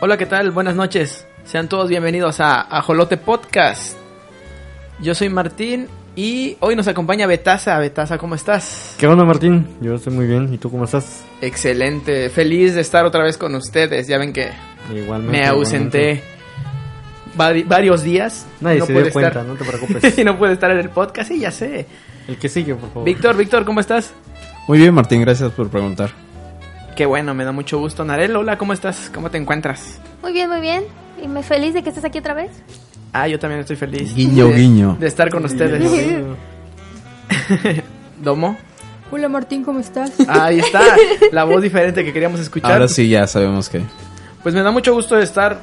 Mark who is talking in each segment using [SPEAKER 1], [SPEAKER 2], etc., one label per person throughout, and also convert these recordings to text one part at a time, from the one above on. [SPEAKER 1] Hola, ¿qué tal? Buenas noches. Sean todos bienvenidos a Ajolote Podcast. Yo soy Martín y hoy nos acompaña Betasa. Betasa, ¿cómo estás?
[SPEAKER 2] ¿Qué onda, Martín? Yo estoy muy bien. ¿Y tú cómo estás?
[SPEAKER 1] Excelente. Feliz de estar otra vez con ustedes. Ya ven que
[SPEAKER 2] Ah, Igualmente.
[SPEAKER 1] me ausenté vari- varios días.
[SPEAKER 2] Nadie se
[SPEAKER 1] pude
[SPEAKER 2] dio cuenta,
[SPEAKER 1] estar-
[SPEAKER 2] no Pues te preocupes.
[SPEAKER 1] y no puede estar en el podcast, sí, ya sé.
[SPEAKER 2] El que sigue, por favor.
[SPEAKER 1] Víctor, Víctor, ¿cómo estás?
[SPEAKER 3] Muy bien, Martín, gracias por preguntar.
[SPEAKER 1] Qué bueno, me da mucho gusto. Narel, hola, ¿cómo estás? ¿Cómo te encuentras?
[SPEAKER 4] Muy bien, muy bien. Y me feliz de que estés aquí otra vez.
[SPEAKER 1] Ah, yo también estoy feliz.
[SPEAKER 3] Guiño,
[SPEAKER 1] de-
[SPEAKER 3] guiño.
[SPEAKER 1] De estar con ustedes. Domo.
[SPEAKER 5] Hola Martín, ¿cómo estás?
[SPEAKER 1] Ahí está, la voz diferente que queríamos escuchar.
[SPEAKER 3] Ahora sí ya sabemos que.
[SPEAKER 1] Pues me da mucho gusto de estar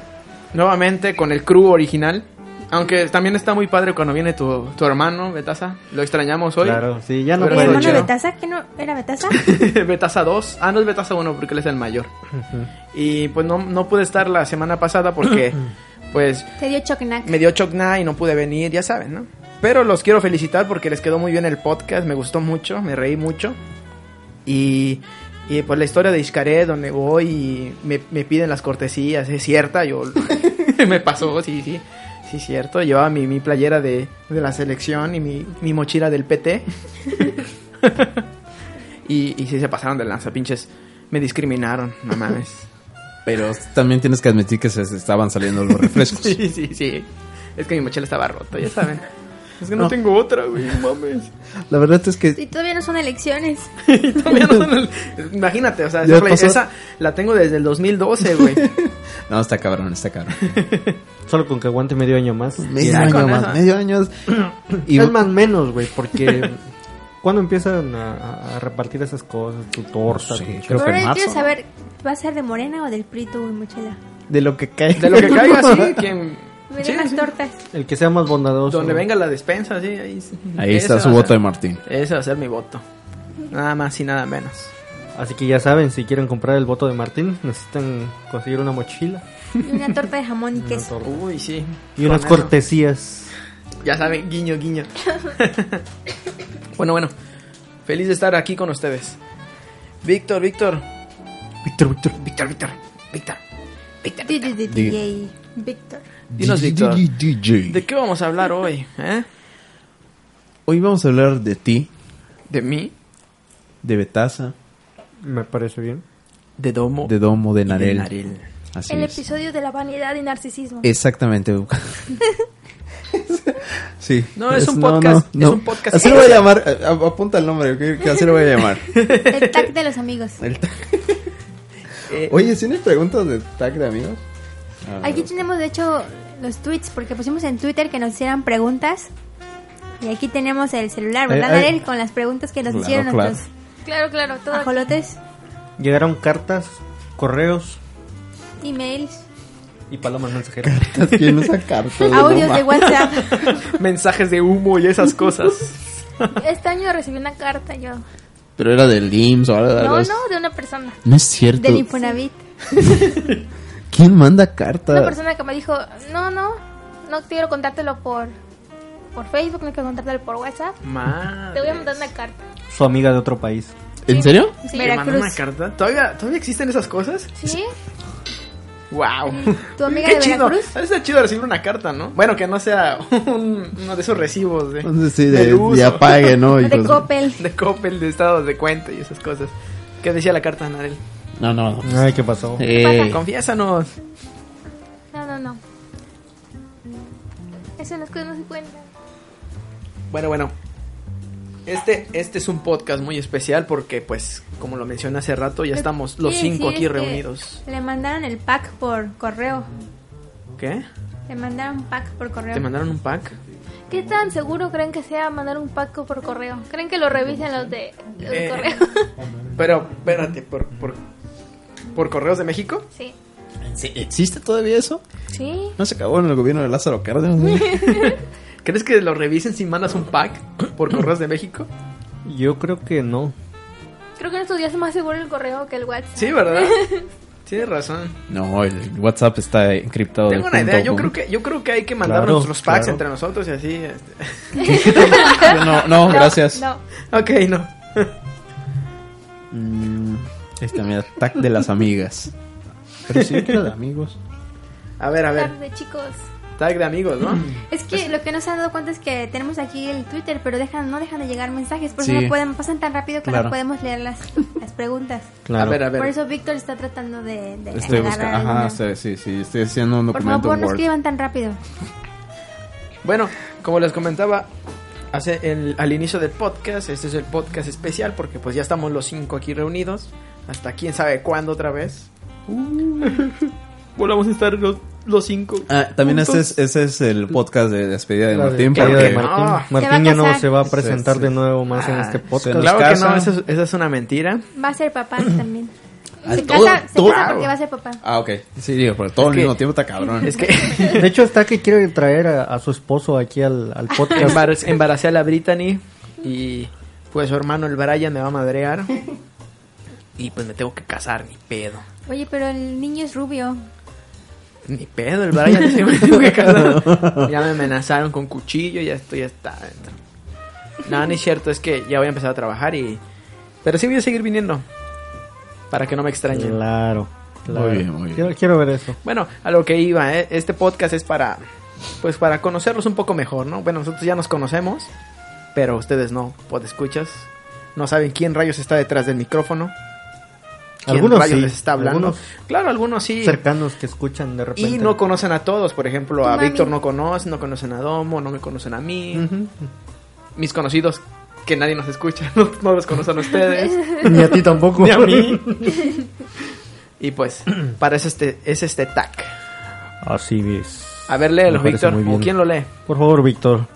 [SPEAKER 1] nuevamente con el crew original. Aunque también está muy padre cuando viene tu, tu hermano, Betasa. Lo extrañamos hoy.
[SPEAKER 2] Claro, sí, ya no
[SPEAKER 1] Pero
[SPEAKER 5] ¿Mi
[SPEAKER 1] bueno,
[SPEAKER 2] puedo.
[SPEAKER 1] chido.
[SPEAKER 5] hermano Betasa? ¿Qué no era Betasa?
[SPEAKER 1] Betasa 2. Ah, no es Betasa 1 porque él es el mayor. Y pues no, no pude estar la semana pasada porque pues
[SPEAKER 5] Te dio choquenac.
[SPEAKER 1] me dio chocna y no pude venir, ya saben, ¿no? Pero los quiero felicitar porque les quedó muy bien el podcast, me gustó mucho, me reí mucho. Y, y pues la historia de Iscaré, donde voy y me, me piden las cortesías, es cierta, yo me pasó, sí, sí, sí, cierto. Llevaba mi, mi playera de, de la selección y mi, mi mochila del PT. y, y sí se pasaron de lanza, pinches, me discriminaron, no mames.
[SPEAKER 3] Pero también tienes que admitir que se se estaban saliendo los refrescos.
[SPEAKER 1] Sí, sí, sí. Es que mi mochila estaba rota, ya saben. Es que no, tengo otra, güey, no mames.
[SPEAKER 3] La verdad es que
[SPEAKER 5] Y todavía no son elecciones.
[SPEAKER 1] Y todavía no son el- Imagínate, o sea,
[SPEAKER 3] Ya
[SPEAKER 1] esa, play-
[SPEAKER 3] pasó.
[SPEAKER 1] esa la tengo desde el 2012, güey.
[SPEAKER 3] no está cabrón, está cabrón.
[SPEAKER 2] Solo con que aguante medio año más.
[SPEAKER 3] Medio
[SPEAKER 1] Ya,
[SPEAKER 3] año
[SPEAKER 1] con eso.
[SPEAKER 3] más, medio año.
[SPEAKER 2] Y
[SPEAKER 3] Y
[SPEAKER 2] es más menos, güey, porque ¿cuándo empiezan a, a- a repartir esas cosas? Tu torta,
[SPEAKER 3] No sé,
[SPEAKER 2] tu- creo
[SPEAKER 3] creo que-
[SPEAKER 2] que
[SPEAKER 5] Ahora yo
[SPEAKER 3] marzo,
[SPEAKER 5] quiero
[SPEAKER 3] ¿no?
[SPEAKER 5] saber, ¿va a ser de morena o del PRI tu muchela?
[SPEAKER 2] de lo que cae.
[SPEAKER 1] De lo que caiga, sí, quien.
[SPEAKER 5] Me
[SPEAKER 1] sí,
[SPEAKER 5] dio unas
[SPEAKER 1] sí,
[SPEAKER 5] tortas.
[SPEAKER 2] El que sea más bondadoso.
[SPEAKER 1] Donde venga la despensa, sí, ahí. sí.
[SPEAKER 3] Ahí
[SPEAKER 1] Ese
[SPEAKER 3] está su
[SPEAKER 1] va a
[SPEAKER 3] voto de
[SPEAKER 1] ser-
[SPEAKER 3] Martín.
[SPEAKER 1] Ese va a ser mi voto. Nada más y nada menos.
[SPEAKER 2] Así que ya saben, si quieren comprar el voto de Martín, necesitan conseguir una mochila
[SPEAKER 5] Y una torta de jamón y queso.
[SPEAKER 2] torta.
[SPEAKER 1] Uy, sí.
[SPEAKER 2] y unas
[SPEAKER 1] Con eso.
[SPEAKER 2] cortesías.
[SPEAKER 1] Ya saben, guiño, guiño. bueno, bueno. Feliz de estar aquí con ustedes. Víctor, Víctor. Víctor, Víctor. Víctor, Víctor. Víctor. Víctor.
[SPEAKER 5] Di, di, di,
[SPEAKER 3] Diga.
[SPEAKER 5] DJ. Víctor.
[SPEAKER 1] Dinos, Víctor. ¿De
[SPEAKER 3] DJ.
[SPEAKER 1] qué vamos a hablar hoy? ¿Eh?
[SPEAKER 3] Hoy vamos a hablar de ti,
[SPEAKER 1] ¿De mí?
[SPEAKER 3] de Betasa,
[SPEAKER 2] Me parece bien.
[SPEAKER 1] ¿De Domo?
[SPEAKER 3] de Domo, de
[SPEAKER 1] y de
[SPEAKER 3] Narel.
[SPEAKER 1] Narel.
[SPEAKER 3] Así
[SPEAKER 4] El
[SPEAKER 3] es.
[SPEAKER 4] episodio de la vanidad y narcisismo.
[SPEAKER 3] Exactamente. Buca. sí.
[SPEAKER 1] No, es un podcast, es un podcast.
[SPEAKER 3] Así lo voy a llamar. a- a- Apunta el nombre, que, que así lo voy a llamar.
[SPEAKER 5] El tag de los amigos.
[SPEAKER 3] El tag.
[SPEAKER 1] Eh,
[SPEAKER 3] Oye, ¿tienes preguntas de tag de amigos? Ah,
[SPEAKER 5] Aquí tenemos de hecho los tweets, porque pusimos en Twitter que nos hicieran preguntas. Y aquí tenemos el celular,
[SPEAKER 2] Eh,
[SPEAKER 5] ¿verdad,
[SPEAKER 2] eh.
[SPEAKER 5] Ariel? Con las preguntas que nos
[SPEAKER 3] Claro,
[SPEAKER 5] hicieron
[SPEAKER 3] claro.
[SPEAKER 5] nuestros
[SPEAKER 4] Claro, claro, todo. aquí.
[SPEAKER 5] ajolotes,
[SPEAKER 2] Llegaron cartas, correos
[SPEAKER 5] emails,
[SPEAKER 2] y palomas mensajeras.
[SPEAKER 3] ¿Quién usa cartas?
[SPEAKER 5] audios de WhatsApp.
[SPEAKER 1] mensajes de humo y esas cosas.
[SPEAKER 4] Este año recibí una carta yo.
[SPEAKER 3] Pero era del IMSS o algo
[SPEAKER 4] No,
[SPEAKER 3] algo así.
[SPEAKER 4] no, de una persona.
[SPEAKER 3] No es cierto.
[SPEAKER 5] Del Infonavit.
[SPEAKER 3] ¿Quién manda
[SPEAKER 4] Una
[SPEAKER 3] cartas?
[SPEAKER 4] persona que me dijo, no, no, no quiero contártelo por, por Facebook, no quiero contártelo por WhatsApp.
[SPEAKER 1] Madre.
[SPEAKER 4] Te voy a mandar una carta.
[SPEAKER 2] Su amiga de otro país.
[SPEAKER 3] ¿En serio?
[SPEAKER 4] Sí.
[SPEAKER 1] ¿Te mandó una
[SPEAKER 5] Veracruz.
[SPEAKER 1] carta? ¿Todavía, ¿Todavía existen esas cosas?
[SPEAKER 4] Sí,
[SPEAKER 3] Oh.
[SPEAKER 1] ¡Wow!
[SPEAKER 4] Mm.
[SPEAKER 5] ¿Tu amiga
[SPEAKER 1] ¡Qué
[SPEAKER 5] de
[SPEAKER 1] chido!
[SPEAKER 5] Veracruz?
[SPEAKER 1] Ha de ser chido recibir una carta, ¿no? Bueno, que no sea un- uno de esos recibos de,
[SPEAKER 3] Entonces sí, de,
[SPEAKER 1] del uso.
[SPEAKER 3] de apague, Ah, ¿no?
[SPEAKER 5] De
[SPEAKER 3] Hijos de-
[SPEAKER 5] Coppel.
[SPEAKER 1] de Coppel, de estados de cuenta y esas cosas. ¿Qué decía la carta, Narel?
[SPEAKER 3] No, no.
[SPEAKER 2] Ay, ¿qué pasó?
[SPEAKER 3] Eh,
[SPEAKER 1] Confiésanos.
[SPEAKER 4] no, no, no. Eso no es que no se cuenta.
[SPEAKER 1] Bueno, bueno. Este, este es un podcast muy especial porque, pues, como lo mencioné hace rato, ya estamos los
[SPEAKER 5] Sí,
[SPEAKER 1] cinco
[SPEAKER 5] sí,
[SPEAKER 1] aquí
[SPEAKER 5] es que
[SPEAKER 1] reunidos.
[SPEAKER 5] Le mandaron el pack por correo.
[SPEAKER 1] ¿Qué?
[SPEAKER 5] Le mandaron un pack por correo.
[SPEAKER 1] ¿Te mandaron un pack?
[SPEAKER 4] ¿Qué tan seguro creen que sea mandar un paco por correo? ¿Creen que lo revisen los de los de
[SPEAKER 1] Eh.
[SPEAKER 4] correo?
[SPEAKER 1] Pero, espérate, ¿por, por, por correos de México?
[SPEAKER 4] Sí.
[SPEAKER 3] ¿sí- ¿Existe todavía eso?
[SPEAKER 4] Sí.
[SPEAKER 3] No se acabó en el gobierno de Lázaro Cárdenas. ¿no?
[SPEAKER 1] ¿Crees que lo revisen si mandas un pack por correos de México?
[SPEAKER 2] Yo creo que no.
[SPEAKER 4] Creo que en estos días es más seguro el correo que el WhatsApp.
[SPEAKER 1] Sí, ¿verdad? Tienes razón.
[SPEAKER 3] No, el WhatsApp está encriptado. de
[SPEAKER 1] Tengo una
[SPEAKER 3] punto
[SPEAKER 1] idea,
[SPEAKER 3] a
[SPEAKER 1] yo
[SPEAKER 3] punto.
[SPEAKER 1] creo que, yo creo que hay que mandar
[SPEAKER 2] Claro,
[SPEAKER 1] nuestros packs
[SPEAKER 2] claro.
[SPEAKER 1] entre nosotros y así. este.
[SPEAKER 3] No, no, Oh, gracias.
[SPEAKER 4] No.
[SPEAKER 1] Ok, no.
[SPEAKER 3] este, Mm, ahí está mi ataque de las amigas.
[SPEAKER 2] Pero sí, que era de amigos.
[SPEAKER 1] A ver, a ver. Pues
[SPEAKER 6] Tarde, chicos.
[SPEAKER 1] Tag de amigos, ¿no?
[SPEAKER 5] Es que lo que no se han dado cuenta es que tenemos aquí el Twitter, pero dejan, no dejan de llegar mensajes, por eso
[SPEAKER 3] Sí.
[SPEAKER 5] no pueden, pasan tan rápido que
[SPEAKER 3] Claro.
[SPEAKER 5] no podemos leer las, las preguntas.
[SPEAKER 2] Claro.
[SPEAKER 1] A ver, a ver.
[SPEAKER 5] Por eso Víctor está tratando de, de
[SPEAKER 3] Estoy
[SPEAKER 5] agarrar
[SPEAKER 3] buscando. Ajá,
[SPEAKER 5] alguna.
[SPEAKER 3] sí, sí, sí, estoy haciendo un
[SPEAKER 5] Por
[SPEAKER 3] documento
[SPEAKER 5] favor, no
[SPEAKER 3] Word.
[SPEAKER 5] escriban tan rápido.
[SPEAKER 1] Bueno, como les comentaba hace el- al inicio del podcast, este es el podcast especial porque pues ya estamos los cinco aquí reunidos. Hasta quién sabe cuándo otra vez. volvamos a estar los, los cinco.
[SPEAKER 3] Ah, también ese es, ese es el podcast de despedida de
[SPEAKER 2] La
[SPEAKER 3] Martín.
[SPEAKER 2] despedida
[SPEAKER 1] porque
[SPEAKER 2] de Martín.
[SPEAKER 1] no.
[SPEAKER 5] Se va a
[SPEAKER 2] Martín ya no
[SPEAKER 5] casar.
[SPEAKER 2] se va a
[SPEAKER 3] Sí,
[SPEAKER 2] presentar
[SPEAKER 3] sí.
[SPEAKER 2] de nuevo más en
[SPEAKER 1] Ah,
[SPEAKER 2] este
[SPEAKER 3] se
[SPEAKER 2] podcast.
[SPEAKER 3] nos-
[SPEAKER 1] Claro que
[SPEAKER 3] casa.
[SPEAKER 1] no, esa es, esa es una mentira.
[SPEAKER 5] Va a ser papá también.
[SPEAKER 3] Ah,
[SPEAKER 5] se
[SPEAKER 3] todo-
[SPEAKER 5] casa, se
[SPEAKER 3] todo-
[SPEAKER 5] casa porque va a ser papá.
[SPEAKER 3] Ah, ok. Sí, digo, pero todo
[SPEAKER 1] Es
[SPEAKER 3] al
[SPEAKER 1] que-
[SPEAKER 3] mismo tiempo está cabrón.
[SPEAKER 1] Es que
[SPEAKER 2] De hecho, está que quiere traer a, a su esposo aquí al, al podcast.
[SPEAKER 1] embar- embaracé a la Brittany y pues su hermano el Brian me va a madrear. Y pues me tengo que casar, ni pedo.
[SPEAKER 5] Oye, pero el niño es rubio.
[SPEAKER 1] Ni pedo, el Brian dice, "Me tengo que casar". Ya me amenazaron con cuchillo y ya estoy ya está adentro. No, ni cierto, es que ya voy a empezar a trabajar y... Pero sí voy a seguir viniendo. Para que no me extrañen.
[SPEAKER 2] Claro, claro.
[SPEAKER 3] Muy bien, muy bien.
[SPEAKER 2] Quiero, quiero ver eso.
[SPEAKER 1] Bueno, a lo que iba, ¿eh? este podcast es para... Pues para conocerlos un poco mejor, ¿no? Bueno, nosotros ya nos conocemos, pero ustedes no, pues escuchas. No saben quién rayos está detrás del micrófono. ¿Quién
[SPEAKER 2] Algunos
[SPEAKER 1] rayos
[SPEAKER 2] sí,
[SPEAKER 1] les está hablando?
[SPEAKER 2] algunos.
[SPEAKER 1] Claro, algunos sí.
[SPEAKER 2] Cercanos que escuchan de repente.
[SPEAKER 1] Y no conocen a todos, por ejemplo,
[SPEAKER 5] Tu
[SPEAKER 1] a
[SPEAKER 5] mami.
[SPEAKER 1] Víctor no conocen, no conocen a Domo, no me conocen a mí,
[SPEAKER 2] Ujú.
[SPEAKER 1] mis conocidos que nadie nos escucha, no, no los conocen a ustedes,
[SPEAKER 2] Ni a ti tampoco.
[SPEAKER 1] ni a mí. y pues, para eso este, es este tac.
[SPEAKER 2] Así es.
[SPEAKER 1] A ver,
[SPEAKER 2] Me
[SPEAKER 1] léelo,
[SPEAKER 2] parece
[SPEAKER 1] Víctor,
[SPEAKER 2] muy
[SPEAKER 1] ¿o
[SPEAKER 2] bien.
[SPEAKER 1] quién lo lee?
[SPEAKER 2] Por favor, Víctor,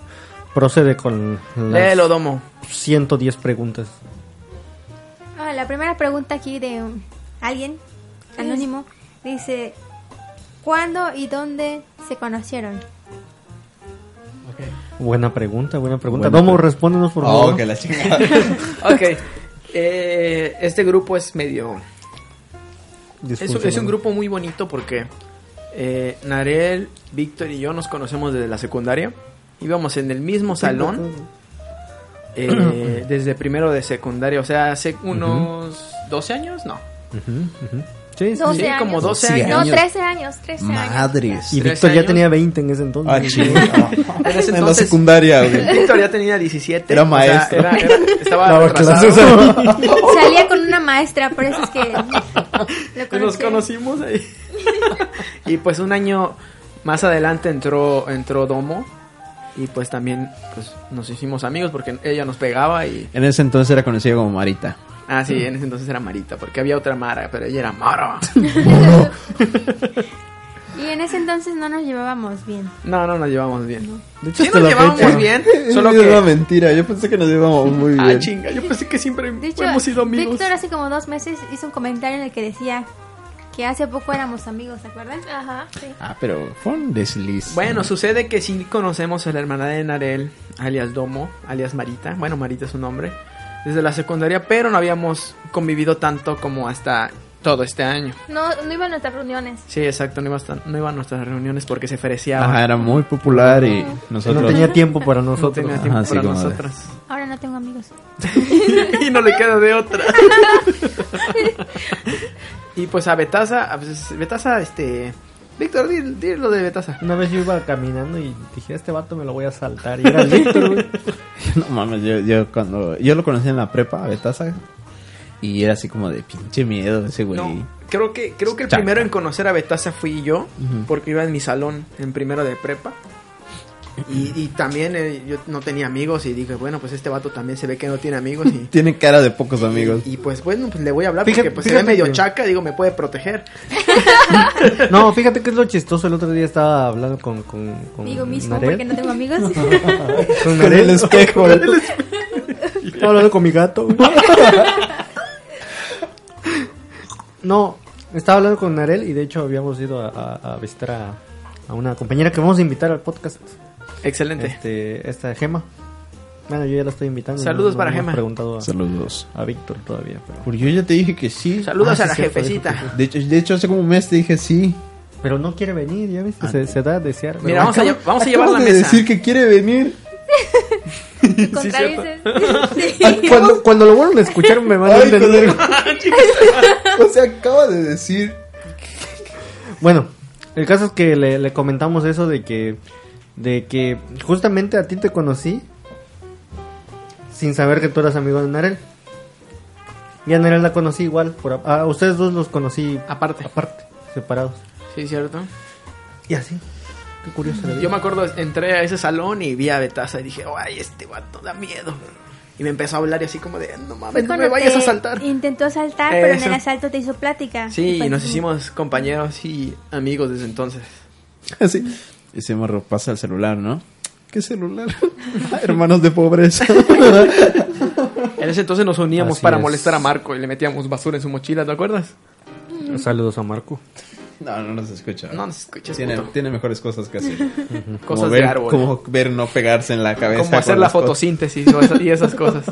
[SPEAKER 2] procede con las
[SPEAKER 1] Léelo, Domo.
[SPEAKER 2] 110 preguntas.
[SPEAKER 5] Ah, la primera pregunta aquí de um, alguien anónimo dice: ¿Cuándo y dónde se conocieron?
[SPEAKER 2] Buena pregunta, buena pregunta.
[SPEAKER 3] Buena
[SPEAKER 2] Domo,
[SPEAKER 3] pre-
[SPEAKER 2] respóndenos, por
[SPEAKER 3] Oh,
[SPEAKER 2] favor.
[SPEAKER 3] que la chingada.
[SPEAKER 1] Ok, eh, este grupo es medio... Es, un- es un grupo muy bonito porque eh, Narel, Víctor y yo nos conocemos desde la secundaria. Íbamos en el mismo salón. eh, desde primero de secundaria, o sea, hace unos 12 años, no.
[SPEAKER 2] Ujú, ujú. Sí, sí,
[SPEAKER 6] No,
[SPEAKER 2] sí.
[SPEAKER 1] Sí,
[SPEAKER 6] años.
[SPEAKER 1] como 12
[SPEAKER 3] Sí,
[SPEAKER 5] ¿eh?
[SPEAKER 1] años.
[SPEAKER 6] No,
[SPEAKER 3] Años.
[SPEAKER 6] 13 años, 13 años.
[SPEAKER 3] Madres.
[SPEAKER 2] Y
[SPEAKER 1] Tres
[SPEAKER 2] Víctor ya
[SPEAKER 1] años.
[SPEAKER 2] tenía 20 en ese
[SPEAKER 3] Ah,
[SPEAKER 2] entonces.
[SPEAKER 1] En
[SPEAKER 3] chinga.
[SPEAKER 1] ese
[SPEAKER 3] En la
[SPEAKER 1] entonces,
[SPEAKER 3] secundaria, güey.
[SPEAKER 1] Víctor ya tenía 17.
[SPEAKER 3] Era
[SPEAKER 1] o sea,
[SPEAKER 3] maestro.
[SPEAKER 1] era- era- estaba
[SPEAKER 2] Daba
[SPEAKER 1] retrasado.
[SPEAKER 2] clases.
[SPEAKER 5] Salía con una maestra, por eso es que lo
[SPEAKER 1] Nos
[SPEAKER 5] conocí.
[SPEAKER 1] conocimos ahí. y pues un año más adelante entró, entró Domo. Y pues también pues, nos hicimos amigos porque ella nos pegaba y...
[SPEAKER 3] En ese entonces era conocida como Marita.
[SPEAKER 1] Ah, sí, en ese entonces era Marita, porque había otra Mara, pero ella era Mara.
[SPEAKER 5] Y en ese entonces no nos llevábamos bien.
[SPEAKER 1] No, no nos llevamos bien.
[SPEAKER 2] De hecho,
[SPEAKER 1] Sí
[SPEAKER 2] hasta
[SPEAKER 1] nos
[SPEAKER 2] la
[SPEAKER 1] llevamos
[SPEAKER 2] fecha.
[SPEAKER 1] bien,
[SPEAKER 3] Es
[SPEAKER 1] solo
[SPEAKER 3] una
[SPEAKER 1] que...
[SPEAKER 3] mentira. Yo pensé que nos íbamos muy bien.
[SPEAKER 1] Ah, chinga, yo pensé que siempre
[SPEAKER 5] De hecho,
[SPEAKER 1] hemos sido amigos.
[SPEAKER 5] Víctor hace como dos meses hizo un comentario en el que decía que hace poco éramos amigos, ¿se acuerdan?
[SPEAKER 6] Ajá, sí.
[SPEAKER 3] Ah, pero fue un desliz.
[SPEAKER 1] Bueno, sucede que sí conocemos a la hermana de Narel, alias Domo, alias Marita. Bueno, Marita es su nombre. Desde la secundaria, pero no habíamos convivido tanto como hasta todo este año.
[SPEAKER 6] No, no iba a nuestras reuniones.
[SPEAKER 1] Sí, exacto, no iba, hasta- no iba a nuestras reuniones porque se freciaba.
[SPEAKER 3] Ajá, era muy popular y nosotros.
[SPEAKER 2] No tenía tiempo para
[SPEAKER 1] no
[SPEAKER 2] nosotros.
[SPEAKER 1] tenía tiempo
[SPEAKER 3] Ajá, sí,
[SPEAKER 1] para
[SPEAKER 3] como de-
[SPEAKER 1] nosotras.
[SPEAKER 5] Ahora no tengo amigos.
[SPEAKER 1] ¿Eh? y no le queda de otra. y pues a Betasa, a veces- Betasa, este... Víctor, di, di lo de Betasa.
[SPEAKER 2] Una vez yo iba caminando y dije, este vato me lo voy a saltar. Y era el Víctor, güey.
[SPEAKER 3] No mames, yo, yo cuando. Yo lo conocí en la prepa, a Betasa. Y era así como de pinche miedo ese güey.
[SPEAKER 1] No, creo que, creo que el
[SPEAKER 3] Chaca.
[SPEAKER 1] primero en conocer a Betasa fui yo, porque iba en mi salón en primero de prepa. Y, y también eh, yo no tenía amigos y dije, bueno, pues este vato también se ve que no tiene amigos. Y,
[SPEAKER 3] Tiene cara de pocos amigos.
[SPEAKER 1] y pues bueno, pues le voy a hablar
[SPEAKER 2] Fíjate-
[SPEAKER 1] porque pues se ve
[SPEAKER 2] fíjate
[SPEAKER 1] medio
[SPEAKER 2] que-
[SPEAKER 1] chaca, digo, me puede proteger.
[SPEAKER 2] No, fíjate que es lo chistoso. El otro día estaba hablando con. con, con
[SPEAKER 5] Digo mismo
[SPEAKER 2] Narel.
[SPEAKER 5] porque no tengo amigos.
[SPEAKER 2] Con
[SPEAKER 3] Con el
[SPEAKER 2] Narel.
[SPEAKER 3] espejo.
[SPEAKER 2] Estaba hablando con mi gato, güey. No, estaba hablando con Narel y de hecho habíamos ido a, a- a visitar a, a una compañera que vamos a invitar al podcast.
[SPEAKER 1] Excelente.
[SPEAKER 2] Este, esta Gema. Bueno, yo ya la estoy invitando.
[SPEAKER 1] Saludos para
[SPEAKER 2] me has
[SPEAKER 1] Gema.
[SPEAKER 2] preguntado a,
[SPEAKER 3] Saludos.
[SPEAKER 2] a Víctor todavía, pero.
[SPEAKER 3] Porque yo ya te dije que sí.
[SPEAKER 1] Saludos
[SPEAKER 2] Ah,
[SPEAKER 1] a
[SPEAKER 2] sí,
[SPEAKER 1] la
[SPEAKER 2] cierto,
[SPEAKER 1] jefecita.
[SPEAKER 3] De hecho, de hecho, hace como un mes te dije sí.
[SPEAKER 2] Pero no quiere venir, ya viste,
[SPEAKER 3] Ah.
[SPEAKER 2] se, se da a desear. pero
[SPEAKER 1] Mira, vamos a,
[SPEAKER 2] acaba-
[SPEAKER 1] lle- vamos a
[SPEAKER 3] Acabas
[SPEAKER 1] llevar la
[SPEAKER 3] de
[SPEAKER 1] mesa.
[SPEAKER 3] decir que quiere venir.
[SPEAKER 6] Contradices.
[SPEAKER 2] Ay, cuando, cuando lo vuelvan a escuchar me van a
[SPEAKER 3] Ay,
[SPEAKER 2] entender.
[SPEAKER 3] joder. o sea, acaba de decir
[SPEAKER 2] Bueno, el caso es que le, le comentamos eso de que, de que justamente a ti te conocí sin saber que tú eras amigo de Narel. Y a Narel la conocí igual. Por, a, a ustedes dos los conocí
[SPEAKER 1] Aparte.
[SPEAKER 2] aparte, separados.
[SPEAKER 1] Sí, cierto.
[SPEAKER 2] Y así. Qué curioso. la vida.
[SPEAKER 1] Yo me acuerdo, entré a ese salón y vi a Betasa y dije, ay, este vato da miedo. Y me empezó a hablar y así como de, no
[SPEAKER 4] Fue
[SPEAKER 1] mames, Pues no
[SPEAKER 4] Pues cuando
[SPEAKER 1] me vayas
[SPEAKER 4] te
[SPEAKER 1] a saltar.
[SPEAKER 4] Intentó asaltar, pero en
[SPEAKER 1] Eso.
[SPEAKER 4] el asalto te hizo plática.
[SPEAKER 1] Sí,
[SPEAKER 4] fue
[SPEAKER 1] y nos
[SPEAKER 4] así.
[SPEAKER 1] hicimos compañeros y amigos desde entonces.
[SPEAKER 7] Así. Ese morro pasa el celular, ¿no? ¿Qué celular? Hermanos de pobreza.
[SPEAKER 1] En ese entonces nos uníamos
[SPEAKER 2] Así
[SPEAKER 1] para
[SPEAKER 2] es.
[SPEAKER 1] molestar a Marco y le metíamos basura en su mochila, ¿te acuerdas?
[SPEAKER 2] Saludos a Marco.
[SPEAKER 7] No, no nos escucha.
[SPEAKER 1] No nos escuches,
[SPEAKER 7] Tiene,
[SPEAKER 1] puto.
[SPEAKER 7] tiene mejores cosas que hacer. Como
[SPEAKER 1] Cosas
[SPEAKER 7] ver,
[SPEAKER 1] de árbol. Como,
[SPEAKER 7] Como ver no pegarse en la cabeza.
[SPEAKER 1] hacer
[SPEAKER 7] con
[SPEAKER 1] la
[SPEAKER 7] las cosas.
[SPEAKER 1] fotosíntesis o esa- y esas cosas.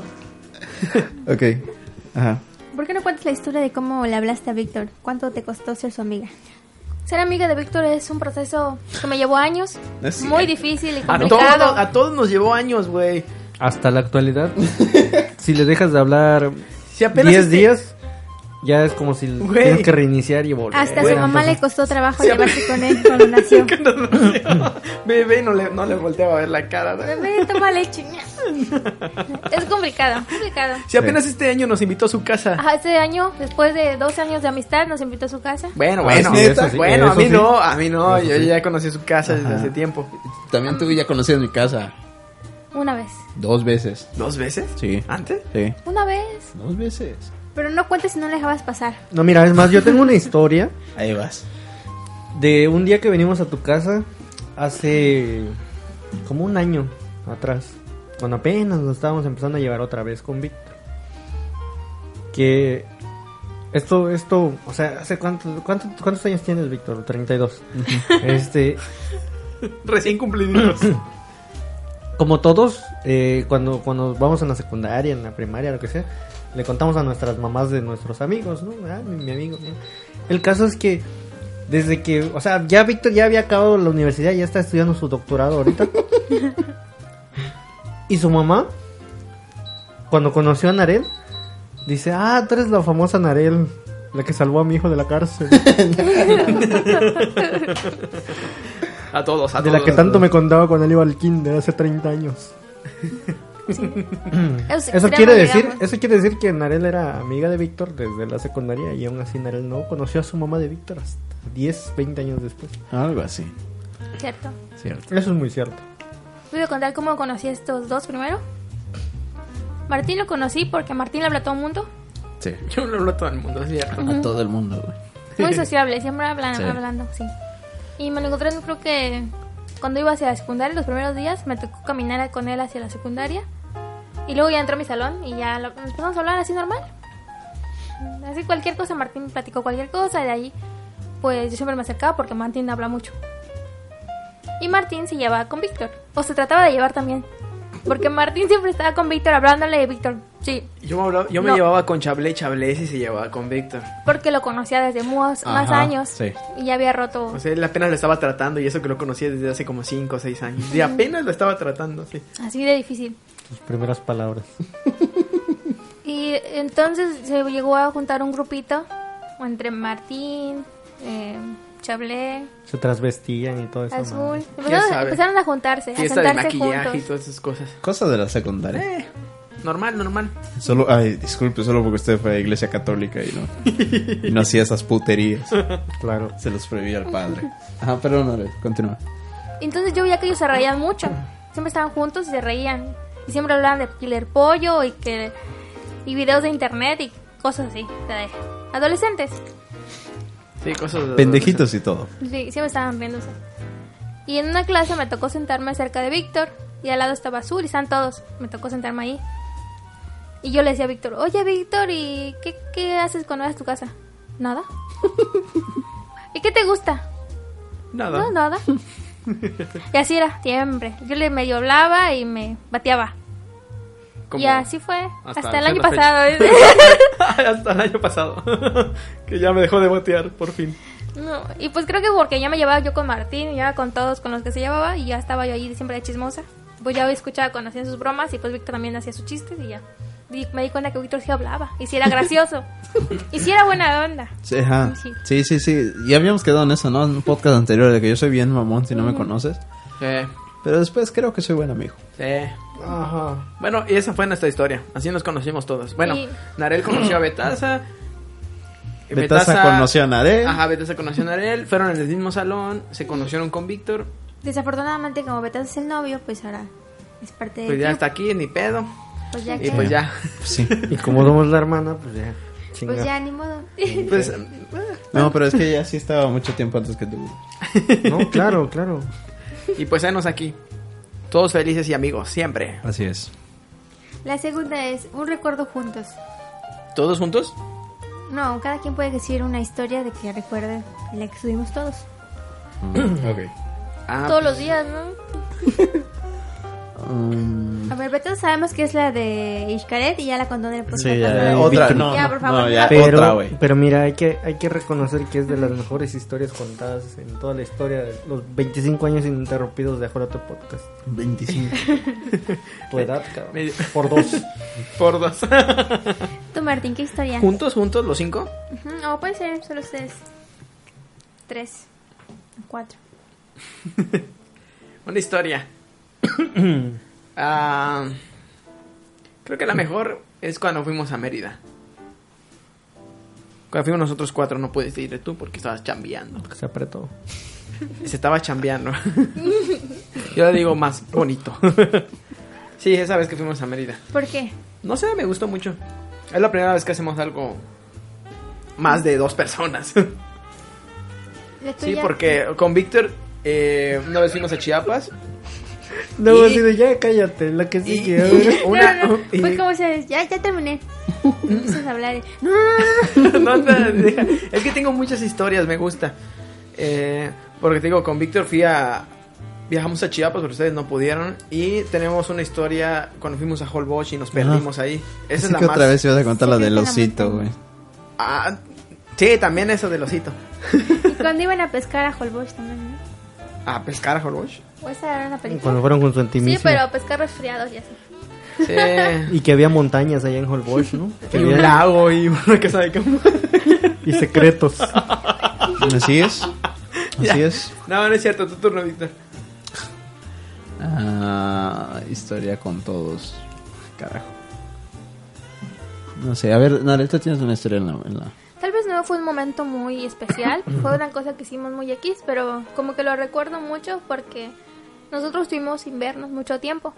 [SPEAKER 7] Ok. Ajá.
[SPEAKER 4] ¿Por qué no cuentas la historia de cómo le hablaste a Víctor? ¿Cuánto te costó ser su amiga?
[SPEAKER 5] Ser amiga de Víctor es un proceso que me llevó años.
[SPEAKER 7] No es
[SPEAKER 5] muy
[SPEAKER 7] cierto.
[SPEAKER 5] difícil y
[SPEAKER 1] A
[SPEAKER 5] complicado.
[SPEAKER 1] todos, a todos nos llevó años, güey.
[SPEAKER 2] Hasta la actualidad, si le dejas de hablar
[SPEAKER 1] Si apenas
[SPEAKER 2] 10
[SPEAKER 1] este-
[SPEAKER 2] días, ya es como si
[SPEAKER 1] Güey.
[SPEAKER 2] tienes que reiniciar y volver.
[SPEAKER 4] Hasta
[SPEAKER 2] Bueno,
[SPEAKER 4] su mamá
[SPEAKER 2] entonces-
[SPEAKER 4] le costó trabajo
[SPEAKER 1] Sí,
[SPEAKER 4] llevarse con él cuando nació.
[SPEAKER 1] Bebé, no le, no le volteaba a ver la cara. güey.
[SPEAKER 5] Bebé, toma leche. eh, es complicado, complicado.
[SPEAKER 1] Si apenas este año nos invitó a su casa.
[SPEAKER 5] Ajá, este año, después de 12 años de amistad, nos invitó a su casa.
[SPEAKER 1] Bueno,
[SPEAKER 7] Ah,
[SPEAKER 1] bueno,
[SPEAKER 7] sí, eso sí,
[SPEAKER 1] bueno, a
[SPEAKER 2] eso
[SPEAKER 1] mí
[SPEAKER 2] sí.
[SPEAKER 1] no, a mí no, yo ya conocí su casa desde hace tiempo.
[SPEAKER 7] También tú ya conocías mi casa.
[SPEAKER 5] Una vez.
[SPEAKER 7] Dos veces.
[SPEAKER 1] ¿Dos veces?
[SPEAKER 7] Sí.
[SPEAKER 1] ¿Antes?
[SPEAKER 7] Sí.
[SPEAKER 5] Una vez.
[SPEAKER 7] Dos veces.
[SPEAKER 4] Pero no cuentes si no le dejabas pasar.
[SPEAKER 2] No, mira, es más, yo tengo una historia
[SPEAKER 7] Ahí vas.
[SPEAKER 2] de un día que venimos a tu casa hace como un año atrás, cuando apenas nos estábamos empezando a llevar otra vez con Víctor. Que esto, esto, o sea, ¿hace cuánto, cuánto- cuántos años tienes, Víctor? 32. Este,
[SPEAKER 1] Recién cumplidos.
[SPEAKER 2] como todos, eh, cuando, cuando vamos en la secundaria, en la primaria, lo que sea, le contamos a nuestras mamás de nuestros amigos, ¿no? Ah, mi, mi amigo. mira. El caso es que desde que, o sea, ya Víctor ya había acabado la universidad, ya está estudiando su doctorado ahorita. y su mamá, cuando conoció a Narel, dice, ah, tú eres la famosa Narel, la que salvó a mi hijo de la cárcel.
[SPEAKER 1] A todos, a todos.
[SPEAKER 2] de la que
[SPEAKER 1] a
[SPEAKER 2] tanto
[SPEAKER 1] todos.
[SPEAKER 2] me contaba cuando él iba al kinder hace 30 años.
[SPEAKER 5] Es
[SPEAKER 2] Eso
[SPEAKER 5] extremo,
[SPEAKER 2] quiere decir,
[SPEAKER 5] digamos.
[SPEAKER 2] eso quiere decir que Narel era amiga de Víctor desde la secundaria y aún así Narel no conoció a su mamá de Víctor hasta 10, 20 años después.
[SPEAKER 7] Algo así.
[SPEAKER 5] Cierto.
[SPEAKER 7] Cierto.
[SPEAKER 2] Eso es muy cierto.
[SPEAKER 5] Voy a contar cómo conocí a estos dos primero. Martín lo conocí porque Martín le habla a todo el mundo.
[SPEAKER 7] Sí.
[SPEAKER 1] Yo no hablo a todo el mundo, es cierto.
[SPEAKER 7] A todo el mundo, güey.
[SPEAKER 5] Muy sociable, siempre hablan,
[SPEAKER 7] Sí.
[SPEAKER 5] hablando, sí. Y me lo encontré, yo creo que cuando iba hacia la secundaria, los primeros días, me tocó caminar con él hacia la secundaria. Y luego ya entró a mi salón y ya lo- empezamos a hablar así normal. Así cualquier cosa, Martín me platicó cualquier cosa, y de ahí, pues yo siempre me acercaba porque Martín habla mucho. Y Martín se llevaba con Víctor, o se trataba de llevar también. Porque Martín siempre estaba con Víctor hablándole de Víctor. Sí,
[SPEAKER 1] Yo me, hablaba- yo me
[SPEAKER 5] No.
[SPEAKER 1] llevaba con Chablé, Chablé sí se llevaba con Víctor.
[SPEAKER 5] porque lo conocía desde más, más
[SPEAKER 7] Ajá,
[SPEAKER 5] años.
[SPEAKER 7] sí.
[SPEAKER 5] Y ya había roto.
[SPEAKER 1] O sea, él apenas lo estaba tratando y eso que lo conocía desde hace como 5 o 6 años. Y apenas lo estaba tratando, sí.
[SPEAKER 5] Así de difícil.
[SPEAKER 2] Sus primeras palabras.
[SPEAKER 5] Y entonces se llegó a juntar un grupito entre Martín, eh, Chablé,
[SPEAKER 2] Se transvestían y todo eso.
[SPEAKER 5] Azul.
[SPEAKER 2] madre.
[SPEAKER 1] sabe.
[SPEAKER 5] Empezaron, empezaron a juntarse, a
[SPEAKER 1] Fiesta de
[SPEAKER 5] sentarse
[SPEAKER 1] maquillaje y
[SPEAKER 5] juntos.
[SPEAKER 1] todas esas cosas.
[SPEAKER 7] Cosa de la secundaria.
[SPEAKER 1] Eh, normal, normal.
[SPEAKER 7] Solo, ay, disculpe, solo porque usted fue a iglesia católica y no, y no hacía esas puterías.
[SPEAKER 2] Claro.
[SPEAKER 7] Se los prohibía al padre. Ajá, perdón, Aurel, continúa.
[SPEAKER 5] Entonces yo veía que ellos se reían mucho. Siempre estaban juntos y se reían. Y siempre hablaban de Killer Pollo y que y videos de internet y cosas así. o sea, de adolescentes.
[SPEAKER 1] Sí, cosas de-
[SPEAKER 7] Pendejitos y todo.
[SPEAKER 5] Sí, sí me estaban riéndose. Y en una clase me tocó sentarme cerca de Víctor y al lado estaba Azul y están todos. Me tocó sentarme ahí. Y yo le decía a Víctor, oye Víctor, ¿y qué, qué haces cuando vas a tu casa? Nada. ¿Y qué te gusta?
[SPEAKER 1] Nada.
[SPEAKER 5] No, nada. Y así era, siempre. Yo le medio hablaba y me bateaba.
[SPEAKER 1] Como-
[SPEAKER 5] Y así fue
[SPEAKER 1] hasta
[SPEAKER 5] hasta, el año
[SPEAKER 1] la fecha.
[SPEAKER 5] pasado.
[SPEAKER 1] Hasta el año pasado. que ya me dejó de botear, por fin.
[SPEAKER 5] No, y pues creo que porque ya me llevaba yo con Martín, ya con todos con los que se llevaba y ya estaba yo ahí siempre de chismosa. Pues ya escuchaba cuando hacían sus bromas y pues Víctor también hacía sus chistes y ya. di- me di cuenta que Víctor sí hablaba y sí era gracioso y sí era buena onda.
[SPEAKER 7] Sí, ajá.
[SPEAKER 5] Sí.
[SPEAKER 7] sí, sí, sí. Ya habíamos quedado en eso, ¿no? En un podcast anterior de que yo soy bien mamón si no me conoces.
[SPEAKER 1] Sí,
[SPEAKER 7] Pero después creo que soy buen amigo.
[SPEAKER 1] sí. Bueno, y esa fue nuestra historia. Así nos conocimos todos. Bueno,
[SPEAKER 5] Y-
[SPEAKER 1] Narel conoció a Betasa.
[SPEAKER 7] Betasa conoció a Nadel.
[SPEAKER 1] Ajá, Betasa conoció a Narel. Fueron en el mismo salón. Se conocieron con Víctor.
[SPEAKER 4] Desafortunadamente, como Betas es el novio, pues ahora es parte
[SPEAKER 5] Eh,
[SPEAKER 4] de.
[SPEAKER 1] Pues ya está aquí, ni pedo.
[SPEAKER 4] Pues ya
[SPEAKER 1] Y
[SPEAKER 4] que.
[SPEAKER 1] pues ya.
[SPEAKER 7] Sí.
[SPEAKER 2] Y como somos la hermana, pues ya. chinga.
[SPEAKER 4] Pues ya, ni modo.
[SPEAKER 1] Pues,
[SPEAKER 7] No, pero es que ella sí estaba mucho tiempo antes que tú.
[SPEAKER 2] No, claro, claro.
[SPEAKER 1] y pues enos aquí. Todos felices y amigos, siempre.
[SPEAKER 7] Así es.
[SPEAKER 4] La segunda es un recuerdo juntos.
[SPEAKER 1] ¿Todos juntos?
[SPEAKER 4] No, cada quien puede decir una historia de que recuerde la que subimos todos.
[SPEAKER 7] ok.
[SPEAKER 1] Ah,
[SPEAKER 5] Todos los días, ¿no?
[SPEAKER 7] Um,
[SPEAKER 4] A ver, Betas sabemos que es la de Ishkaret y ya la contó en el podcast.
[SPEAKER 7] Sí, ya,
[SPEAKER 4] pasado.
[SPEAKER 7] otra, no,
[SPEAKER 4] Ya,
[SPEAKER 7] no,
[SPEAKER 4] por favor.
[SPEAKER 7] no,
[SPEAKER 1] Ah,
[SPEAKER 7] ya.
[SPEAKER 2] Pero,
[SPEAKER 7] Otra, güey.
[SPEAKER 2] pero mira, hay que, hay que reconocer que es de las mejores historias contadas en toda la historia de los 25 años ininterrumpidos de Ajolote Podcast.
[SPEAKER 7] 25.
[SPEAKER 1] Eh,
[SPEAKER 2] Tu edad, cabrón.
[SPEAKER 1] medio-
[SPEAKER 2] Por dos.
[SPEAKER 1] por dos.
[SPEAKER 4] Tú, Martín, ¿qué historia?
[SPEAKER 1] ¿Juntos, juntos, los cinco?
[SPEAKER 4] Ujú, O puede ser solo ustedes. Tres. Cuatro.
[SPEAKER 1] Una historia. Ah, creo que la mejor es cuando fuimos a Mérida. Cuando fuimos nosotros cuatro no pudiste ir tú porque estabas chambeando.
[SPEAKER 2] Se apretó.
[SPEAKER 1] Se estaba chambeando. Yo le digo más bonito. Sí, esa vez que fuimos a Mérida.
[SPEAKER 4] ¿Por qué?
[SPEAKER 1] No sé, me gustó mucho. Es la primera vez que hacemos algo más de dos personas.
[SPEAKER 4] La
[SPEAKER 1] Sí,
[SPEAKER 4] tuya-
[SPEAKER 1] porque con Víctor eh, una vez fuimos a Chiapas.
[SPEAKER 2] No,
[SPEAKER 1] Y-
[SPEAKER 2] así de ya cállate, la que
[SPEAKER 1] Y,
[SPEAKER 2] sigue. a
[SPEAKER 1] y
[SPEAKER 2] ver.
[SPEAKER 1] una,
[SPEAKER 4] No, no, no,
[SPEAKER 1] y-
[SPEAKER 4] Fue como se ya, ya terminé. Vamos a hablar. No,
[SPEAKER 1] No, no, deja. es que tengo muchas historias, me gusta. Eh, porque te digo, con Víctor fui a... Viajamos a Chiapas, pero ustedes no pudieron. Y tenemos una historia cuando fuimos a Holbox y nos perdimos ahí. Esa
[SPEAKER 7] Esa
[SPEAKER 1] es la
[SPEAKER 7] que
[SPEAKER 1] más...
[SPEAKER 7] otra vez ibas a contar la del
[SPEAKER 4] la
[SPEAKER 7] osito, güey.
[SPEAKER 1] Ah, sí, también esa del osito.
[SPEAKER 4] Y cuando iban a pescar a Holbox también, ¿no?
[SPEAKER 1] ¿A pescar a Holbox?
[SPEAKER 4] O esa era una película.
[SPEAKER 2] Cuando fueron con su antimismo.
[SPEAKER 5] Sí, pero pescar resfriados y así.
[SPEAKER 1] Sí.
[SPEAKER 2] Y que había montañas allá en Holbox, ¿no? Que
[SPEAKER 1] Y un
[SPEAKER 2] había-
[SPEAKER 1] lago y una casa de campo.
[SPEAKER 2] y secretos.
[SPEAKER 7] Así es. Así es.
[SPEAKER 1] No, no es cierto, tu turno, Víctor.
[SPEAKER 7] Ah, historia con todos. Carajo. No sé, a ver, Narel, tú tienes una historia en la... en la-
[SPEAKER 5] Tal vez no fue un momento muy especial, fue una cosa que hicimos muy X, pero como que lo recuerdo mucho porque nosotros estuvimos sin vernos mucho tiempo.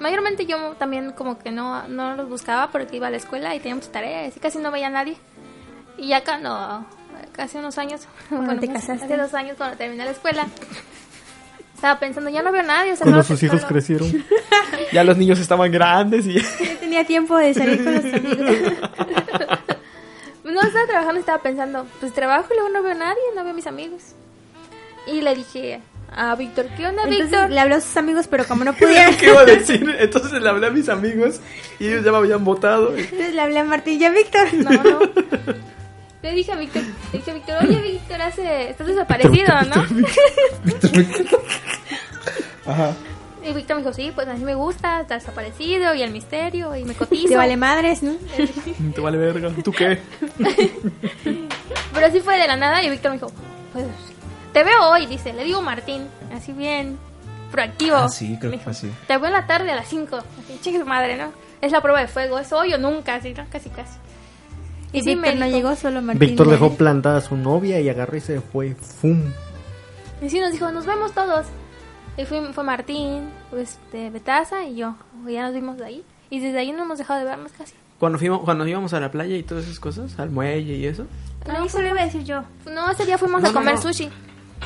[SPEAKER 5] Mayormente yo también como que no, no los buscaba porque iba a la escuela y tenía muchas tareas y casi no veía a nadie. Y ya cuando, casi unos años,
[SPEAKER 4] Cuando te
[SPEAKER 5] me-
[SPEAKER 4] casaste.
[SPEAKER 5] hace dos años cuando terminé la escuela, estaba pensando, ya no veo a nadie. O sea,
[SPEAKER 2] Cuando
[SPEAKER 5] no-
[SPEAKER 2] sus hijos
[SPEAKER 5] no-
[SPEAKER 2] crecieron.
[SPEAKER 1] Ya los niños estaban grandes y...
[SPEAKER 4] Yo tenía tiempo de salir con los amigos.
[SPEAKER 5] No estaba trabajando, estaba pensando, pues trabajo y luego no veo a nadie, no veo a mis amigos. Y le dije a Víctor, ¿qué onda,
[SPEAKER 4] Entonces
[SPEAKER 5] Víctor?
[SPEAKER 4] le habló a sus amigos, pero como no pudieron.
[SPEAKER 1] ¿Qué iba a decir? Entonces le hablé a mis amigos y ellos ya me habían votado.
[SPEAKER 4] Entonces le hablé a Martín y a Víctor.
[SPEAKER 5] No, no. Le dije a Víctor, le dije a Víctor, oye, Víctor, hace, estás desaparecido, ¿no?
[SPEAKER 7] Ajá.
[SPEAKER 5] Y Víctor me dijo, sí, pues a mí me gusta, está desaparecido, y el misterio, y me
[SPEAKER 4] Te
[SPEAKER 5] cotizo.
[SPEAKER 4] vale madres, ¿no?
[SPEAKER 1] Te vale verga. ¿Tú qué?
[SPEAKER 5] Pero así fue de la nada, y Víctor me dijo, pues, te veo hoy, dice, le digo Martín, así bien, proactivo.
[SPEAKER 7] Ah, sí, creo
[SPEAKER 5] Me
[SPEAKER 7] que fue
[SPEAKER 5] dijo,
[SPEAKER 7] así.
[SPEAKER 5] Te veo en la tarde a las 5, así, chingue su madre, ¿no? Es la prueba de fuego, es hoy o nunca, así, ¿no? Casi, casi.
[SPEAKER 4] Y
[SPEAKER 5] sí,
[SPEAKER 4] Víctor
[SPEAKER 5] me
[SPEAKER 4] no
[SPEAKER 5] dijo.
[SPEAKER 4] llegó, solo Martín.
[SPEAKER 2] Víctor
[SPEAKER 4] le-
[SPEAKER 2] dejó plantada a su novia y agarró y se fue. ¡Fum!
[SPEAKER 5] Y sí, nos dijo, nos vemos todos. Y fue, fue Martín, este, Betasa y yo. Y ya nos vimos de ahí. Y desde ahí no hemos dejado de vernos casi.
[SPEAKER 1] Cuando, fuimos, cuando íbamos a la playa y todas esas cosas, al muelle y eso.
[SPEAKER 4] No, eso lo iba a decir yo.
[SPEAKER 5] No, ese día fuimos
[SPEAKER 1] No,
[SPEAKER 5] a
[SPEAKER 1] no,
[SPEAKER 5] comer
[SPEAKER 1] no.
[SPEAKER 5] sushi.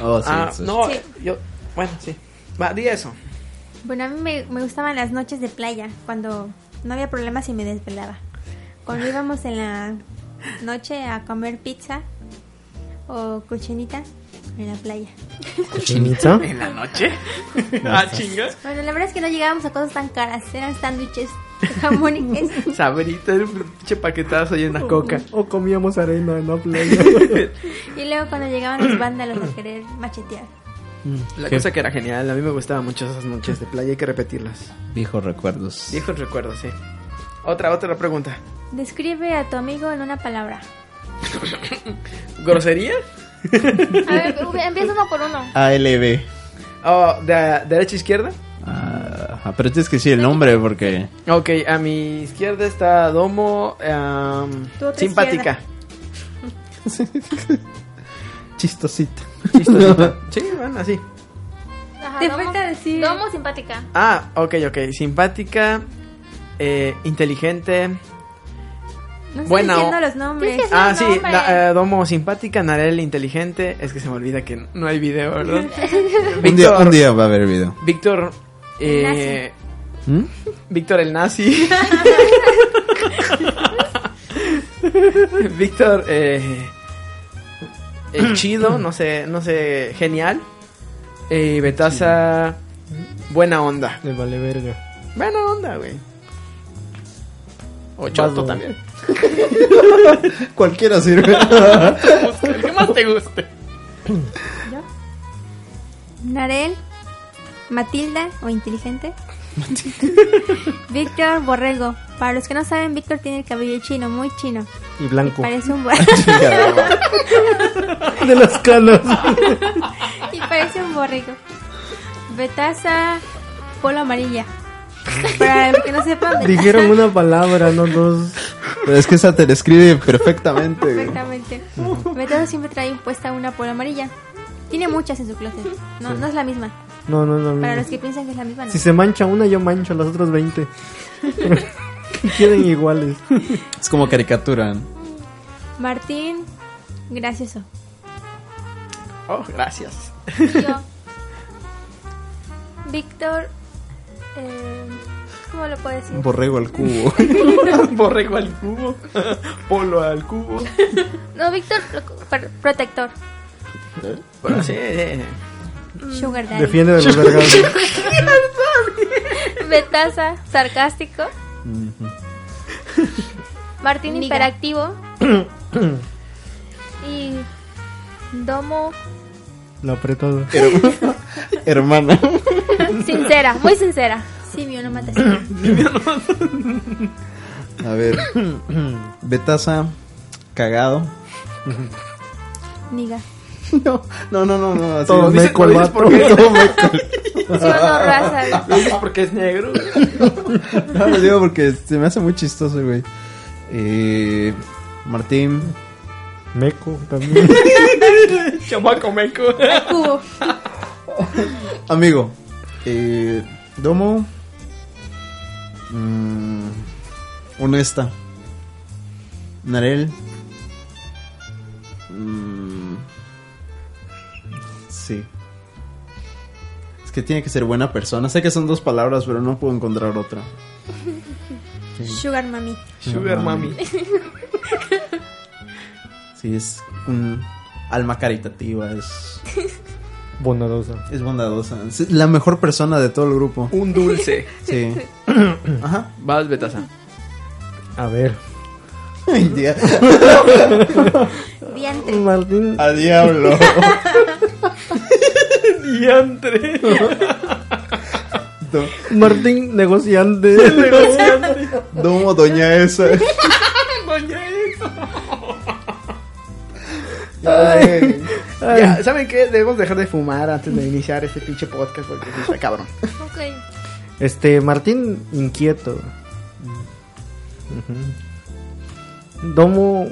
[SPEAKER 7] Oh, sí,
[SPEAKER 1] ah,
[SPEAKER 7] eso es-
[SPEAKER 1] no,
[SPEAKER 5] Sí.
[SPEAKER 1] yo. Bueno, sí. Va, di eso.
[SPEAKER 4] Bueno, a mí me, me gustaban las noches de playa, cuando no había problemas y me desvelaba. Cuando íbamos en la noche a comer pizza o cochinita en la playa.
[SPEAKER 2] ¿Cochinita?
[SPEAKER 1] ¿En la noche? ah, chinga.
[SPEAKER 4] Bueno, la verdad es que no llegábamos a cosas tan caras, eran sándwiches de jamón y queso.
[SPEAKER 1] Sabrita, era un pinche paquetazo y una coca.
[SPEAKER 2] O comíamos arena en la playa.
[SPEAKER 4] Y luego cuando llegaban los vándalos a querer machetear.
[SPEAKER 1] La
[SPEAKER 7] Qué
[SPEAKER 1] cosa que era genial, a mí me gustaban mucho esas noches de playa, hay que repetirlas.
[SPEAKER 7] Viejos recuerdos.
[SPEAKER 1] Viejos recuerdos, sí. Otra, otra pregunta.
[SPEAKER 4] Describe a tu amigo en una palabra.
[SPEAKER 1] ¿Grosería?
[SPEAKER 5] A ver, empieza uno por uno.
[SPEAKER 3] ALB.
[SPEAKER 1] ¿O Ah, de derecha a izquierda?
[SPEAKER 3] Ah, ajá, pero tienes que decir el nombre porque...
[SPEAKER 1] Ok, a mi izquierda está Domo. am,
[SPEAKER 4] Tu otra
[SPEAKER 1] simpática.
[SPEAKER 3] Chistosita.
[SPEAKER 1] Chistosita. sí, bueno, así.
[SPEAKER 5] Ajá,
[SPEAKER 4] Te
[SPEAKER 5] domo-
[SPEAKER 4] falta decir-
[SPEAKER 5] Domo simpática.
[SPEAKER 1] Ah, ok, ok. Simpática, eh, inteligente.
[SPEAKER 4] No estoy
[SPEAKER 1] Buena
[SPEAKER 4] diciendo
[SPEAKER 1] o-
[SPEAKER 4] los nombres.
[SPEAKER 5] Sí, sí,
[SPEAKER 1] Ah,
[SPEAKER 5] no,
[SPEAKER 1] sí,
[SPEAKER 5] hombre.
[SPEAKER 1] na- eh, Domo simpática, Narel inteligente. Es que se me olvida que no hay video, ¿verdad?
[SPEAKER 3] Un día, un día va a haber video.
[SPEAKER 1] Víctor. eh,
[SPEAKER 3] ¿Mm?
[SPEAKER 1] Víctor el nazi. Víctor eh, el chido, no sé, no sé, genial. Eh, Betasa buena onda.
[SPEAKER 2] Le vale verga.
[SPEAKER 1] Buena onda, güey. O choto
[SPEAKER 2] Vaso.
[SPEAKER 1] también.
[SPEAKER 3] Cualquiera sirve.
[SPEAKER 1] El que más te guste.
[SPEAKER 4] Narel, Matilda o inteligente. Víctor Borrego. Para los que no saben, Víctor tiene el cabello chino, muy chino.
[SPEAKER 2] Y blanco.
[SPEAKER 4] Parece un bor-
[SPEAKER 2] De los calos.
[SPEAKER 4] y parece un borrego. Betasa, polo amarilla. Para los que no sepan, Betasa-
[SPEAKER 2] Dijeron una palabra, no dos.
[SPEAKER 3] Pero es que esa te describe perfectamente. güey.
[SPEAKER 4] Perfectamente. Betasa siempre trae puesta una polo amarilla. Tiene muchas en su closet. No, no es la misma.
[SPEAKER 2] No, no, no.
[SPEAKER 4] Para
[SPEAKER 2] no.
[SPEAKER 4] los que piensan que es la misma, no.
[SPEAKER 2] Si se mancha una, yo mancho las otras 20. Quieren iguales.
[SPEAKER 3] Es como caricatura. ¿no?
[SPEAKER 4] Martín, gracioso.
[SPEAKER 1] Oh, gracias.
[SPEAKER 5] Yo. Víctor. eh, ¿Cómo lo puedo decir?
[SPEAKER 3] Un borrego al cubo.
[SPEAKER 1] Borrego al cubo. Polo al cubo.
[SPEAKER 5] No, Víctor, lo- per- protector.
[SPEAKER 1] Bueno, sí, eh. sí.
[SPEAKER 4] Sugar Daddy.
[SPEAKER 2] Defiende de los vergados.
[SPEAKER 5] Betasa, sarcástico. Martín,
[SPEAKER 4] Niga.
[SPEAKER 5] hiperactivo. y. Domo,
[SPEAKER 2] Lo apretado.
[SPEAKER 3] Hermana.
[SPEAKER 5] sincera, muy sincera.
[SPEAKER 4] Simio, no mata simio.
[SPEAKER 3] A ver. Betasa. Cagado.
[SPEAKER 4] Niga.
[SPEAKER 3] No, no, no, no. no así
[SPEAKER 2] Todo
[SPEAKER 3] lo dice-
[SPEAKER 2] meco
[SPEAKER 1] lo
[SPEAKER 2] el
[SPEAKER 1] dices
[SPEAKER 2] vato.
[SPEAKER 1] porque-
[SPEAKER 3] Todo meco.
[SPEAKER 5] Sí o no, raza.
[SPEAKER 1] ¿Lo dices porque es negro?
[SPEAKER 3] No, lo digo porque se me hace muy chistoso, güey. Eh, Martín.
[SPEAKER 2] Meco también.
[SPEAKER 1] Chamaco meco.
[SPEAKER 4] Cubo.
[SPEAKER 3] Amigo. Eh, Domo. Mm, honesta. Narel. Mm, sí. Es que tiene que ser buena persona. Sé que son dos palabras, pero no puedo encontrar otra.
[SPEAKER 4] Sugar Mami.
[SPEAKER 1] Sugar mami.
[SPEAKER 3] Sí, es un alma caritativa, es,
[SPEAKER 2] Bondadosa.
[SPEAKER 3] es bondadosa. Es la mejor persona de todo el grupo.
[SPEAKER 1] Un dulce.
[SPEAKER 3] Sí. Ajá.
[SPEAKER 1] Vas, Betasa.
[SPEAKER 2] A ver.
[SPEAKER 3] Ay, dia-
[SPEAKER 4] Vientre.
[SPEAKER 2] Martín.
[SPEAKER 3] A diablo.
[SPEAKER 1] Diantre.
[SPEAKER 3] Do-
[SPEAKER 2] Martín negociante.
[SPEAKER 3] Domo, doña esa. Ay.
[SPEAKER 1] Ya, ¿saben qué? Debemos dejar de fumar antes de iniciar este pinche podcast porque sí está cabrón.
[SPEAKER 5] Ok.
[SPEAKER 2] Este, Martín inquieto. Ujú. Domo.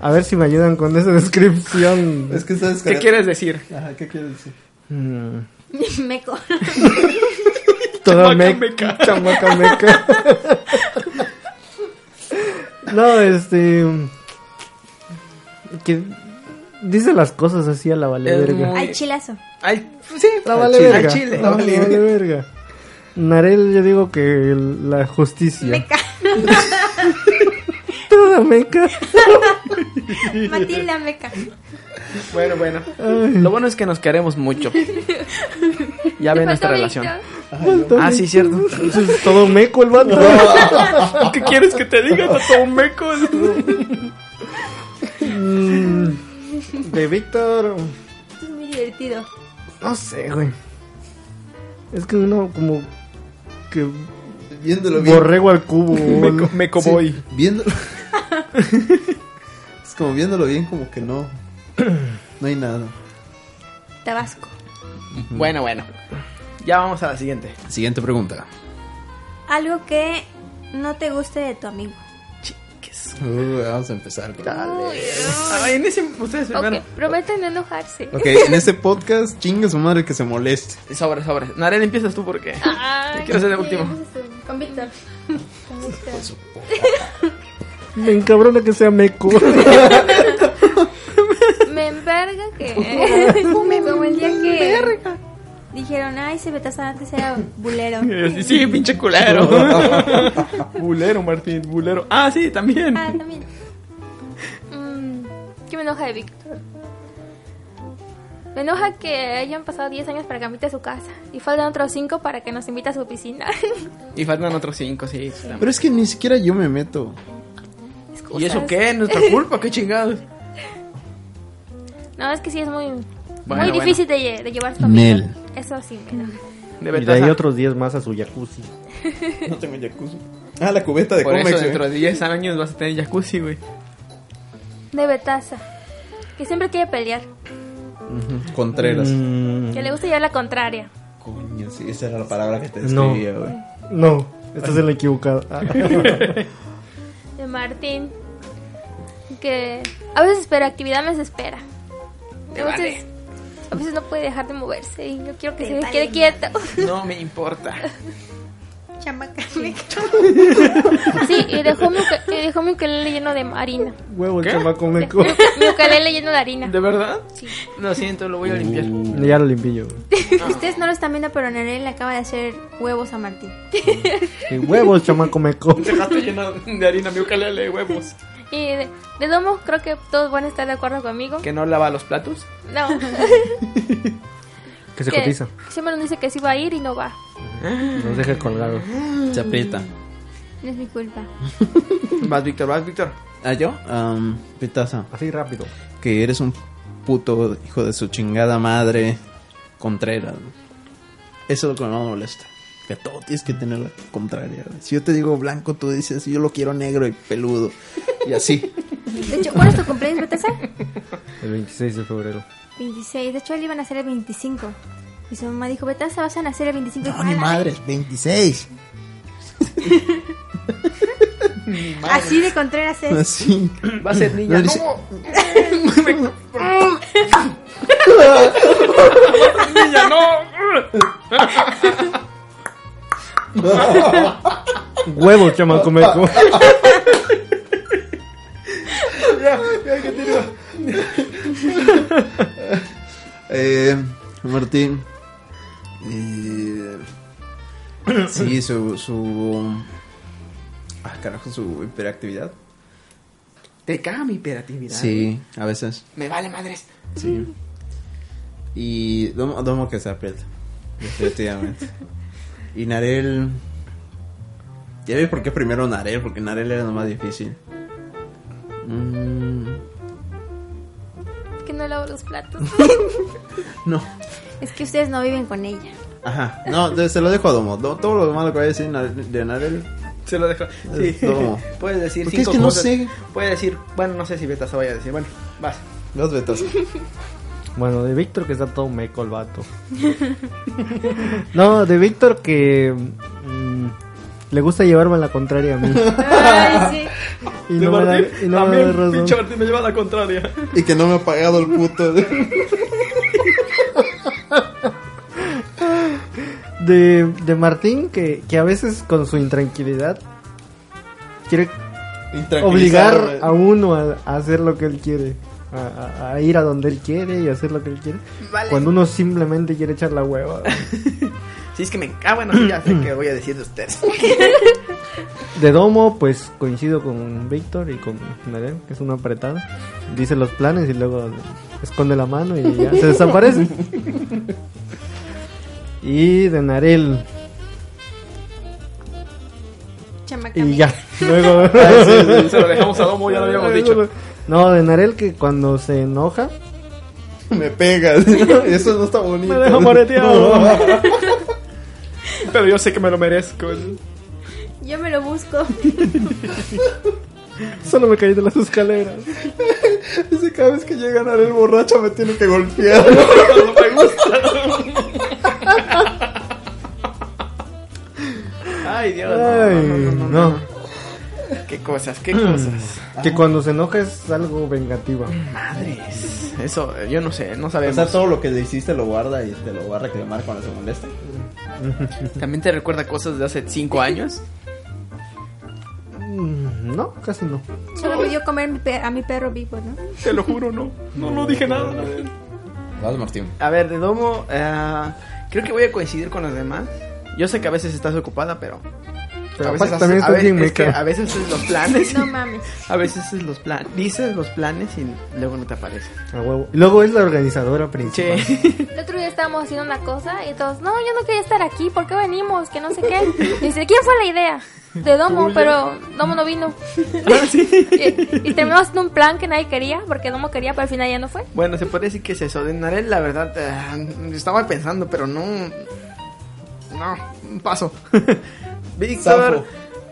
[SPEAKER 2] A ver si me ayudan con esa descripción.
[SPEAKER 3] Es que sabes
[SPEAKER 1] ¿Qué quieres decir?
[SPEAKER 3] Ajá, ¿qué quieres decir?
[SPEAKER 2] Mm,
[SPEAKER 4] Meco.
[SPEAKER 2] Toda
[SPEAKER 1] Chamaca
[SPEAKER 2] meca.
[SPEAKER 1] meca.
[SPEAKER 2] Chamaca meca. no, este. Que dice las cosas así a la vale
[SPEAKER 1] Es
[SPEAKER 2] verga.
[SPEAKER 1] muy-
[SPEAKER 4] Al chilazo.
[SPEAKER 1] Al, sí,
[SPEAKER 2] La
[SPEAKER 1] al
[SPEAKER 2] vale
[SPEAKER 1] chile.
[SPEAKER 2] verga.
[SPEAKER 1] Al chile.
[SPEAKER 2] La vale, verga. Narel, yo digo que el- la justicia.
[SPEAKER 4] Meca.
[SPEAKER 2] Toda meca.
[SPEAKER 4] Matilda Meca.
[SPEAKER 1] Bueno, bueno. Lo bueno es que nos queremos mucho. Ya
[SPEAKER 5] Te
[SPEAKER 1] ve nuestra
[SPEAKER 5] faltó
[SPEAKER 1] relación.
[SPEAKER 5] Víctor.
[SPEAKER 1] Ah, sí, cierto.
[SPEAKER 2] Todo meco el vato.
[SPEAKER 1] ¿Qué quieres que te diga? Está todo meco.
[SPEAKER 2] Mm, De Víctor.
[SPEAKER 4] Esto es muy divertido.
[SPEAKER 2] No sé, güey. Es que uno como que
[SPEAKER 3] Viéndolo bien.
[SPEAKER 2] borrego al cubo.
[SPEAKER 1] Me, co- me
[SPEAKER 3] Sí,
[SPEAKER 1] coboy.
[SPEAKER 3] viéndolo. es como viéndolo bien, como que no. No hay nada.
[SPEAKER 4] Tabasco.
[SPEAKER 1] Bueno, bueno. Ya vamos a la siguiente.
[SPEAKER 7] Siguiente pregunta.
[SPEAKER 4] Algo que no te guste de tu amigo.
[SPEAKER 3] Uh, vamos a empezar. con-
[SPEAKER 1] Ay, en ese ustedes primero.
[SPEAKER 5] Ok, prometen no enojarse.
[SPEAKER 3] Ok, en este podcast, chinga su madre que se moleste.
[SPEAKER 1] Sobre, sobre. Narel, empiezas tú porque
[SPEAKER 5] Ay,
[SPEAKER 1] quiero ser el
[SPEAKER 5] sí,
[SPEAKER 1] último.
[SPEAKER 5] entonces, eh, Con Víctor. Con Víctor.
[SPEAKER 2] Me encabrona que sea meco.
[SPEAKER 5] Me enverga que. Como el día que.
[SPEAKER 4] Dijeron, ay, ese Betasa antes era bulero.
[SPEAKER 1] Eh, Sí, sí, pinche culero. bulero, Martín, bulero. Ah, sí, también.
[SPEAKER 4] Ah, también.
[SPEAKER 5] Mm, ¿Qué me enoja de Víctor? Me enoja que hayan pasado 10 años para que invite a su casa y faltan otros 5 para que nos invite a su piscina.
[SPEAKER 1] Y faltan otros cinco, sí.
[SPEAKER 3] Pero es que ni siquiera yo me meto.
[SPEAKER 5] Excusas.
[SPEAKER 1] ¿Y eso qué? ¿Nuestra culpa? ¿Qué chingados?
[SPEAKER 5] No, es que sí es muy,
[SPEAKER 1] Bueno,
[SPEAKER 5] muy
[SPEAKER 1] bueno.
[SPEAKER 5] difícil de, lle- de llevar conmigo.
[SPEAKER 7] Nel.
[SPEAKER 5] Eso sí me enoja.
[SPEAKER 1] De
[SPEAKER 2] y de ahí
[SPEAKER 1] Betaza.
[SPEAKER 2] otros 10 más a su jacuzzi.
[SPEAKER 3] No tengo jacuzzi. Ah, la cubeta de
[SPEAKER 1] Por eso
[SPEAKER 3] Comex. ¿eh? güey.
[SPEAKER 1] dentro de 10 años vas a tener jacuzzi, güey.
[SPEAKER 5] De Betasa, que siempre quiere pelear,
[SPEAKER 3] Contreras.
[SPEAKER 2] Mm.
[SPEAKER 5] que
[SPEAKER 1] Mm.
[SPEAKER 5] le gusta llevar la contraria.
[SPEAKER 3] Coño, sí, esa era la palabra que te
[SPEAKER 2] No.
[SPEAKER 3] describía, güey.
[SPEAKER 2] No, este estás en la equivocada.
[SPEAKER 5] De Martín, que a veces espera actividad, me desespera.
[SPEAKER 1] Te
[SPEAKER 5] A veces,
[SPEAKER 1] vale.
[SPEAKER 5] a veces no puede dejar de moverse y yo quiero que
[SPEAKER 4] Te
[SPEAKER 5] se
[SPEAKER 4] vale
[SPEAKER 5] quede quieto.
[SPEAKER 1] No me importa.
[SPEAKER 4] Chamaca.
[SPEAKER 5] Sí, y dejó mi, uke- y dejó mi ukelele lleno de harina.
[SPEAKER 2] Huevo, el
[SPEAKER 1] ¿Qué?
[SPEAKER 2] chamaco meco.
[SPEAKER 5] Dejó mi ukelele lleno de harina.
[SPEAKER 1] ¿De verdad?
[SPEAKER 5] Sí.
[SPEAKER 1] Lo siento, lo voy a limpiar.
[SPEAKER 7] Uh.
[SPEAKER 2] ya lo limpié yo.
[SPEAKER 4] Ustedes no lo están viendo, pero Narel le acaba de hacer huevos a Martín.
[SPEAKER 2] Y Huevo, el chamaco meco.
[SPEAKER 1] Dejaste Este lleno de harina mi ukelele de huevos.
[SPEAKER 5] Y de, de Domo creo que todos van a estar de acuerdo conmigo.
[SPEAKER 1] ¿Que no lava los platos?
[SPEAKER 5] No.
[SPEAKER 2] Que se
[SPEAKER 5] que
[SPEAKER 2] cotiza.
[SPEAKER 5] Siempre nos dice que sí va a ir y no va.
[SPEAKER 2] Nos deja colgados.
[SPEAKER 7] Se aprieta.
[SPEAKER 4] No es mi culpa.
[SPEAKER 1] Vas, Víctor, vas, Víctor.
[SPEAKER 7] ¿Ah, yo? Am, pitaza.
[SPEAKER 2] Así rápido.
[SPEAKER 7] Que eres un puto hijo de su chingada madre. Contreras. ¿no? Eso es lo que más me molesta. Que todo tienes que tener la contraria. güey. Si yo te digo blanco, tú dices, yo lo quiero negro y peludo. Y así.
[SPEAKER 4] De hecho, ¿cuándo es tu cumpleaños, Betasa?
[SPEAKER 2] El 26 de febrero.
[SPEAKER 4] 26. De hecho, él iba a nacer el 25. Y su mamá dijo, Betasa, vas a nacer el 25.
[SPEAKER 7] No, ni madres, 26.
[SPEAKER 4] Así de Contreras es.
[SPEAKER 7] Así.
[SPEAKER 1] Va a ser niña.
[SPEAKER 7] No, dice-
[SPEAKER 1] ¿Cómo? niña, no.
[SPEAKER 2] Huevo, el chamaco meco.
[SPEAKER 1] Ya, ya que tiro.
[SPEAKER 3] Eh, Martín. Eh, sí, su, su. Ah, carajo, su hiperactividad.
[SPEAKER 1] Te caga mi hiperactividad.
[SPEAKER 3] Sí, a veces.
[SPEAKER 1] Me vale madres.
[SPEAKER 3] Sí. Y Domo, Domo que se aprieta. Definitivamente. Y Narel. Ya ves por qué primero Narel, porque Narel era lo más difícil. Mm,
[SPEAKER 5] Que no lavo los platos.
[SPEAKER 3] no.
[SPEAKER 4] Es que ustedes no viven con ella.
[SPEAKER 3] Ajá. No, de- se lo dejo a Domo. Do- todo lo demás lo que voy a decir Nare- de Narel.
[SPEAKER 1] Se lo dejo. Sí.
[SPEAKER 3] No.
[SPEAKER 1] Puedes decir
[SPEAKER 3] Porque es
[SPEAKER 1] cinco
[SPEAKER 3] que no
[SPEAKER 1] cosas.
[SPEAKER 3] sé.
[SPEAKER 1] Puedes decir, bueno, no sé si Beta se vaya a decir. Bueno, vas.
[SPEAKER 3] Los betas.
[SPEAKER 2] Bueno, de Víctor que está todo meco el vato. No, de Víctor que mm, le gusta llevarme a la contraria a mí.
[SPEAKER 4] Ay,
[SPEAKER 2] Y no me da, y no me da razón.
[SPEAKER 1] Martín me lleva a la contraria.
[SPEAKER 3] Y que no me ha pagado el puto.
[SPEAKER 2] De, de Martín que, que a veces con su intranquilidad quiere obligar a uno a, a hacer lo que él quiere. A, a- a ir a donde él quiere y hacer lo que él quiere. Cuando uno simplemente quiere echar la hueva.
[SPEAKER 1] Si es que me. Ah, bueno, sí, ya sé que voy a decir de ustedes.
[SPEAKER 2] De Domo, pues coincido con Víctor y con Narel, que es una apretada. Dice los planes y luego esconde la mano y ya se desaparece. Y de Narel,
[SPEAKER 4] Chamaca.
[SPEAKER 2] y ya. Luego.
[SPEAKER 1] Se lo dejamos a Domo, ya lo habíamos dicho.
[SPEAKER 2] No, de Narel que cuando se enoja.
[SPEAKER 3] Me pegas. Eso no está bonito.
[SPEAKER 2] moreteado.
[SPEAKER 1] pero yo sé que me lo merezco.
[SPEAKER 4] Yo me lo busco.
[SPEAKER 1] Solo me caí de las escaleras.
[SPEAKER 3] Dice, cada vez que llega Narel borracho me tiene que golpear. Cuando me gusta.
[SPEAKER 1] Ay, Dios.
[SPEAKER 2] Ay,
[SPEAKER 1] no, no, no, no,
[SPEAKER 2] no.
[SPEAKER 1] no. Qué cosas, qué cosas.
[SPEAKER 2] Que cuando se enoja es algo vengativo.
[SPEAKER 1] Madres. Eso, eh, yo no sé, no
[SPEAKER 3] O
[SPEAKER 1] sabemos.
[SPEAKER 3] sea, todo lo que le hiciste lo guarda y te lo va a reclamar cuando se moleste.
[SPEAKER 1] También te recuerda cosas de hace cinco años.
[SPEAKER 2] Mm, No, casi no.
[SPEAKER 4] Solo me dio comer mi per- a mi perro vivo, ¿no?
[SPEAKER 1] Te lo juro, no. No, no dije nada.
[SPEAKER 3] Vas, Martín.
[SPEAKER 1] A ver, de Domo, eh, creo que voy a coincidir con los demás. Yo sé que a veces estás ocupada, pero.
[SPEAKER 2] Pero
[SPEAKER 1] a
[SPEAKER 2] pues
[SPEAKER 1] veces,
[SPEAKER 2] también
[SPEAKER 1] a
[SPEAKER 2] estás
[SPEAKER 1] veces-
[SPEAKER 2] bien
[SPEAKER 1] es que
[SPEAKER 2] meca.
[SPEAKER 1] a veces es los planes.
[SPEAKER 4] No mames.
[SPEAKER 1] A veces es los planes. Dices los planes y luego no te aparece.
[SPEAKER 2] A huevo. Y luego es la organizadora principal.
[SPEAKER 1] Che.
[SPEAKER 5] El otro día estábamos haciendo una cosa y todos, no, yo no quería estar aquí, ¿por qué venimos? Que no sé qué. Y dice, ¿quién fue la idea? De Domo, pero Domo no vino.
[SPEAKER 1] Ah, sí.
[SPEAKER 5] Y, y terminamos haciendo un plan que nadie quería, porque Domo quería, pero al final ya no fue.
[SPEAKER 1] Bueno, se puede decir que es eso. De Narel, la verdad, eh, estaba pensando, pero no. No, paso. Víctor,
[SPEAKER 3] Zapo.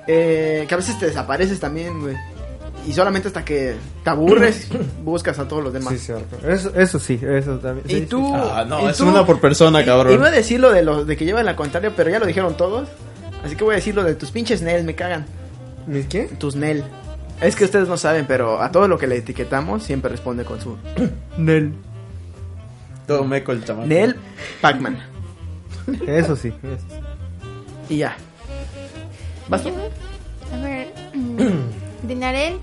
[SPEAKER 1] eh, que a veces te desapareces también, güey. Y solamente hasta que te aburres, buscas a todos los demás.
[SPEAKER 2] Sí, cierto. Eso, eso sí, eso también.
[SPEAKER 1] Y
[SPEAKER 2] Sí,
[SPEAKER 1] tú.
[SPEAKER 3] Ah, no,
[SPEAKER 1] y
[SPEAKER 3] es
[SPEAKER 1] tú-
[SPEAKER 3] una por persona,
[SPEAKER 1] i-
[SPEAKER 3] cabrón.
[SPEAKER 1] Iba a decir lo de, los, de que llevan la contraria, pero ya lo dijeron todos. Así que voy a decir lo de tus pinches Nel, me cagan.
[SPEAKER 2] sí. ¿Mis qué?
[SPEAKER 1] Tus Nel. Es que ustedes no saben, pero a todo lo que le etiquetamos siempre responde con su Nel.
[SPEAKER 3] Todo meco el chamaco.
[SPEAKER 1] Nel Pac-Man.
[SPEAKER 2] Eso sí. eso sí.
[SPEAKER 1] Y ya. ¿Vas tú?
[SPEAKER 4] A ver. mm, Dinarel.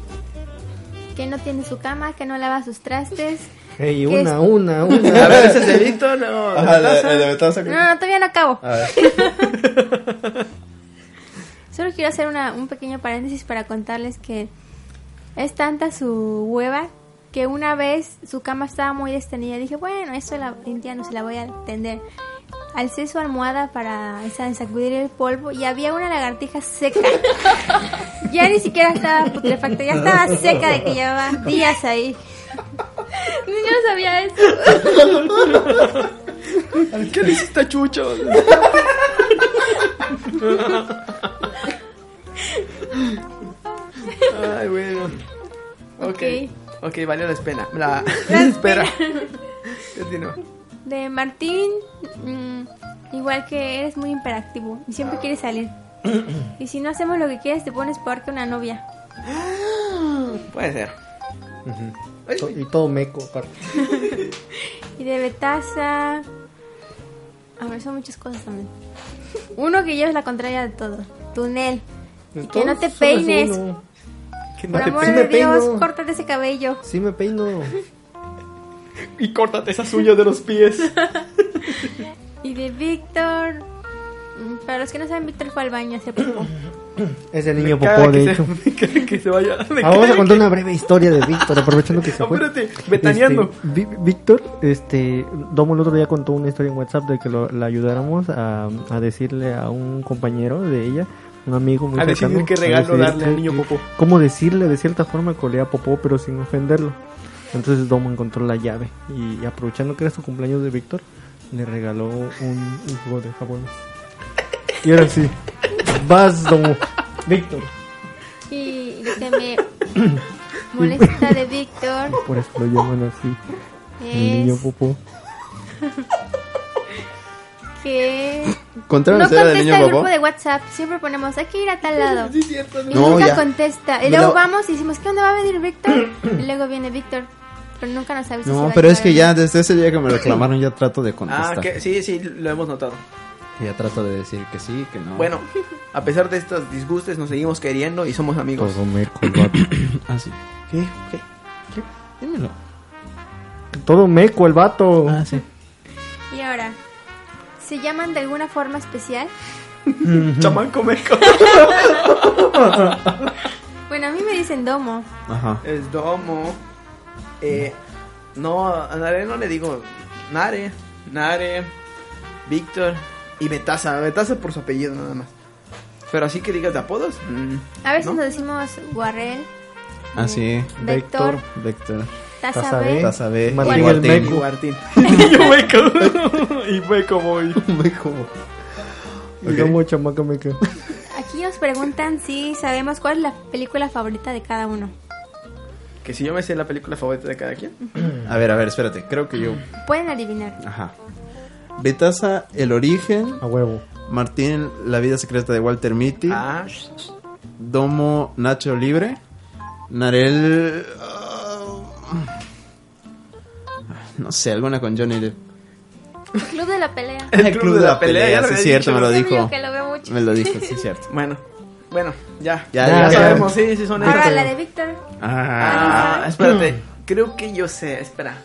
[SPEAKER 4] Que no tiene su cama, que no lava sus trastes.
[SPEAKER 2] Ey,
[SPEAKER 4] ¿Qué
[SPEAKER 2] una,
[SPEAKER 4] es?
[SPEAKER 2] una, una.
[SPEAKER 1] A ver, ese es de Víctor, no.
[SPEAKER 3] Ajá, la, la de Betaza.
[SPEAKER 4] No, no, todavía no acabo.
[SPEAKER 3] A ver.
[SPEAKER 4] Solo quiero hacer una- un pequeño paréntesis para contarles que es tanta su hueva que una vez su cama estaba muy destendida. Dije, bueno, esto la limpiando, se la voy a tender. Alcé su almohada para sa- sacudir el polvo y había una lagartija seca. ya ni siquiera estaba putrefacta, ya estaba seca de que llevaba días ahí.
[SPEAKER 5] Ni yo sabía eso.
[SPEAKER 1] ¿Qué le hiciste a Chucho? Ay, bueno. Ok. Ok, valió la espera. La, espera. Continúa.
[SPEAKER 4] De Martín, mm, igual que eres muy imperactivo y siempre quieres salir. y si no hacemos lo que quieres, te pones peor que una novia.
[SPEAKER 1] Puede ser.
[SPEAKER 2] To- Y todo meco, aparte.
[SPEAKER 4] Y de Betasa. A ver, son muchas cosas también. Uno que lleves la contraria de todo. Tunel. Y que no te
[SPEAKER 2] Entonces, solo es
[SPEAKER 4] peines.
[SPEAKER 2] uno.
[SPEAKER 1] Que no
[SPEAKER 4] Por
[SPEAKER 1] te
[SPEAKER 4] amor
[SPEAKER 2] sí
[SPEAKER 1] pe-
[SPEAKER 2] me
[SPEAKER 4] de Dios,
[SPEAKER 2] peino.
[SPEAKER 4] córtate ese cabello.
[SPEAKER 2] Sí me peino.
[SPEAKER 1] Y córtate esas uñas de los pies.
[SPEAKER 4] Y de Víctor. mm, Para los que no saben, Víctor fue al baño hace poco.
[SPEAKER 2] Ese niño
[SPEAKER 1] Me caga
[SPEAKER 2] popó, de
[SPEAKER 1] que se-
[SPEAKER 2] hecho.
[SPEAKER 1] me caga que se vaya. Me
[SPEAKER 2] Ah, vamos
[SPEAKER 1] caga
[SPEAKER 2] a contar una breve historia de Víctor, aprovechando que se fue.
[SPEAKER 1] Espérate, ventaneando.
[SPEAKER 2] Este, Vi- Víctor, este, Domo el otro día contó una historia en WhatsApp de que lo, la ayudáramos a, a decirle a un compañero de ella, un amigo muy
[SPEAKER 1] A decidir
[SPEAKER 2] cercano,
[SPEAKER 1] qué
[SPEAKER 2] a
[SPEAKER 1] regalo
[SPEAKER 2] decidir
[SPEAKER 1] darle al
[SPEAKER 2] qué-
[SPEAKER 1] niño
[SPEAKER 2] qué-
[SPEAKER 1] popó.
[SPEAKER 2] Cómo decirle de cierta forma que olía a popó, pero sin ofenderlo. Entonces Domo encontró la llave y aprovechando que era su cumpleaños de Víctor, le regaló un, un jugo de jabones. Y ahora sí, vas Domo. Víctor,
[SPEAKER 4] Y lo que me molesta de Víctor
[SPEAKER 2] por eso lo llaman así. El niño
[SPEAKER 4] es
[SPEAKER 2] popó.
[SPEAKER 4] que
[SPEAKER 3] Contrario
[SPEAKER 4] no
[SPEAKER 3] a del niño
[SPEAKER 4] contesta el grupo
[SPEAKER 3] bobo.
[SPEAKER 4] de WhatsApp. Siempre ponemos, hay que ir a tal lado. Y
[SPEAKER 3] No,
[SPEAKER 4] nunca
[SPEAKER 3] ya.
[SPEAKER 4] contesta. Y
[SPEAKER 3] No.
[SPEAKER 4] luego vamos y decimos, ¿qué dónde va a venir Víctor? y luego viene Víctor. Pero nunca nos avisa. si va
[SPEAKER 3] No,
[SPEAKER 4] a Ah,
[SPEAKER 3] pero es
[SPEAKER 4] llegar
[SPEAKER 3] que
[SPEAKER 4] o
[SPEAKER 3] ya desde ese día que me reclamaron ya trato de
[SPEAKER 1] Ah,
[SPEAKER 3] contestar.
[SPEAKER 1] que, sí, sí, lo hemos notado.
[SPEAKER 3] Ya trato de decir que sí, que no.
[SPEAKER 1] Bueno, a pesar de estos disgustes, nos seguimos queriendo y somos amigos.
[SPEAKER 2] Todo meco, vato.
[SPEAKER 3] Ah, sí. ¿Qué? ¿Qué? ¿Qué? Dímelo.
[SPEAKER 2] Todo meco el vato.
[SPEAKER 3] Ah, sí.
[SPEAKER 4] no. Y ahora, ¿se llaman de alguna forma especial?
[SPEAKER 1] Chamanco meco.
[SPEAKER 4] Bueno, a mí me dicen domo.
[SPEAKER 3] Ajá.
[SPEAKER 1] Es domo. Eh, no, a Nare no le digo Nare, Nare, Víctor y Betasa. Betasa por su apellido nada más. Pero así que digas de apodos. mm,
[SPEAKER 4] A veces
[SPEAKER 1] ¿no?
[SPEAKER 4] nos decimos guarrel,
[SPEAKER 3] Ah, sí.
[SPEAKER 1] Mm.
[SPEAKER 4] vector,
[SPEAKER 3] Vector.
[SPEAKER 4] taza
[SPEAKER 2] Tasabé.
[SPEAKER 4] B.
[SPEAKER 3] Taza B.
[SPEAKER 2] Martín el
[SPEAKER 3] Guartín.
[SPEAKER 1] Y
[SPEAKER 2] meco.
[SPEAKER 1] Guartín. y hueco. y hueco voy.
[SPEAKER 3] Meco.
[SPEAKER 2] Y como chamaca me quedo.
[SPEAKER 4] Aquí nos preguntan si sabemos cuál es la película favorita de cada uno.
[SPEAKER 1] Que si yo me sé la película favorita de cada quien.
[SPEAKER 3] A ver, a ver, espérate. Creo que yo.
[SPEAKER 1] Mm.
[SPEAKER 4] Pueden adivinar.
[SPEAKER 3] Ajá. Betasa, El Origen.
[SPEAKER 2] A huevo.
[SPEAKER 3] Martín, La Vida Secreta de Walter Mitty.
[SPEAKER 1] Ah,
[SPEAKER 3] Domo, Nacho Libre. Narel. ah, no sé, alguna con Johnny Depp.
[SPEAKER 5] Club de la pelea.
[SPEAKER 1] El Club de la Pelea, ya lo
[SPEAKER 3] sí,
[SPEAKER 1] había
[SPEAKER 3] cierto,
[SPEAKER 1] dicho.
[SPEAKER 3] me lo
[SPEAKER 5] Ese amigo
[SPEAKER 3] dijo.
[SPEAKER 5] que lo veo mucho.
[SPEAKER 3] Me lo dijo, sí, cierto.
[SPEAKER 1] bueno, bueno, ya.
[SPEAKER 3] Ya,
[SPEAKER 2] ya, ya.
[SPEAKER 1] sabemos, sí, sí son
[SPEAKER 4] Ahora
[SPEAKER 1] esas.
[SPEAKER 4] la de Víctor.
[SPEAKER 1] Ah, espérate.
[SPEAKER 3] Mm.
[SPEAKER 1] Creo que yo sé, espera.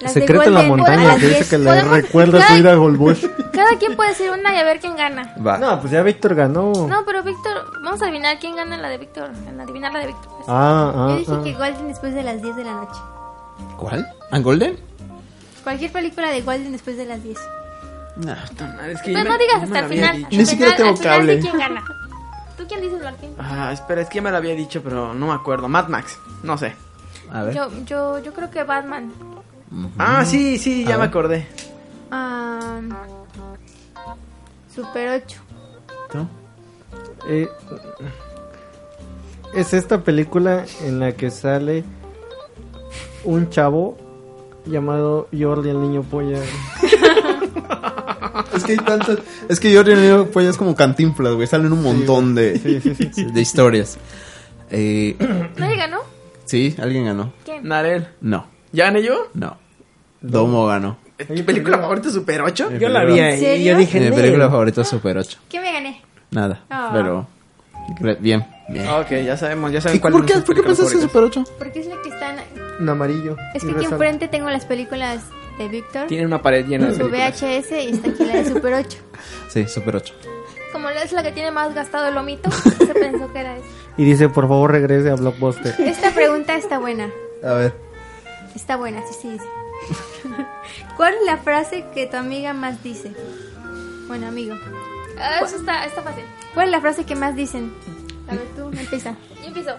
[SPEAKER 4] Las de
[SPEAKER 2] Secreto en la
[SPEAKER 4] Golden Boy,
[SPEAKER 2] montaña,
[SPEAKER 4] las
[SPEAKER 2] que dice
[SPEAKER 4] diez.
[SPEAKER 2] que le
[SPEAKER 5] Podemos-
[SPEAKER 2] recuerda su
[SPEAKER 5] Ay.
[SPEAKER 2] vida a Golbush.
[SPEAKER 5] Cada quien puede decir una y a ver quién gana.
[SPEAKER 3] Va.
[SPEAKER 2] No, pues ya Víctor ganó.
[SPEAKER 5] No, pero Víctor, vamos a adivinar quién gana en la de Víctor. En adivinar la de Víctor. pues.
[SPEAKER 2] Ah,
[SPEAKER 4] Yo
[SPEAKER 2] ah,
[SPEAKER 4] dije
[SPEAKER 2] ah.
[SPEAKER 4] que Golden después de las 10 de la noche.
[SPEAKER 3] ¿Cuál? ¿An Golden?
[SPEAKER 4] Cualquier película de Golden después de las 10.
[SPEAKER 3] Nah.
[SPEAKER 1] Es que
[SPEAKER 5] Pues
[SPEAKER 1] yo
[SPEAKER 5] no
[SPEAKER 1] me-
[SPEAKER 5] digas
[SPEAKER 1] yo me
[SPEAKER 5] hasta el
[SPEAKER 1] la había
[SPEAKER 5] final.
[SPEAKER 1] dicho.
[SPEAKER 5] Al
[SPEAKER 3] Ni siquiera
[SPEAKER 5] final-
[SPEAKER 3] tengo
[SPEAKER 5] al final
[SPEAKER 3] cable.
[SPEAKER 5] di quién gana. ¿Tú quién dices, Martín?
[SPEAKER 1] Ah, espera, es que ya me la había dicho, pero no me acuerdo. Mad Max, no sé.
[SPEAKER 3] A ver.
[SPEAKER 5] Yo, yo, yo creo que Batman.
[SPEAKER 1] Ah, sí, sí, ya me acordé.
[SPEAKER 4] Ah, Super 8.
[SPEAKER 3] ¿Tú?
[SPEAKER 2] Eh, es esta película en la que sale un chavo llamado Jordi el niño polla.
[SPEAKER 3] Es que hay tantas. Es que yo reunido pues es como cantinflas, güey. Salen un montón de, de historias. Eh,
[SPEAKER 5] ¿Nadie ganó?
[SPEAKER 3] sí, alguien ganó.
[SPEAKER 5] ¿Quién?
[SPEAKER 1] Narel,
[SPEAKER 3] No,
[SPEAKER 1] ¿ya gané yo?
[SPEAKER 3] no. Domo ganó.
[SPEAKER 1] ¿Tu película favorita Super 8?
[SPEAKER 3] Yo la
[SPEAKER 1] Eh,
[SPEAKER 3] vi
[SPEAKER 4] ahí, ¿Serio? yo
[SPEAKER 2] dije,
[SPEAKER 3] Mi película favorita es Super 8.
[SPEAKER 4] ¿Qué me gané?
[SPEAKER 3] Nada.
[SPEAKER 4] Ah.
[SPEAKER 3] Pero. re- bien, bien.
[SPEAKER 1] Ok, ya sabemos, ya
[SPEAKER 3] ¿Y
[SPEAKER 1] Ah, saben cuál
[SPEAKER 3] ¿Por
[SPEAKER 1] es
[SPEAKER 3] qué,
[SPEAKER 1] nuestra
[SPEAKER 3] ¿Por qué
[SPEAKER 1] película
[SPEAKER 3] pensaste en
[SPEAKER 1] favorita.
[SPEAKER 3] Super 8?
[SPEAKER 4] Porque es la que está... en-
[SPEAKER 2] en amarillo.
[SPEAKER 4] Es
[SPEAKER 2] Y
[SPEAKER 4] que aquí
[SPEAKER 2] resalta.
[SPEAKER 4] enfrente tengo las películas de Víctor.
[SPEAKER 1] Tiene una pared llena de
[SPEAKER 4] Su
[SPEAKER 1] películas.
[SPEAKER 4] VHS y está aquí la de Super 8.
[SPEAKER 3] Sí, Super 8.
[SPEAKER 5] Como es la que tiene más gastado el lomito, se pensó que era eso.
[SPEAKER 2] Y dice, por favor regrese a Blockbuster.
[SPEAKER 4] Esta pregunta está buena.
[SPEAKER 3] A ver.
[SPEAKER 4] Está buena, sí, sí. dice. ¿Cuál es la frase que tu amiga más dice? Bueno, amigo.
[SPEAKER 5] Ah, eso está, está fácil.
[SPEAKER 4] ¿Cuál es la frase que más dicen? A ver, tú empieza.
[SPEAKER 5] Yo empiezo.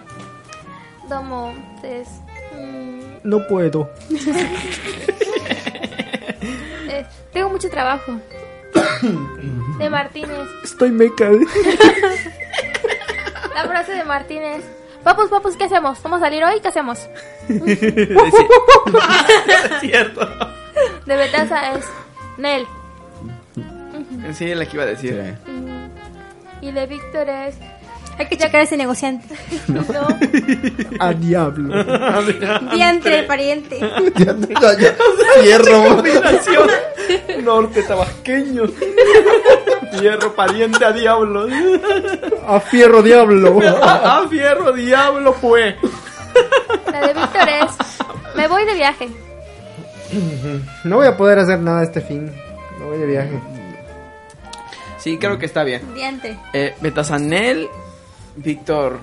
[SPEAKER 5] Domo, es. mm,
[SPEAKER 2] No puedo.
[SPEAKER 5] eh, tengo mucho trabajo. De Martínez.
[SPEAKER 2] Estoy meca.
[SPEAKER 5] La frase de Martínez. Papus, papus, ¿qué hacemos? ¿Vamos a salir hoy? ¿Qué hacemos?
[SPEAKER 1] Es cierto.
[SPEAKER 5] De Betasa es Nel.
[SPEAKER 1] Sí, la que iba a decir.
[SPEAKER 5] Y de Víctor es.
[SPEAKER 4] Hay que checar ese negociante.
[SPEAKER 5] No.
[SPEAKER 2] A diablo.
[SPEAKER 4] Diantre, pariente.
[SPEAKER 3] Ya, ya, ya. Cierro.
[SPEAKER 1] Nación norte tabasqueño. Fierro pariente a diablo.
[SPEAKER 2] A fierro diablo.
[SPEAKER 1] Ah, fierro diablo fue.
[SPEAKER 5] La de Víctor es. Me voy de viaje.
[SPEAKER 2] No voy a poder hacer nada este fin. No voy de viaje.
[SPEAKER 1] Sí, creo que está bien.
[SPEAKER 4] Diantre.
[SPEAKER 1] Eh, Betasanel, Víctor.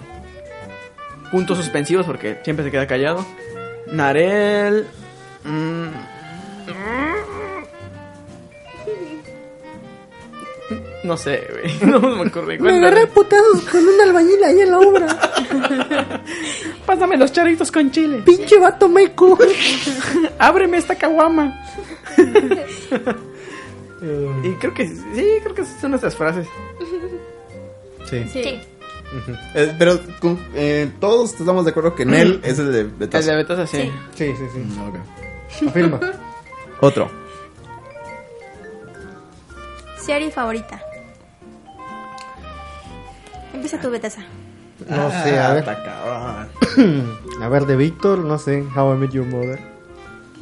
[SPEAKER 1] Puntos suspensivos porque siempre se queda callado. Narel. mm, no sé, güey. No me ocurre. Cuéntame.
[SPEAKER 2] putazos con un albañil ahí en la obra.
[SPEAKER 1] Pásame los charitos con chile.
[SPEAKER 2] Pinche vato meco.
[SPEAKER 1] Ábreme esta caguama.
[SPEAKER 2] Eh,
[SPEAKER 1] Y creo que sí, creo que esas son nuestras frases.
[SPEAKER 3] Sí.
[SPEAKER 4] Sí.
[SPEAKER 5] Sí.
[SPEAKER 3] Eh, pero con- eh, todos estamos de acuerdo que Nel es el de Betazo.
[SPEAKER 1] El diabetes así.
[SPEAKER 4] Sí.
[SPEAKER 2] Sí, sí, sí.
[SPEAKER 3] Ok.
[SPEAKER 2] Afirma.
[SPEAKER 3] Otro.
[SPEAKER 4] Serie favorita. Empieza tu betaza.
[SPEAKER 2] No sé, a ver.
[SPEAKER 3] Ah, Está cabrón.
[SPEAKER 2] A ver, de Víctor, no sé. How I Met Your Mother.